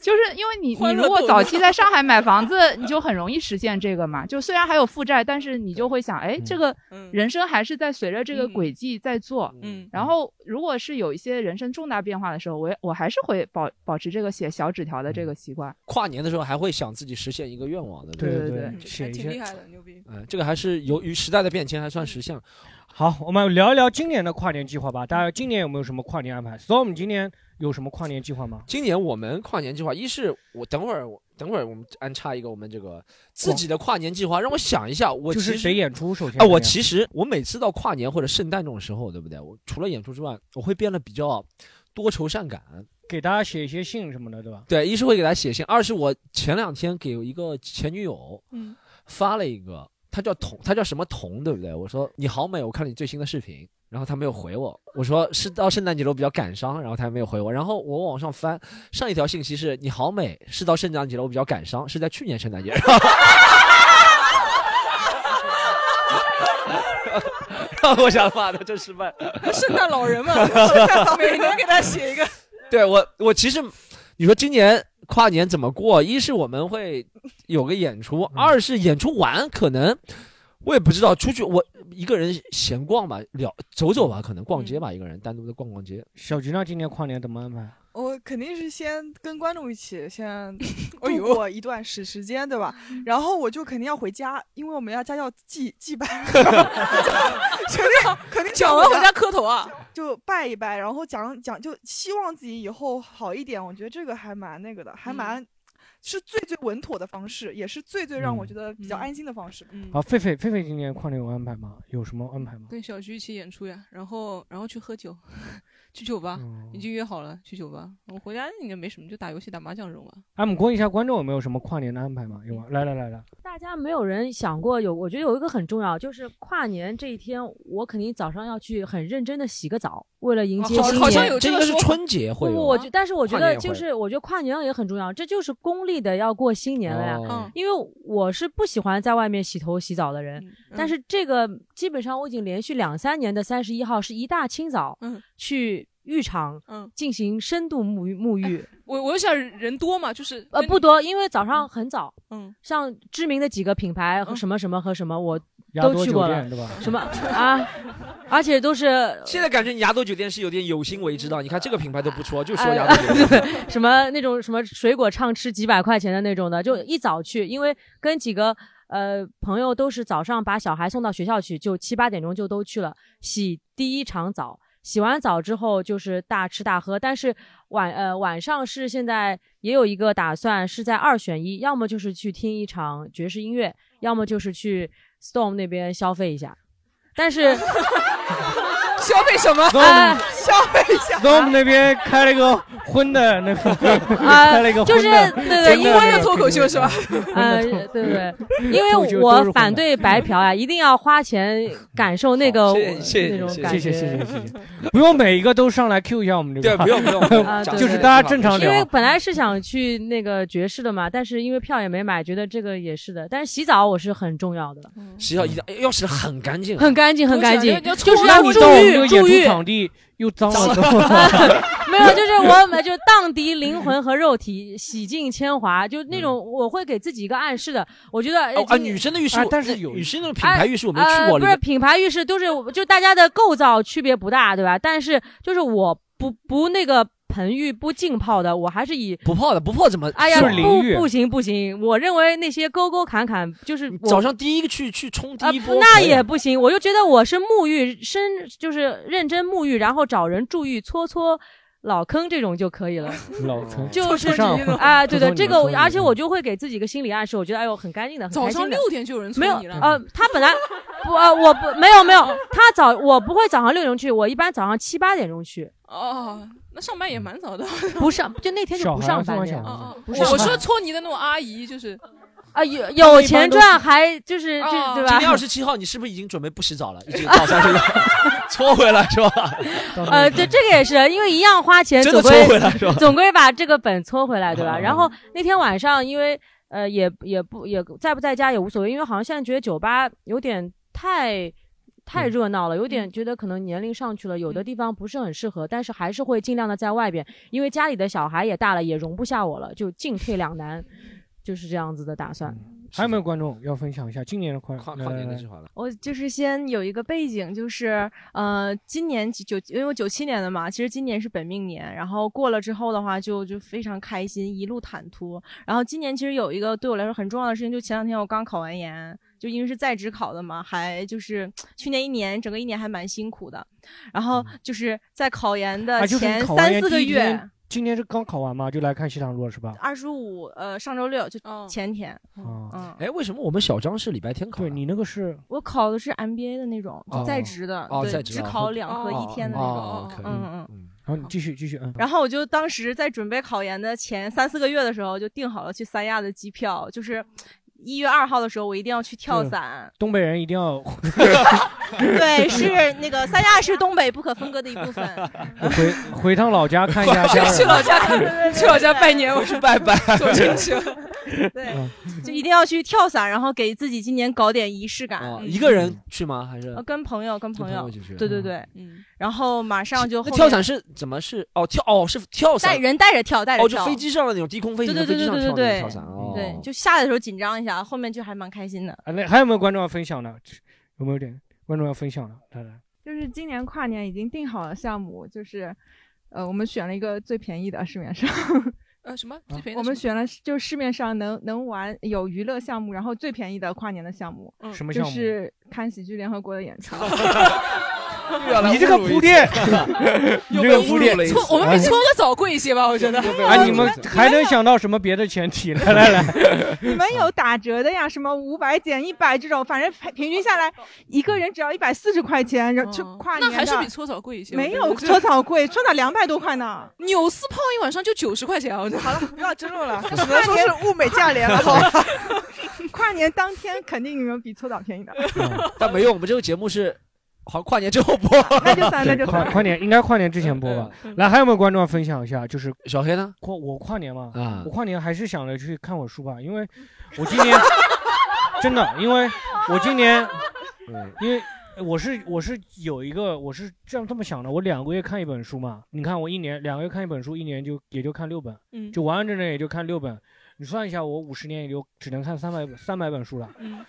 Speaker 10: 就是因为你，你
Speaker 4: 欢乐
Speaker 10: 如果
Speaker 4: 豆
Speaker 10: 早
Speaker 4: 浆
Speaker 10: 期在上海买房子，你就很容易实现这个嘛。就虽然还有负债，但是你就会想，哎，这个人生还是在随着这个轨迹在做。
Speaker 4: 嗯，
Speaker 10: 然后如果是有一些人生重大变化的时候，我也我还是会保保持这个写小纸条的这个习惯。
Speaker 1: 跨年的时候还会想自己实现一个愿望的，不
Speaker 2: 对
Speaker 1: 对
Speaker 2: 对对写一些挺厉害
Speaker 4: 的，牛逼。
Speaker 1: 嗯，这个还是由于时代的变迁，还算实现了。
Speaker 2: 嗯好，我们聊一聊今年的跨年计划吧。大家今年有没有什么跨年安排？Storm 今年有什么跨年计划吗？
Speaker 1: 今年我们跨年计划，一是我等会儿我等会儿我们安插一个我们这个自己的跨年计划，让我想一下，我
Speaker 2: 就
Speaker 1: 其实
Speaker 2: 是谁演出首先
Speaker 1: 啊，
Speaker 2: 是
Speaker 1: 我
Speaker 2: 这样
Speaker 1: 其实我每次到跨年或者圣诞这种时候，对不对？我除了演出之外，我会变得比较多愁善感。
Speaker 2: 给大家写一些信什么的，对吧？
Speaker 1: 对，一是会给他写信，二是我前两天给一个前女友
Speaker 4: 嗯，
Speaker 1: 发了一个，她叫彤，她叫什么彤，对不对？我说你好美，我看了你最新的视频，然后她没有回我。我说是到圣诞节了，我比较感伤，然后她没有回我。然后我往上翻，上一条信息是你好美，是到圣诞节了，我比较感伤，是在去年圣诞节。 <laughs> 然后然后我想，妈的，真失败！
Speaker 4: <laughs> 圣诞老
Speaker 11: <laughs>
Speaker 4: 人嘛，圣诞老人每年给他写一个。
Speaker 1: <laughs> 对我，我其实你说今年跨年怎么过？一是我们会有个演出，
Speaker 2: 嗯
Speaker 1: 二是演出完可能我也不知道出去，我一个人闲逛吧，聊走走吧，可能逛街吧，一个人单独的逛逛街。
Speaker 2: 嗯小菊呢？今年跨年怎么安排？
Speaker 3: 我肯定是先跟观众一起 <laughs> 先哎嗯度过一段时时间，对吧？然后我就肯定要回家，因为我们要家要祭祭 <laughs> 拜，肯定肯定
Speaker 4: 讲完回家磕头啊，
Speaker 3: 就拜一拜，然后讲讲，就希望自己以后好一点。我觉得这个还蛮那个的，还蛮、是最最稳妥的方式，也是最最让我觉得比较安心的方式。
Speaker 4: 嗯
Speaker 2: 啊，狒狒狒狒今年跨年有安排吗？有什么安排吗？
Speaker 4: 跟小菊一起演出呀，然后然后去喝酒， <laughs> 去酒吧，
Speaker 11: 嗯
Speaker 4: 已经约好了去酒吧。我回家应该没什么，就打游戏、打麻将这种吧。
Speaker 2: 哎，我们问一下观众有没有什么跨年的安排吗？有吗？来来来来，
Speaker 8: 大家没有人想过有，我觉得有一个很重要，就是跨年这一天，我肯定早上要去很认真的洗个澡，为了迎接
Speaker 1: 好
Speaker 8: 新年。
Speaker 1: 好像有这个这应该是说法春节会有
Speaker 8: 不
Speaker 1: 吗
Speaker 8: 不，我觉但是我觉
Speaker 1: 跨年
Speaker 8: 得
Speaker 1: 也会
Speaker 8: 就是，我觉得跨年也很重要，这就是公历的要过新年了呀。
Speaker 1: 哦嗯
Speaker 8: 因为我是不喜欢在外面洗头洗澡的
Speaker 4: 嗯
Speaker 8: 人，
Speaker 1: 嗯
Speaker 8: 但是这个基本上我已经连续两三年的三十一号是一大清早
Speaker 4: 嗯
Speaker 8: 去浴场进行深度沐浴沐浴。
Speaker 4: 哎我我就想人多嘛，就是
Speaker 8: 呃，不多，因为早上很早，
Speaker 4: 嗯，
Speaker 8: 像知名的几个品牌和什么什么和什么，我
Speaker 1: 雅
Speaker 8: 都
Speaker 1: 朵
Speaker 8: 去
Speaker 1: 酒
Speaker 8: 过
Speaker 1: 店
Speaker 8: 了，
Speaker 1: 对吧
Speaker 4: <laughs>
Speaker 8: 什么啊，而且都是
Speaker 1: <laughs> 现在感觉你雅朵酒店是有点有心为之的，你看这个品牌都不说，就
Speaker 8: 哎
Speaker 1: 说雅朵酒店。
Speaker 8: <laughs> 什么那种什么水果畅吃几百块钱的那种的，就一早去，因为跟几个呃朋友都是早上把小孩送到学校去，就七八点钟就都去了，洗第一场澡。洗完澡之后就是大吃大喝，但是晚呃晚上是现在也有一个打算是在二选一，要么就是去听一场爵士音乐，要么就是去 Storm 那边消费一下。但是
Speaker 4: <laughs> 消费
Speaker 8: <laughs>
Speaker 4: 什么？
Speaker 8: 哎
Speaker 3: 消费一下。
Speaker 2: 那我们那边开了一个婚的那个，
Speaker 8: 啊
Speaker 2: <laughs> 开了一个
Speaker 8: 就是对对因为
Speaker 2: 婚
Speaker 8: 呃，对对对，
Speaker 2: <laughs>
Speaker 8: 因为我反对白嫖啊，一定要花钱 <laughs> 感受那个
Speaker 2: 谢
Speaker 8: 那种感觉。
Speaker 2: 谢谢谢谢谢谢，不用每一个都上来 Q 一下我们这个，
Speaker 1: 对不用不
Speaker 2: <laughs>
Speaker 1: 用
Speaker 8: 啊，对
Speaker 2: 就是
Speaker 8: 对
Speaker 2: 大家正常
Speaker 1: 啊
Speaker 8: 因为
Speaker 2: 聊。
Speaker 8: 本来是想去那个爵士的嘛，但是因为票也没买，觉得这个也是的。但是洗澡我是很重要的，
Speaker 1: 洗澡一定哎要洗的很干净，啊
Speaker 8: 很干净，很干净，就是
Speaker 2: 那
Speaker 8: 要
Speaker 2: 你
Speaker 8: 注
Speaker 2: 到我们这
Speaker 8: 意
Speaker 2: 个
Speaker 8: 注
Speaker 2: 演
Speaker 8: 意
Speaker 2: 出。场地又脏
Speaker 8: 脏
Speaker 2: 了，
Speaker 8: <laughs> 没有，就是我们就荡涤灵魂和肉体，洗尽铅华，就那种我会给自己一个暗示的。我觉得哎
Speaker 1: 嗯哦啊，
Speaker 8: 今
Speaker 1: 女生的浴室
Speaker 8: 哎
Speaker 1: 我，
Speaker 8: 但是
Speaker 1: 有女生那种品牌浴室我没去
Speaker 8: 呃
Speaker 1: 过，
Speaker 8: 不
Speaker 1: 里
Speaker 8: 是
Speaker 1: 面
Speaker 8: 品牌浴室都是就大家的构造区别不大，对吧？但是就是我不不那个盆浴不浸泡的，我还是以
Speaker 1: 不泡的，不泡怎么？
Speaker 8: 哎呀
Speaker 1: 就是淋
Speaker 8: 不
Speaker 1: 浴
Speaker 8: 不行不行，我认为那些沟沟坎坎就是我
Speaker 1: 早上第一个去去冲第一波，
Speaker 8: 那也不行，我就觉得我是沐浴深就是认真沐浴，然后找人助浴搓搓。老坑这种就
Speaker 4: <laughs>
Speaker 8: 可以了。
Speaker 4: 嗯
Speaker 2: 老陈
Speaker 8: 就是
Speaker 2: 上
Speaker 8: <laughs> 啊，对的，这个我，而且我
Speaker 2: 就
Speaker 8: 就会给自己一个心理暗示，我觉得哎呦很干净的，很
Speaker 4: 早
Speaker 8: 开心
Speaker 4: 上
Speaker 8: 的
Speaker 4: 六点就有人
Speaker 8: 没有
Speaker 4: 催你了，
Speaker 8: 呃，他
Speaker 4: <laughs>
Speaker 8: 本来不呃，我不没有没有，他早我不会早上六点钟去，我一般早上七八点钟去，
Speaker 4: 哦，那上班也蛮早的，
Speaker 8: <laughs> 不上就那天就不上班的呀。
Speaker 4: 哦哦
Speaker 8: 不上班
Speaker 4: 我说搓泥的那种阿姨就是
Speaker 8: 啊，有有钱赚还就是就
Speaker 4: 哦
Speaker 8: 对
Speaker 1: 今
Speaker 8: 吧？
Speaker 1: 天二
Speaker 8: <laughs>
Speaker 1: 十七号，你是不是已经准备不洗澡了？已经到三十
Speaker 17: <laughs>
Speaker 1: 了，搓回来是吧？
Speaker 8: 呃，对，这个也是，因为一样花钱，
Speaker 1: 真的
Speaker 8: 总归
Speaker 1: 搓回来是吧
Speaker 8: <laughs> 总归把这个本搓回来，对吧？
Speaker 1: 嗯
Speaker 8: 然后那天晚上，因为呃，也也不也在不在家也无所谓，因为好像现在觉得酒吧有点太。
Speaker 1: 嗯
Speaker 8: 太热闹了，有点觉得可能年龄上去了，有的地方不是很适合，但是还是会尽量的在外边，因为家里的小孩也大了，也容不下我了，就进退两难，就是这样子的打算。
Speaker 2: <laughs> 还有没有观众要分享一下今年的跨跨
Speaker 1: 跨年的计划了？
Speaker 17: 我就是先有一个背景，就是呃，今年九，因为我九七年的嘛，其实今年是本命年，然后过了之后的话就，就非常开心，一路坦途。然后今年其实有一个对我来说很重要的事情，就前两天我刚考完研，就因为是在职考的嘛，还就是去年一年整个一年还蛮辛苦的。然后就是在考研的
Speaker 2: 嗯啊，就是
Speaker 17: 前
Speaker 2: 考完
Speaker 17: 三
Speaker 2: 研
Speaker 17: 四个
Speaker 2: 第一
Speaker 17: 月，
Speaker 2: 天今天是刚考完嘛，就来看西塘路了是吧？
Speaker 17: 二十五呃上周六就
Speaker 2: 哦
Speaker 17: 前天，嗯，
Speaker 1: 哎，为什么我们小张是礼拜天考？对
Speaker 2: 你那个是
Speaker 17: 我考的是 MBA 的那种，就
Speaker 1: 哦
Speaker 17: 在职的，
Speaker 1: 哦
Speaker 17: 对，
Speaker 1: 在职
Speaker 17: 只
Speaker 1: 啊
Speaker 17: 考两科一天的那种。
Speaker 1: 哦哦可以
Speaker 17: 嗯嗯嗯。
Speaker 2: 然后你继续继续，嗯，
Speaker 17: 然后我就当时在准备考研的前三四个月的时候，就订好了去三亚的机票，就是一月二号的时候，我一定要去跳
Speaker 2: 对
Speaker 17: 伞。 <laughs>
Speaker 2: 东北人一定要
Speaker 17: 对，是那个三亚是东北不可分割的一部分。
Speaker 1: <laughs>
Speaker 17: <laughs>
Speaker 2: 回回趟老家看一下家人。啊
Speaker 17: 去老家看看去老家拜年我去拜拜
Speaker 4: 做亲戚。
Speaker 1: <laughs>
Speaker 17: 对， <laughs>
Speaker 1: 嗯
Speaker 17: 就一定要去跳伞，然后给自己今年搞点仪式感。嗯
Speaker 1: 哦一个人去吗？还是
Speaker 17: 呃，跟朋友，
Speaker 1: 跟
Speaker 17: 跟朋
Speaker 1: 朋
Speaker 17: 友
Speaker 1: 友一起去
Speaker 17: 对对
Speaker 1: 嗯
Speaker 17: 对，嗯，然后马上就
Speaker 1: 那
Speaker 17: 后
Speaker 1: 跳伞
Speaker 17: 面
Speaker 1: 是怎么是？哦，跳哦是跳伞，
Speaker 17: 带人带着跳，带着
Speaker 1: 哦，就
Speaker 17: 跳，
Speaker 1: 飞机上的那种低空飞
Speaker 17: 对
Speaker 1: 行，
Speaker 17: 对对
Speaker 1: 飞机
Speaker 17: 对
Speaker 1: 上
Speaker 17: 对
Speaker 1: 跳
Speaker 17: 对
Speaker 1: 那种跳伞哦。
Speaker 17: 对，就下来的时候紧张一下，后面就还蛮开心的。
Speaker 2: <laughs> 啊，那还有没有观众要分享的？有没有点观众要分享的？来来，
Speaker 16: <laughs> 就是今年跨年已经定好了项目，就是呃，我们选了一个最便宜的市面上。
Speaker 4: 呃什么 <laughs>
Speaker 8: 啊
Speaker 4: 最便宜的
Speaker 16: 我们
Speaker 4: 什么
Speaker 16: 选了就市面上能能玩有娱乐项目，然后最便宜的跨年的项目，
Speaker 4: 嗯
Speaker 2: 什么
Speaker 16: 就
Speaker 2: 项目
Speaker 16: 是看喜剧联合国的演
Speaker 1: <laughs>
Speaker 4: <laughs>
Speaker 16: 出。
Speaker 2: 你这个铺
Speaker 17: <laughs>
Speaker 2: 垫，你这个铺垫，
Speaker 4: 搓我
Speaker 2: 啊
Speaker 4: 们比搓个澡贵一些吧，我觉得。啊
Speaker 2: 哎，你们
Speaker 4: <laughs>
Speaker 2: 还能想到什么别的前提？来来
Speaker 17: <laughs>
Speaker 2: 来，
Speaker 16: 你们有打折的呀？什么五百减一百这种，反正平平均下来，一个人只要一百四十块钱，然后去跨年
Speaker 4: 嗯那
Speaker 16: 的
Speaker 4: 还是比搓澡贵一些。
Speaker 16: 没有搓澡
Speaker 4: <laughs>
Speaker 16: 贵，搓澡两百多块呢。
Speaker 4: 纽斯泡一晚上就九十块钱啊，我觉得。好
Speaker 3: 了，不要争论了
Speaker 16: <laughs> 只能说是
Speaker 3: 物美价廉了
Speaker 16: 好吧？跨年当天肯定你们比搓澡便宜
Speaker 4: <laughs>
Speaker 16: 的。
Speaker 1: 嗯但没用，我们这个节目是好像跨年之后播，
Speaker 16: 那
Speaker 2: <laughs>
Speaker 16: 就算那就嗯
Speaker 2: 跨
Speaker 16: 算
Speaker 2: 跨年应该跨年之前播吧。来，还有没有观众要分享一下？就是
Speaker 1: 小黑呢？
Speaker 2: 跨我跨年嘛
Speaker 1: 啊，
Speaker 2: 我跨年还是想着去看我书吧，因为我今
Speaker 1: <laughs>
Speaker 2: 年真的，因为我今年，
Speaker 1: 嗯
Speaker 2: 因为。呃我是我是有一个我是这样这么想的，我两个月看一本书嘛，你看我一年两个月看一本书，一年就也就看六本，
Speaker 4: 嗯
Speaker 2: 就完完整整也就看六本，你算一下，我五十年也就只能看三百三百本书了，
Speaker 4: 嗯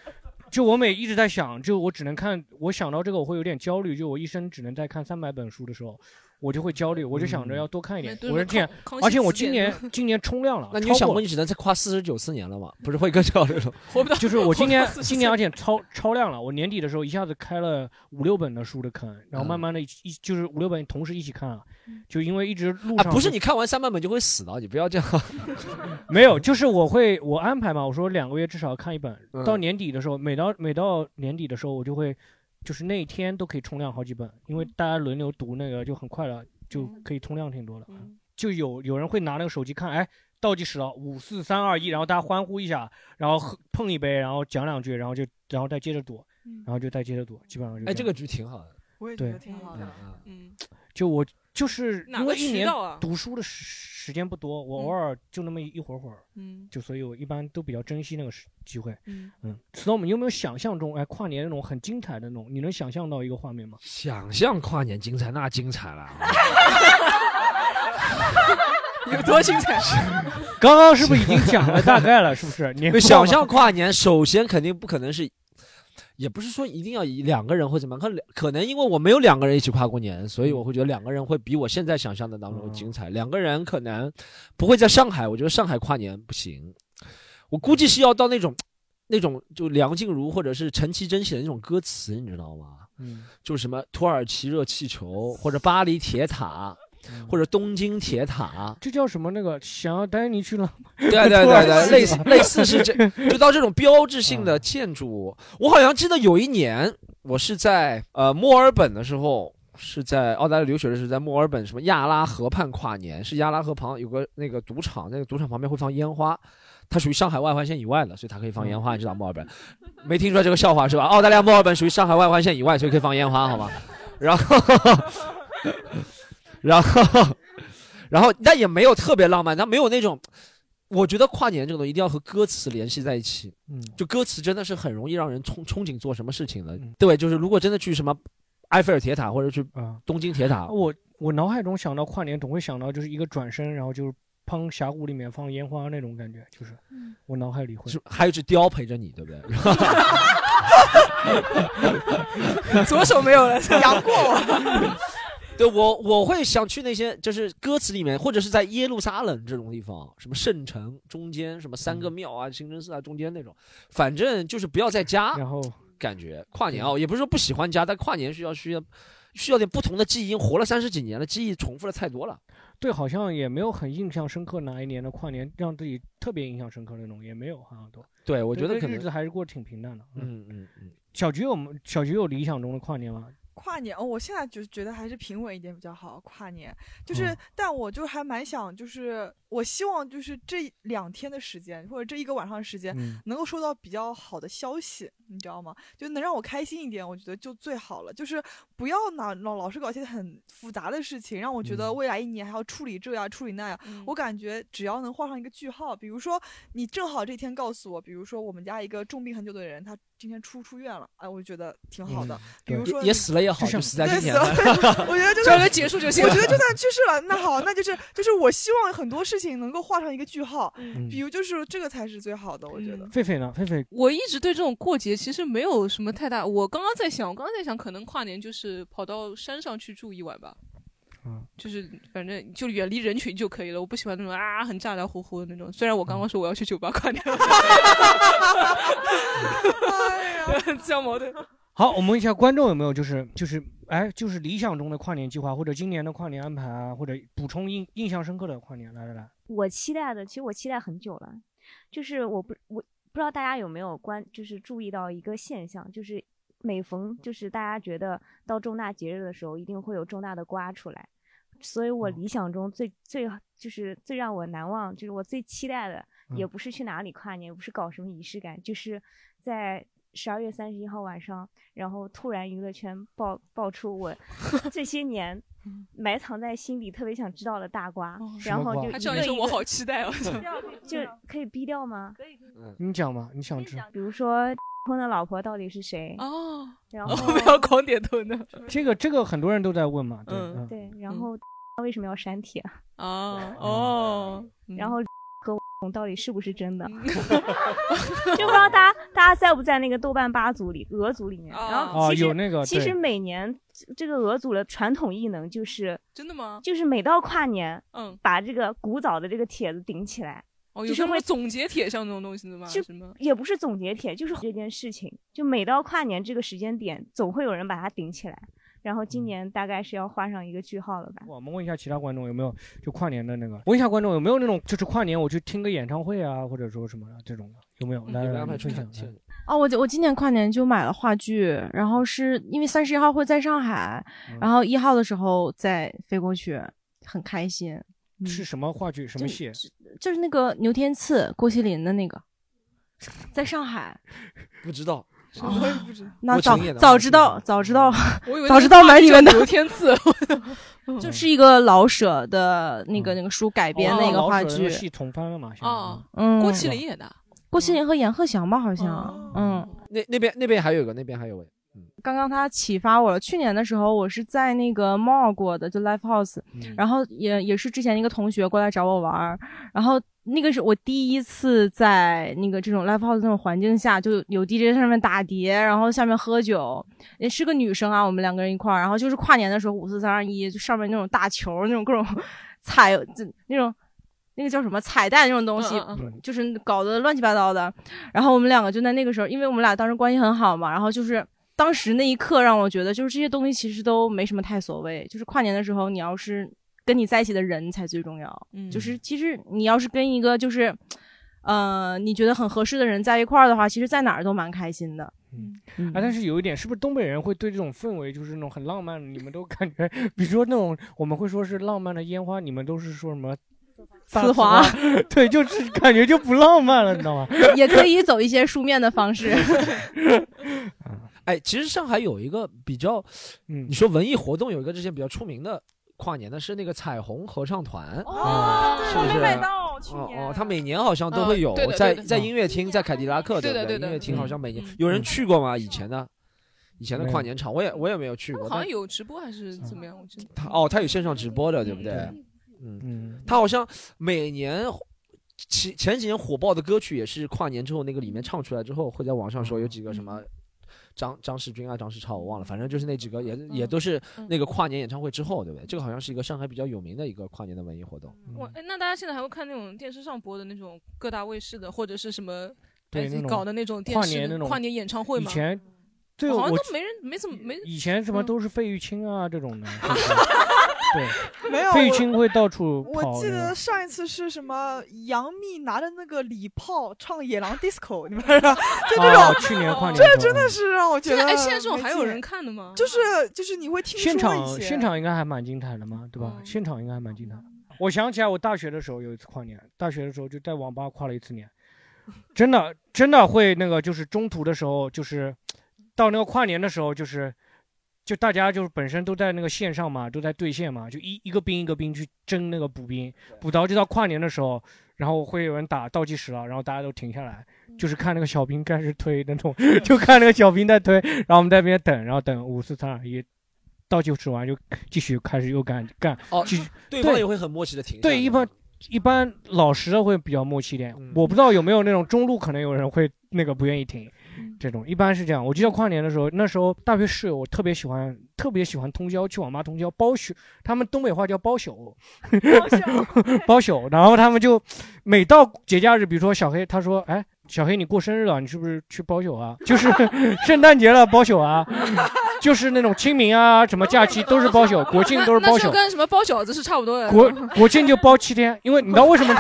Speaker 2: 就我每一直在想，就我只能看，我想到这个我会有点焦虑，就我一生只能在看三百本书的时候，我就会焦虑，我就想着要多看一点。
Speaker 1: 嗯
Speaker 2: 我是这样
Speaker 1: 对康，
Speaker 2: 而且我
Speaker 1: 康熙
Speaker 2: 今
Speaker 1: 字
Speaker 2: 年
Speaker 1: 典
Speaker 2: 今年冲量 <laughs> 了，
Speaker 1: 那你
Speaker 2: 超
Speaker 1: 有想
Speaker 2: 过
Speaker 1: 过你只能再跨四十九次年了吗？不是会更焦虑了？
Speaker 4: 活不到
Speaker 2: 就是我
Speaker 17: <laughs>
Speaker 2: 今年
Speaker 1: 活不到40
Speaker 2: 今年而且超超量了，我年底的时候一下子开了五六本的书的坑，然后慢慢的一一就是五六本同时一起看啊，就因为一直路
Speaker 1: 啊，
Speaker 2: 上
Speaker 1: 不是你看完三版本就会死的，你不要这样。
Speaker 2: <laughs> 没有，就是我会我安排嘛，我说两个月至少要看一本，
Speaker 1: 嗯
Speaker 2: 到年底的时候，每到每到年底的时候，我就会就是那一天都可以冲量好几本，因为大家轮流读那个就很快了，就
Speaker 3: 嗯
Speaker 2: 可以冲量挺多的。啊就有有人会拿那个手机看，哎，倒计时了，五四三二一，然后大家欢呼一下，然后喝碰一杯，然后讲两句，然后就然后再接着读，然后就再接着读，基本上就
Speaker 1: 哎，这
Speaker 2: 样
Speaker 1: 个局挺好的，
Speaker 3: 嗯我也
Speaker 2: 对
Speaker 3: 觉得挺好的。
Speaker 4: 嗯，
Speaker 2: 就我就是
Speaker 3: 哪
Speaker 2: 因
Speaker 3: 个
Speaker 2: 为一
Speaker 3: 渠
Speaker 2: 年
Speaker 3: 道啊
Speaker 2: 读书的时时间不多，我偶
Speaker 3: 嗯
Speaker 2: 尔就那么一会儿会儿，
Speaker 4: 嗯
Speaker 2: 就所以我一般都比较珍惜那个时机会，
Speaker 4: 嗯
Speaker 2: 嗯。Storm，你有没有想象中哎跨年那种很精彩的那种？你能想象到一个画面吗？
Speaker 1: 想象跨年精彩，那精彩了。啊 <laughs>
Speaker 4: 有多精彩？
Speaker 2: <laughs> 刚刚是不是已经讲了大概了？是不
Speaker 1: <laughs>
Speaker 2: 是？你
Speaker 1: 就想象跨年，首先肯定不可能是，也不是说一定要以两个人或怎么样，可能可能因为我没有两个人一起跨过年，所以我会觉得两个人会比我现在想象的当
Speaker 2: 嗯
Speaker 1: 中会精彩。两个人可能不会在上海，我觉得上海跨年不行，我估计是要到那种那种就梁静茹或者是陈绮贞写的那种歌词，你知道吗？
Speaker 2: 嗯，
Speaker 1: 就是什么土耳其热气球或者巴黎铁塔，
Speaker 2: 嗯
Speaker 1: 或者东京铁塔，
Speaker 2: <laughs> 这叫什么？那个想要带你去了，
Speaker 1: <laughs> 对啊对
Speaker 2: <laughs>
Speaker 1: 对对，类似类似是这，就到这种标志性的建筑物。我好像记得有一年，我是在呃墨尔本的时候，是在澳大利亚留学的时候，在墨尔本什么亚拉河畔跨年，是亚拉河旁有个那个赌场，那个赌场旁边会放烟花。它属于上海外环线以外的，所以它可以放烟花。你知道墨尔本， <laughs> 没听出来这个笑话是吧？澳大利亚墨尔本属于上海外环线以外，所以可以放烟花，好吗？ <laughs> 然后， <laughs> 然后，然后，但也没有特别浪漫，但没有那种，我觉得跨年这个东西一定要和歌词联系在一起。
Speaker 2: 嗯，
Speaker 1: 就歌词真的是很容易让人憧憧憬做什么事情的。对，就是如果真的去什么埃菲尔铁塔或者去东京铁塔，
Speaker 2: 啊我我脑海中想到跨年，总会想到就是一个转身，然后就是砰峡谷里面放烟花那种感觉，就是
Speaker 3: 嗯
Speaker 2: 我脑海里会。
Speaker 1: 是还有一只雕陪着你，对不对？
Speaker 3: <laughs>
Speaker 1: <laughs>
Speaker 3: 左手没有了， <laughs> 杨过
Speaker 1: 对我我会想去那些就是歌词里面，或者是在耶路撒冷这种地方，什么圣城中间，什么三个庙啊、清真寺啊中间那种，反正就是不要在家。
Speaker 2: 然后
Speaker 1: 感觉跨年啊，也不是说不喜欢家，但跨年需要需要需要点不同的记忆。活了三十几年了，记忆重复的太多了。
Speaker 2: <laughs> 对，好像也没有很印象深刻哪一年的跨年让自己特别印象深刻那种，也没有，好像都。
Speaker 1: 对我觉得
Speaker 2: 这
Speaker 1: 可能
Speaker 2: 日子还是过得挺平淡的。
Speaker 1: 嗯嗯嗯。
Speaker 2: 小菊有吗小菊有理想中的跨年吗？
Speaker 3: 跨年，哦，我现在就觉得还是平稳一点比较好。跨年就是，但我就还蛮想，就是我希望就是这两天的时间，或者这一个晚上的时间，
Speaker 2: 嗯
Speaker 3: 能够收到比较好的消息，你知道吗？就能让我开心一点，我觉得就最好了。就是不要拿老老是搞一些很复杂的事情，让我觉得
Speaker 18: 嗯
Speaker 3: 未来一年还要处理这呀、处理那呀。我感觉只要能画上一个句号，比如说你正好这天告诉我，比如说我们家一个重病很久的人，他今天出出院了，哎，我就觉得挺好的。比如
Speaker 1: 嗯对
Speaker 3: 说
Speaker 1: 也
Speaker 3: 你
Speaker 1: 死了也好就死在
Speaker 3: 对
Speaker 1: 之前
Speaker 3: 死了 <laughs> 我觉
Speaker 1: <laughs>
Speaker 3: 得就
Speaker 4: 这
Speaker 3: 算
Speaker 4: 样就结束就行
Speaker 3: 我
Speaker 4: 了
Speaker 3: 觉得就算去世了，那好，那就是就是我希望很多事情能够画上一个句号，
Speaker 4: 嗯
Speaker 3: 比如就是这个才是最好的，我觉得。
Speaker 2: 狒狒呢？狒狒
Speaker 4: 我一直对这种过节其实没有什么太大。我刚刚在想，我刚刚在想，可能跨年就是跑到山上去住一晚吧。
Speaker 1: 嗯
Speaker 4: 就是反正就远离人群就可以了。我不喜欢那种啊很咋咋呼呼的那种。虽然我刚
Speaker 1: 嗯
Speaker 4: 刚说我要去酒吧跨年，
Speaker 18: 哎
Speaker 4: <laughs> 自相矛盾。
Speaker 2: 好，我们问一下观众有没有就是就是哎就是理想中的跨年计划，或者今年的跨年安排啊，或者补充印印象深刻的跨年。来来来，
Speaker 18: 我期待的，其实我期待很久了，就是我不我不知道大家有没有关，就是注意到一个现象，就是每逢就是大家觉得到重大节日的时候，一定会有重大的瓜出来，所以我理想中最最就是最让我难忘，就是我最期待的，也
Speaker 19: 嗯
Speaker 18: 不是去哪里跨年，也不是搞什么仪式感，就是在。十二月三十一号晚上，然后突然娱乐圈爆爆出我 <laughs> 这些年埋藏在心底特别想知道的大瓜，
Speaker 2: 什
Speaker 18: 然
Speaker 2: 么
Speaker 18: 后
Speaker 2: 瓜
Speaker 18: 就
Speaker 4: 他
Speaker 18: 一
Speaker 4: 这样
Speaker 18: 个
Speaker 4: 一说，
Speaker 18: 一
Speaker 4: 我
Speaker 18: 个
Speaker 4: 好期
Speaker 18: <laughs>
Speaker 4: 待啊！
Speaker 18: 就可以逼掉吗？可以。
Speaker 1: 嗯
Speaker 2: 你讲吧，你想知道
Speaker 18: 比如说，坤的老婆到底是谁？
Speaker 4: 哦，
Speaker 18: <laughs> 然
Speaker 4: 我
Speaker 18: 后
Speaker 4: 不要狂点头呢。
Speaker 2: 这个这个很多人都在问嘛，对，嗯
Speaker 18: 对，然后为什么要删帖？啊嗯
Speaker 4: 哦哦，嗯
Speaker 18: 然后 <laughs> 和我到底是不是真的？ <laughs> 就不知道大家大家在不在那个豆瓣吧组里、俄组里面？然后
Speaker 2: 哦
Speaker 18: 其实
Speaker 2: 有那个
Speaker 18: 其实
Speaker 2: 对
Speaker 18: 每年这个俄组的传统异能就是
Speaker 4: 真的吗？
Speaker 18: 就是每到跨年，
Speaker 4: 嗯，
Speaker 18: 把这个古早的这个帖子顶起来，
Speaker 4: 哦，
Speaker 18: 就
Speaker 4: 有
Speaker 18: 是
Speaker 4: 什
Speaker 18: 会
Speaker 4: 么总结帖像那种东西的吗？
Speaker 18: 就嗯
Speaker 4: 什么？
Speaker 18: 也不是总结帖，就是这件事情，就每到跨年这个时间点，总会有人把它顶起来。然后今年大概是要画上一个句号了吧？
Speaker 2: 嗯我们问一下其他观众有没有就跨年的那个，问一下观众有没有那种就是跨年我去听个演唱会啊，或者说什么的这种的，有没有？来
Speaker 1: 有
Speaker 2: 来
Speaker 1: 安排
Speaker 2: 来，
Speaker 1: 出
Speaker 2: 分
Speaker 1: 去
Speaker 2: 享
Speaker 1: 看
Speaker 2: 一下。
Speaker 17: 哦，我就我今年跨年就买了话剧，然后是因为三十一号会在上海，然后一号的时候再飞过去，很开心。
Speaker 2: 是什么话剧？什么
Speaker 17: 就
Speaker 2: 戏？
Speaker 17: 就是那个牛天赐、郭麒麟的那个，在上海。
Speaker 1: <laughs> 不知道，
Speaker 17: <laughs> 哦我也
Speaker 3: 不知道
Speaker 17: 那
Speaker 1: 我
Speaker 17: 早
Speaker 1: 成也的
Speaker 17: 早知道，早知道
Speaker 4: 我以为，
Speaker 17: 早
Speaker 4: 那
Speaker 17: 知
Speaker 4: 个
Speaker 17: 道
Speaker 4: 话
Speaker 17: 买
Speaker 4: 剧
Speaker 17: 你
Speaker 4: 叫
Speaker 17: 们的
Speaker 4: 牛天赐，
Speaker 17: <laughs> 就是一个老舍的那个那个书改
Speaker 1: 嗯
Speaker 17: 编的一个
Speaker 2: 哦
Speaker 17: 话
Speaker 2: 老舍那
Speaker 17: 剧
Speaker 2: 个。戏重翻了嘛？现在
Speaker 4: 哦，
Speaker 17: 嗯
Speaker 4: 郭麒麟演的。
Speaker 17: 郭麒麟和阎鹤祥吧，好像，嗯，
Speaker 1: 那那边那边还有一个，那边还有一个。
Speaker 17: 刚刚他启发我了。去年的时候，我是在那个猫儿过的，就 Live House，、然后也也是之前一个同学过来找我玩儿，然后那个是我第一次在那个这种 Live House 这种环境下，就有 DJ 在上面打碟，然后下面喝酒，也是个女生啊，我们两个人一块儿，然后就是跨年的时候五四三二一，就上面那种大球，那种各种彩，就那种那个叫什么彩蛋那种东西，
Speaker 4: 嗯嗯嗯
Speaker 17: 就是搞得乱七八糟的。然后我们两个就在那个时候，因为我们俩当时关系很好嘛，然后就是当时那一刻让我觉得，就是这些东西其实都没什么太所谓。就是跨年的时候，你要是跟你在一起的人才最重要。
Speaker 4: 嗯
Speaker 17: 就是其实你要是跟一个就是，呃，你觉得很合适的人在一块儿的话，其实在哪儿都蛮开心的。
Speaker 2: 啊，但是有一点，是不是东北人会对这种氛围，就是那种很浪漫，你们都感觉，比如说那种我们会说是浪漫的烟花，你们都是说什么大
Speaker 17: 呲
Speaker 2: 花
Speaker 17: 花？
Speaker 2: 对，就是感觉就不浪漫了，你知道吗？
Speaker 17: <laughs> 也可以走一些书面的方式。 <laughs>
Speaker 1: 哎，其实上海有一个比较，
Speaker 2: 嗯，
Speaker 1: 你说文艺活动有一个之前比较出名的跨年的是那个彩虹合唱团，啊
Speaker 17: 哦
Speaker 1: 是
Speaker 17: 对
Speaker 1: 不
Speaker 17: 我没
Speaker 1: 是
Speaker 17: 买到
Speaker 1: 哦哦，他每年好像都会
Speaker 17: 嗯
Speaker 1: 有
Speaker 17: 对的
Speaker 1: 在
Speaker 17: 对的
Speaker 1: 在音乐厅，在凯迪拉克
Speaker 17: 对的
Speaker 1: 不对？
Speaker 17: 对的
Speaker 1: 音乐厅好像每年
Speaker 4: 嗯
Speaker 1: 有人去过吗？以前的以前的
Speaker 2: 没有
Speaker 1: 跨年场，我也嗯我也没有去过。
Speaker 4: 好
Speaker 1: 但
Speaker 4: 像有直播还是怎么样？我记得
Speaker 1: 他哦，他有线上直播的，对不对？
Speaker 2: 嗯，
Speaker 1: 他好像每年前前几年火爆的歌曲也是跨年之后那个里面唱出来之后，会在网上说有几个什
Speaker 2: 嗯
Speaker 1: 么。张张世军啊，张世超，我忘了，反正就是那几个也
Speaker 2: 嗯
Speaker 1: 也都是那个跨年演唱会之后，对不对？这个好像是一个上海比较有名的一个跨年的文艺活动。
Speaker 2: 嗯
Speaker 4: 哇，哎，那大家现在还会看那种电视上播的那种各大卫视的，或者是什么
Speaker 2: 对
Speaker 4: 哎
Speaker 2: 那种
Speaker 4: 搞的那种电
Speaker 2: 跨
Speaker 4: 视
Speaker 2: 年那种
Speaker 4: 跨年演唱会
Speaker 2: 以
Speaker 4: 吗？哦
Speaker 2: 前对
Speaker 4: 好像
Speaker 2: 我
Speaker 4: 都没人，没怎么没
Speaker 2: 以
Speaker 4: <laughs>
Speaker 2: 前什么都是费玉清啊这种的，就是对，
Speaker 3: 没有
Speaker 2: 费玉
Speaker 3: 我
Speaker 2: 清会到处跑那种。
Speaker 3: 我记得上一次是什么杨幂拿着那个礼炮唱《野狼 DISCO》，你们知道吗？就这
Speaker 2: 哦
Speaker 3: 种，
Speaker 2: 去年跨年
Speaker 3: 这
Speaker 2: 的时
Speaker 3: 真
Speaker 2: 候
Speaker 3: 的是让我觉
Speaker 4: 啊现在哎，现在
Speaker 3: 得没劲。
Speaker 4: 这种还有人看的吗？
Speaker 3: 就是就是你会听
Speaker 2: 现
Speaker 3: 说
Speaker 2: 场
Speaker 3: 一些哦
Speaker 2: 现场应该还蛮精彩的嘛，对吧？现场应该还蛮精彩的。我想起来，我大学的时候有一次跨年，大学的时候就在网吧跨了一次年，真的真的会那个，就是中途的时候，就是到那个跨年的时候，就是就大家就是本身都在那个线上嘛，都在对线嘛，就一一个兵一个兵去争那个补兵，补到就到跨年的时候，然后会有人打倒计时了，然后大家都停下来。就是看那个小兵开始推那种，就看那个小兵在推，然后我们在那边等，然后等五四三二一，倒计时完就继续开始又干干，
Speaker 1: 哦
Speaker 2: 继续，
Speaker 1: 对方也会很默契的停下来
Speaker 2: 对，一般一般老实的会比较默契一点，我不知道有没有那种中路可能有人会那个不愿意停，这种一般是这样。我记得跨年的时候，那时候大学室友我特别喜欢，特别喜欢通宵去网吧通宵包宿，他们东北话叫包宿， <laughs> 包宿，然后他们就每到节假日，比如说小黑，他说：“哎，小黑你过生日了，你是不是去包宿啊？就是 <laughs> 圣诞节了包宿啊，就是那种清明啊什么假期都是包宿，国庆都是
Speaker 4: 那那
Speaker 2: 包
Speaker 4: 就
Speaker 2: 宿。”
Speaker 4: 跟什么包饺子是差不多的。 <laughs>
Speaker 2: 国国庆就包七天，因为你知道为什么？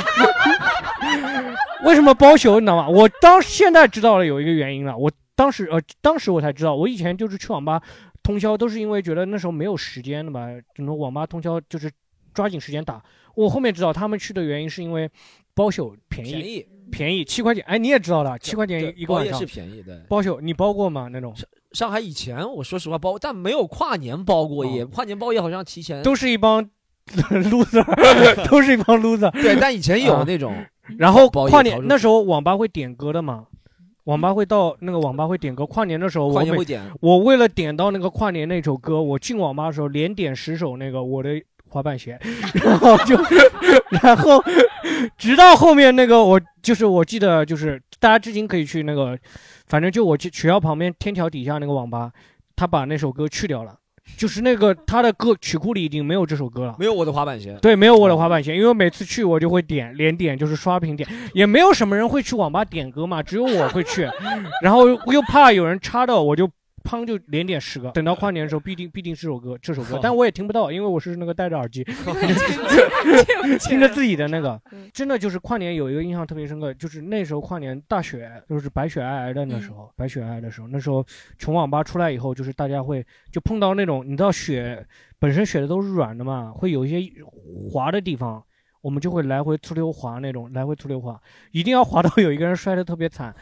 Speaker 2: 为什么包宿？你知道吗？我当现在知道了有一个原因了。我当时呃，当时我才知道，我以前就是去网吧通宵，都是因为觉得那时候没有时间的嘛，很多网吧通宵就是抓紧时间打。我后面知道他们去的原因是因为包宿便宜，
Speaker 1: 便宜
Speaker 2: 便宜七块钱。哎，你也知道的，七块钱一个
Speaker 1: 包
Speaker 2: 晚
Speaker 1: 夜
Speaker 2: 上
Speaker 1: 哦是便宜的。
Speaker 2: 包宿你包过吗？那种
Speaker 1: 上海以前我说实话包，但没有跨年包过
Speaker 2: 哦
Speaker 1: 夜，跨年包夜好像提前
Speaker 2: 都是一帮 <laughs> loser，都是 <laughs> 一帮 loser。
Speaker 1: 对，但以前有那种
Speaker 2: 啊然后
Speaker 1: 包夜
Speaker 2: 跨
Speaker 1: 逃
Speaker 2: 年
Speaker 1: 出
Speaker 2: 那
Speaker 1: 去
Speaker 2: 时候网吧会点歌的嘛，网吧会到那个网吧会点歌。跨年的时候我
Speaker 1: 跨年
Speaker 2: 每
Speaker 1: 会点
Speaker 2: 我为了点到那个跨年那首歌，我进网吧的时候连点十首那个我的滑板鞋， <laughs> 然后就然后直到后面那个我就是我记得就是大家至今可以去那个，反正就我去学校旁边天桥底下那个网吧，他把那首歌去掉了。就是那个他的歌曲库里已经没有这首歌了，
Speaker 1: 没有我的滑板鞋。
Speaker 2: 对，没有我的滑板鞋，因为每次去我就会点连点，就是刷屏点，也没有什么人会去网吧点歌嘛，只有我会去，然后又怕有人插到，我就砰就连点十个，等到跨年的时候必定必定是这首歌这首歌，但我也听不到，因为我是那个戴着耳机 <laughs> 听着自己的那个，真的就是跨年有一个印象特别深刻，就是那时候跨年大雪就是白雪皑皑的那时候，白雪皑皑的时候，那时候从网吧出来以后，就是大家会就碰到那种你知道雪本身雪的都是软的嘛，会有一些滑的地方。我们就会来回呲溜滑那种，来回呲溜滑，一定要滑到有一个人摔得特别惨，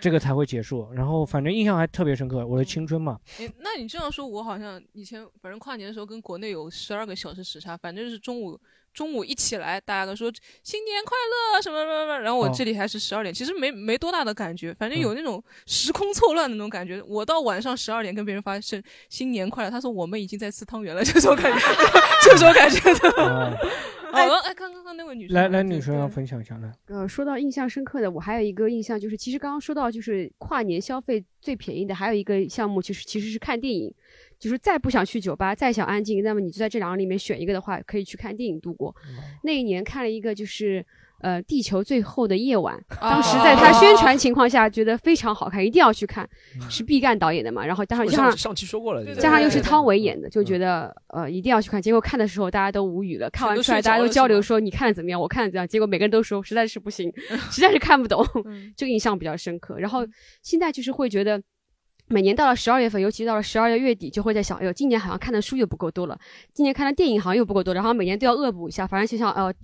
Speaker 2: 这个才会结束。然后反正印象还特别深刻，我的青春嘛。
Speaker 4: 哎，那你这样说，我好像以前反正跨年的时候跟国内有十二个小时时差，反正就是中午中午一起来，大家都说新年快乐什么什么什么，然后我
Speaker 17: 哦
Speaker 4: 这里还是十二点，其实没没多大的感觉，反正有那种时空错乱的那种感觉。我到晚上十二点跟别人发生新年快乐，他说我们已经在吃汤圆了， <laughs> 这种感觉，这种感觉的。好了，哎，刚刚刚那位女生
Speaker 2: 呃
Speaker 3: 啊
Speaker 2: 来来，女生要分享一下来。
Speaker 13: 呃，说到印象深刻的，我还有一个印象就是，其实刚刚说到就是跨年消费最便宜的，还有一个项目就是其实是看电影，就是再不想去酒吧，再想安静，那么你就在这两个里面选一个的话，可以去看电影度过。那一年看了一个就是呃《地球最后的夜晚》，
Speaker 10: 哦
Speaker 13: 当时在他宣传情况下，觉得非常好看，一定要去看，是毕赣导演的嘛，然后加上
Speaker 1: 我
Speaker 13: 加
Speaker 1: 上
Speaker 13: 上
Speaker 1: 上期说过了对对
Speaker 13: 加上又是
Speaker 1: 对对
Speaker 13: 汤
Speaker 10: 嗯
Speaker 13: 唯演的，就觉得呃一定要去看，结果看的时候大家都无语了，看完
Speaker 10: 全都
Speaker 13: 出来
Speaker 10: 睡着
Speaker 13: 大家都
Speaker 10: 了是
Speaker 13: 交流
Speaker 10: 吗
Speaker 13: 说你看的怎么样，我看的怎么样，结果每个人都说实在是
Speaker 10: <laughs>
Speaker 13: 不行，实在是看不懂，
Speaker 10: 嗯
Speaker 13: <laughs> 这个印象比较深刻。然后现在就是会觉得。每年到了十二月份，尤其到了十二月月底，就会在想，哎呦，今年好像看的书又不够多了，今年看的电影好像又不够多了，然后每年都要恶补一下，反正就像呃，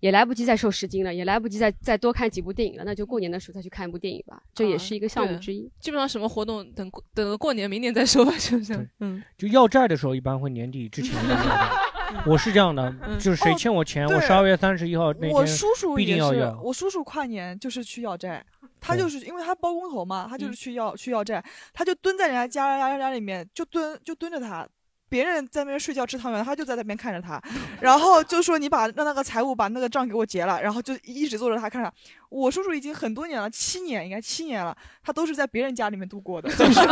Speaker 13: 也来不及再瘦十斤了，也来不及再再多看几部电影了，那就过年的时候再去看一部电影吧，这
Speaker 10: 啊
Speaker 13: 也 <laughs> 是一个项目
Speaker 4: 对
Speaker 13: 之一。
Speaker 4: 基本上什么活动等过等过年明年再说吧，是不是？嗯， <laughs>
Speaker 2: 就要债的时候，一般会年底之前要要。我是这样的，就是谁欠我钱，
Speaker 3: 哦
Speaker 2: 我
Speaker 3: 对
Speaker 2: 十二月三十一号那
Speaker 3: 我
Speaker 2: 天
Speaker 3: 叔叔
Speaker 2: 必定
Speaker 3: 也
Speaker 2: 要
Speaker 3: 是
Speaker 2: 要，。
Speaker 3: 我叔叔跨年就是去要债，他
Speaker 2: 哦
Speaker 3: 就是因为他包工头嘛，他就是
Speaker 2: 嗯
Speaker 3: 去要、去要债，他就蹲在人家家家家里面，就蹲就蹲着他。别人在那边睡觉吃汤圆，他就在那边看着
Speaker 2: <laughs>
Speaker 3: 他，然后就说你把让那个财务把那个账给我结了，然后就一直坐着他看着他。我叔叔已经很多年了，七年应该七年了，他都是在别人家里面
Speaker 2: <laughs>
Speaker 3: 度过的，就是就是真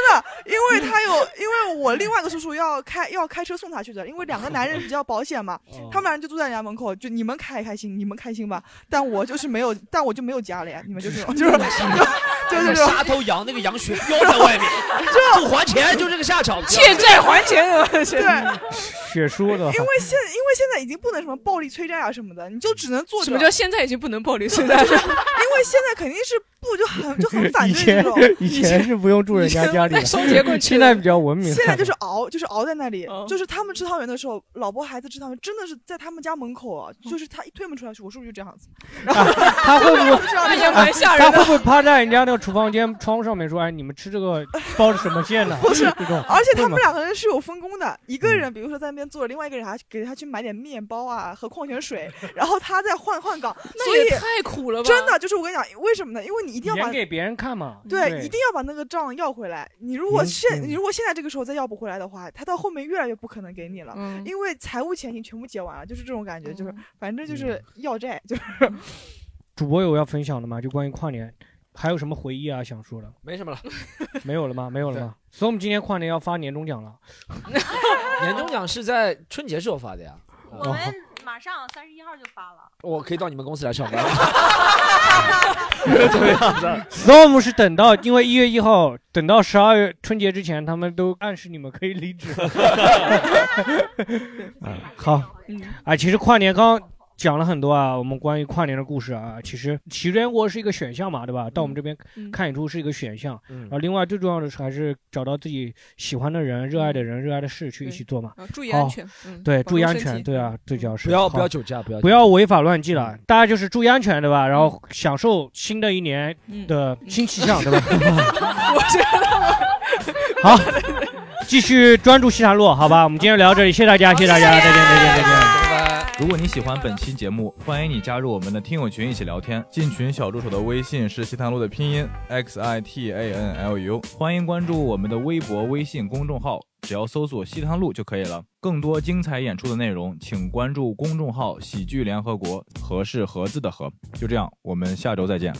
Speaker 3: <laughs> 的，因为他有，因为我另外一个叔叔要开要开车送他去的，因为两个男人比较保
Speaker 1: <laughs>
Speaker 3: 险嘛，
Speaker 1: 哦
Speaker 3: 他们俩人就坐在人家门口，就你们开开心，你们开心吧，但我就是没有，但我就没有家了呀，你们就是就是就是这
Speaker 1: 在
Speaker 3: <laughs> 种
Speaker 1: 杀头羊那个羊血 <laughs> 飘在
Speaker 3: <laughs>
Speaker 1: 外面，不还钱就这个下场，
Speaker 3: 欠债还钱啊
Speaker 1: <laughs> 是
Speaker 3: <laughs> 对
Speaker 2: 血书的，
Speaker 3: 因为现因为现在已经不能什么暴力催债啊什么的，你就只能坐着。
Speaker 4: 什么叫现在已经不能暴力催债了
Speaker 3: <laughs> 因为现在肯定是不就很就很反
Speaker 2: 以
Speaker 3: 对这
Speaker 2: 前
Speaker 3: 种。
Speaker 2: 以前是不用住人家家里的，
Speaker 3: 以前带双节棍去
Speaker 2: 现在比较文明。
Speaker 3: 现在就是熬，就是熬在那里，
Speaker 4: 哦
Speaker 3: 就是他们吃汤圆的时候，老婆孩子吃汤圆，真的是在他们家门口啊，就是他一推门出来，我叔叔就这样子，然后
Speaker 2: 啊
Speaker 3: <laughs>
Speaker 2: 他会不会
Speaker 3: 这样子
Speaker 2: 哎他
Speaker 3: <laughs>
Speaker 2: 会不 <laughs> 会趴在人家那个厨房间窗户上面说：“哎，你们吃这个包的什么馅呢？”
Speaker 3: <laughs> 不是，
Speaker 2: 这种
Speaker 3: 而且他
Speaker 2: 会吗嗯
Speaker 3: 们两个人是有分工的，一个人比如说在那边坐着，另外一个人还给他去买点面包啊和矿泉水，然后他再换换岗，
Speaker 4: <laughs> 那
Speaker 3: 所以
Speaker 4: 也太苦了吧
Speaker 3: 真的就是我跟你讲，为什么呢？因为你一定要把
Speaker 2: 演给别人看嘛。
Speaker 3: 对，
Speaker 2: 对，
Speaker 3: 一定要把那个账要回来。你如果
Speaker 2: 嗯
Speaker 3: 现、
Speaker 2: 嗯
Speaker 3: 你如果现在这个时候再要不回来的话，他到后面越来越不可能给你了，
Speaker 4: 嗯
Speaker 3: 因为财务钱已经全部结完了，就是这种感觉，就是反
Speaker 2: 嗯
Speaker 3: 正就是要债，就是
Speaker 2: 主播有要分享的吗？就关于跨年，还有什么回忆啊？想说的
Speaker 1: 没什么了。
Speaker 2: 没有了吗？没有了吗？所以我们今天跨年要发年终奖了。
Speaker 1: 年终奖是在春节时候发的呀，
Speaker 2: 我们
Speaker 14: 马上三十一号就发了。
Speaker 1: 我可以到你们公司来
Speaker 14: <laughs>
Speaker 1: 上班 <laughs> 了，怎么样子？
Speaker 2: <laughs> Storm 是等到，因为一月一号，等到十二月春节之前，他们都暗示你们可以离 <laughs> 职。啊，好，啊，其实跨年刚刚讲了很多啊，我们关于跨年的故事啊，其实喜人国是一个选项嘛，对吧？到我们这边
Speaker 4: 嗯
Speaker 2: 看演出是一个选项，
Speaker 1: 嗯
Speaker 2: 然后另外最重要的是还是找到自己喜欢的人、热爱的人、热爱的事去一起做嘛
Speaker 4: 啊。注意
Speaker 2: 好
Speaker 4: 安全嗯
Speaker 2: 对，
Speaker 4: 保
Speaker 2: 注意
Speaker 4: 重
Speaker 2: 安
Speaker 4: 身
Speaker 2: 全，
Speaker 4: 体
Speaker 2: 对啊，最主要是
Speaker 1: 不要
Speaker 2: 好
Speaker 1: 不要酒驾不要酒
Speaker 2: 不要违法乱纪了，大家就是注意安全，对吧？然后享受新的一年
Speaker 4: 嗯
Speaker 2: 的新气象，对吧？ <laughs>
Speaker 4: 我觉得
Speaker 2: 好，继续专注西塔路，好吧？我们今天聊到这里，谢谢大家，谢谢大家，再见，再见，再见。
Speaker 7: 如果你喜欢本期节目，欢迎你加入我们的听友群一起聊天。进群小助手的微信是西塘路的拼音 x i t a n l u，欢迎关注我们的微博、微信公众号，只要搜索“西塘路”就可以了。更多精彩演出的内容，请关注公众号“喜剧联合国”，和是“盒字的“和”。就这样，我们下周再见。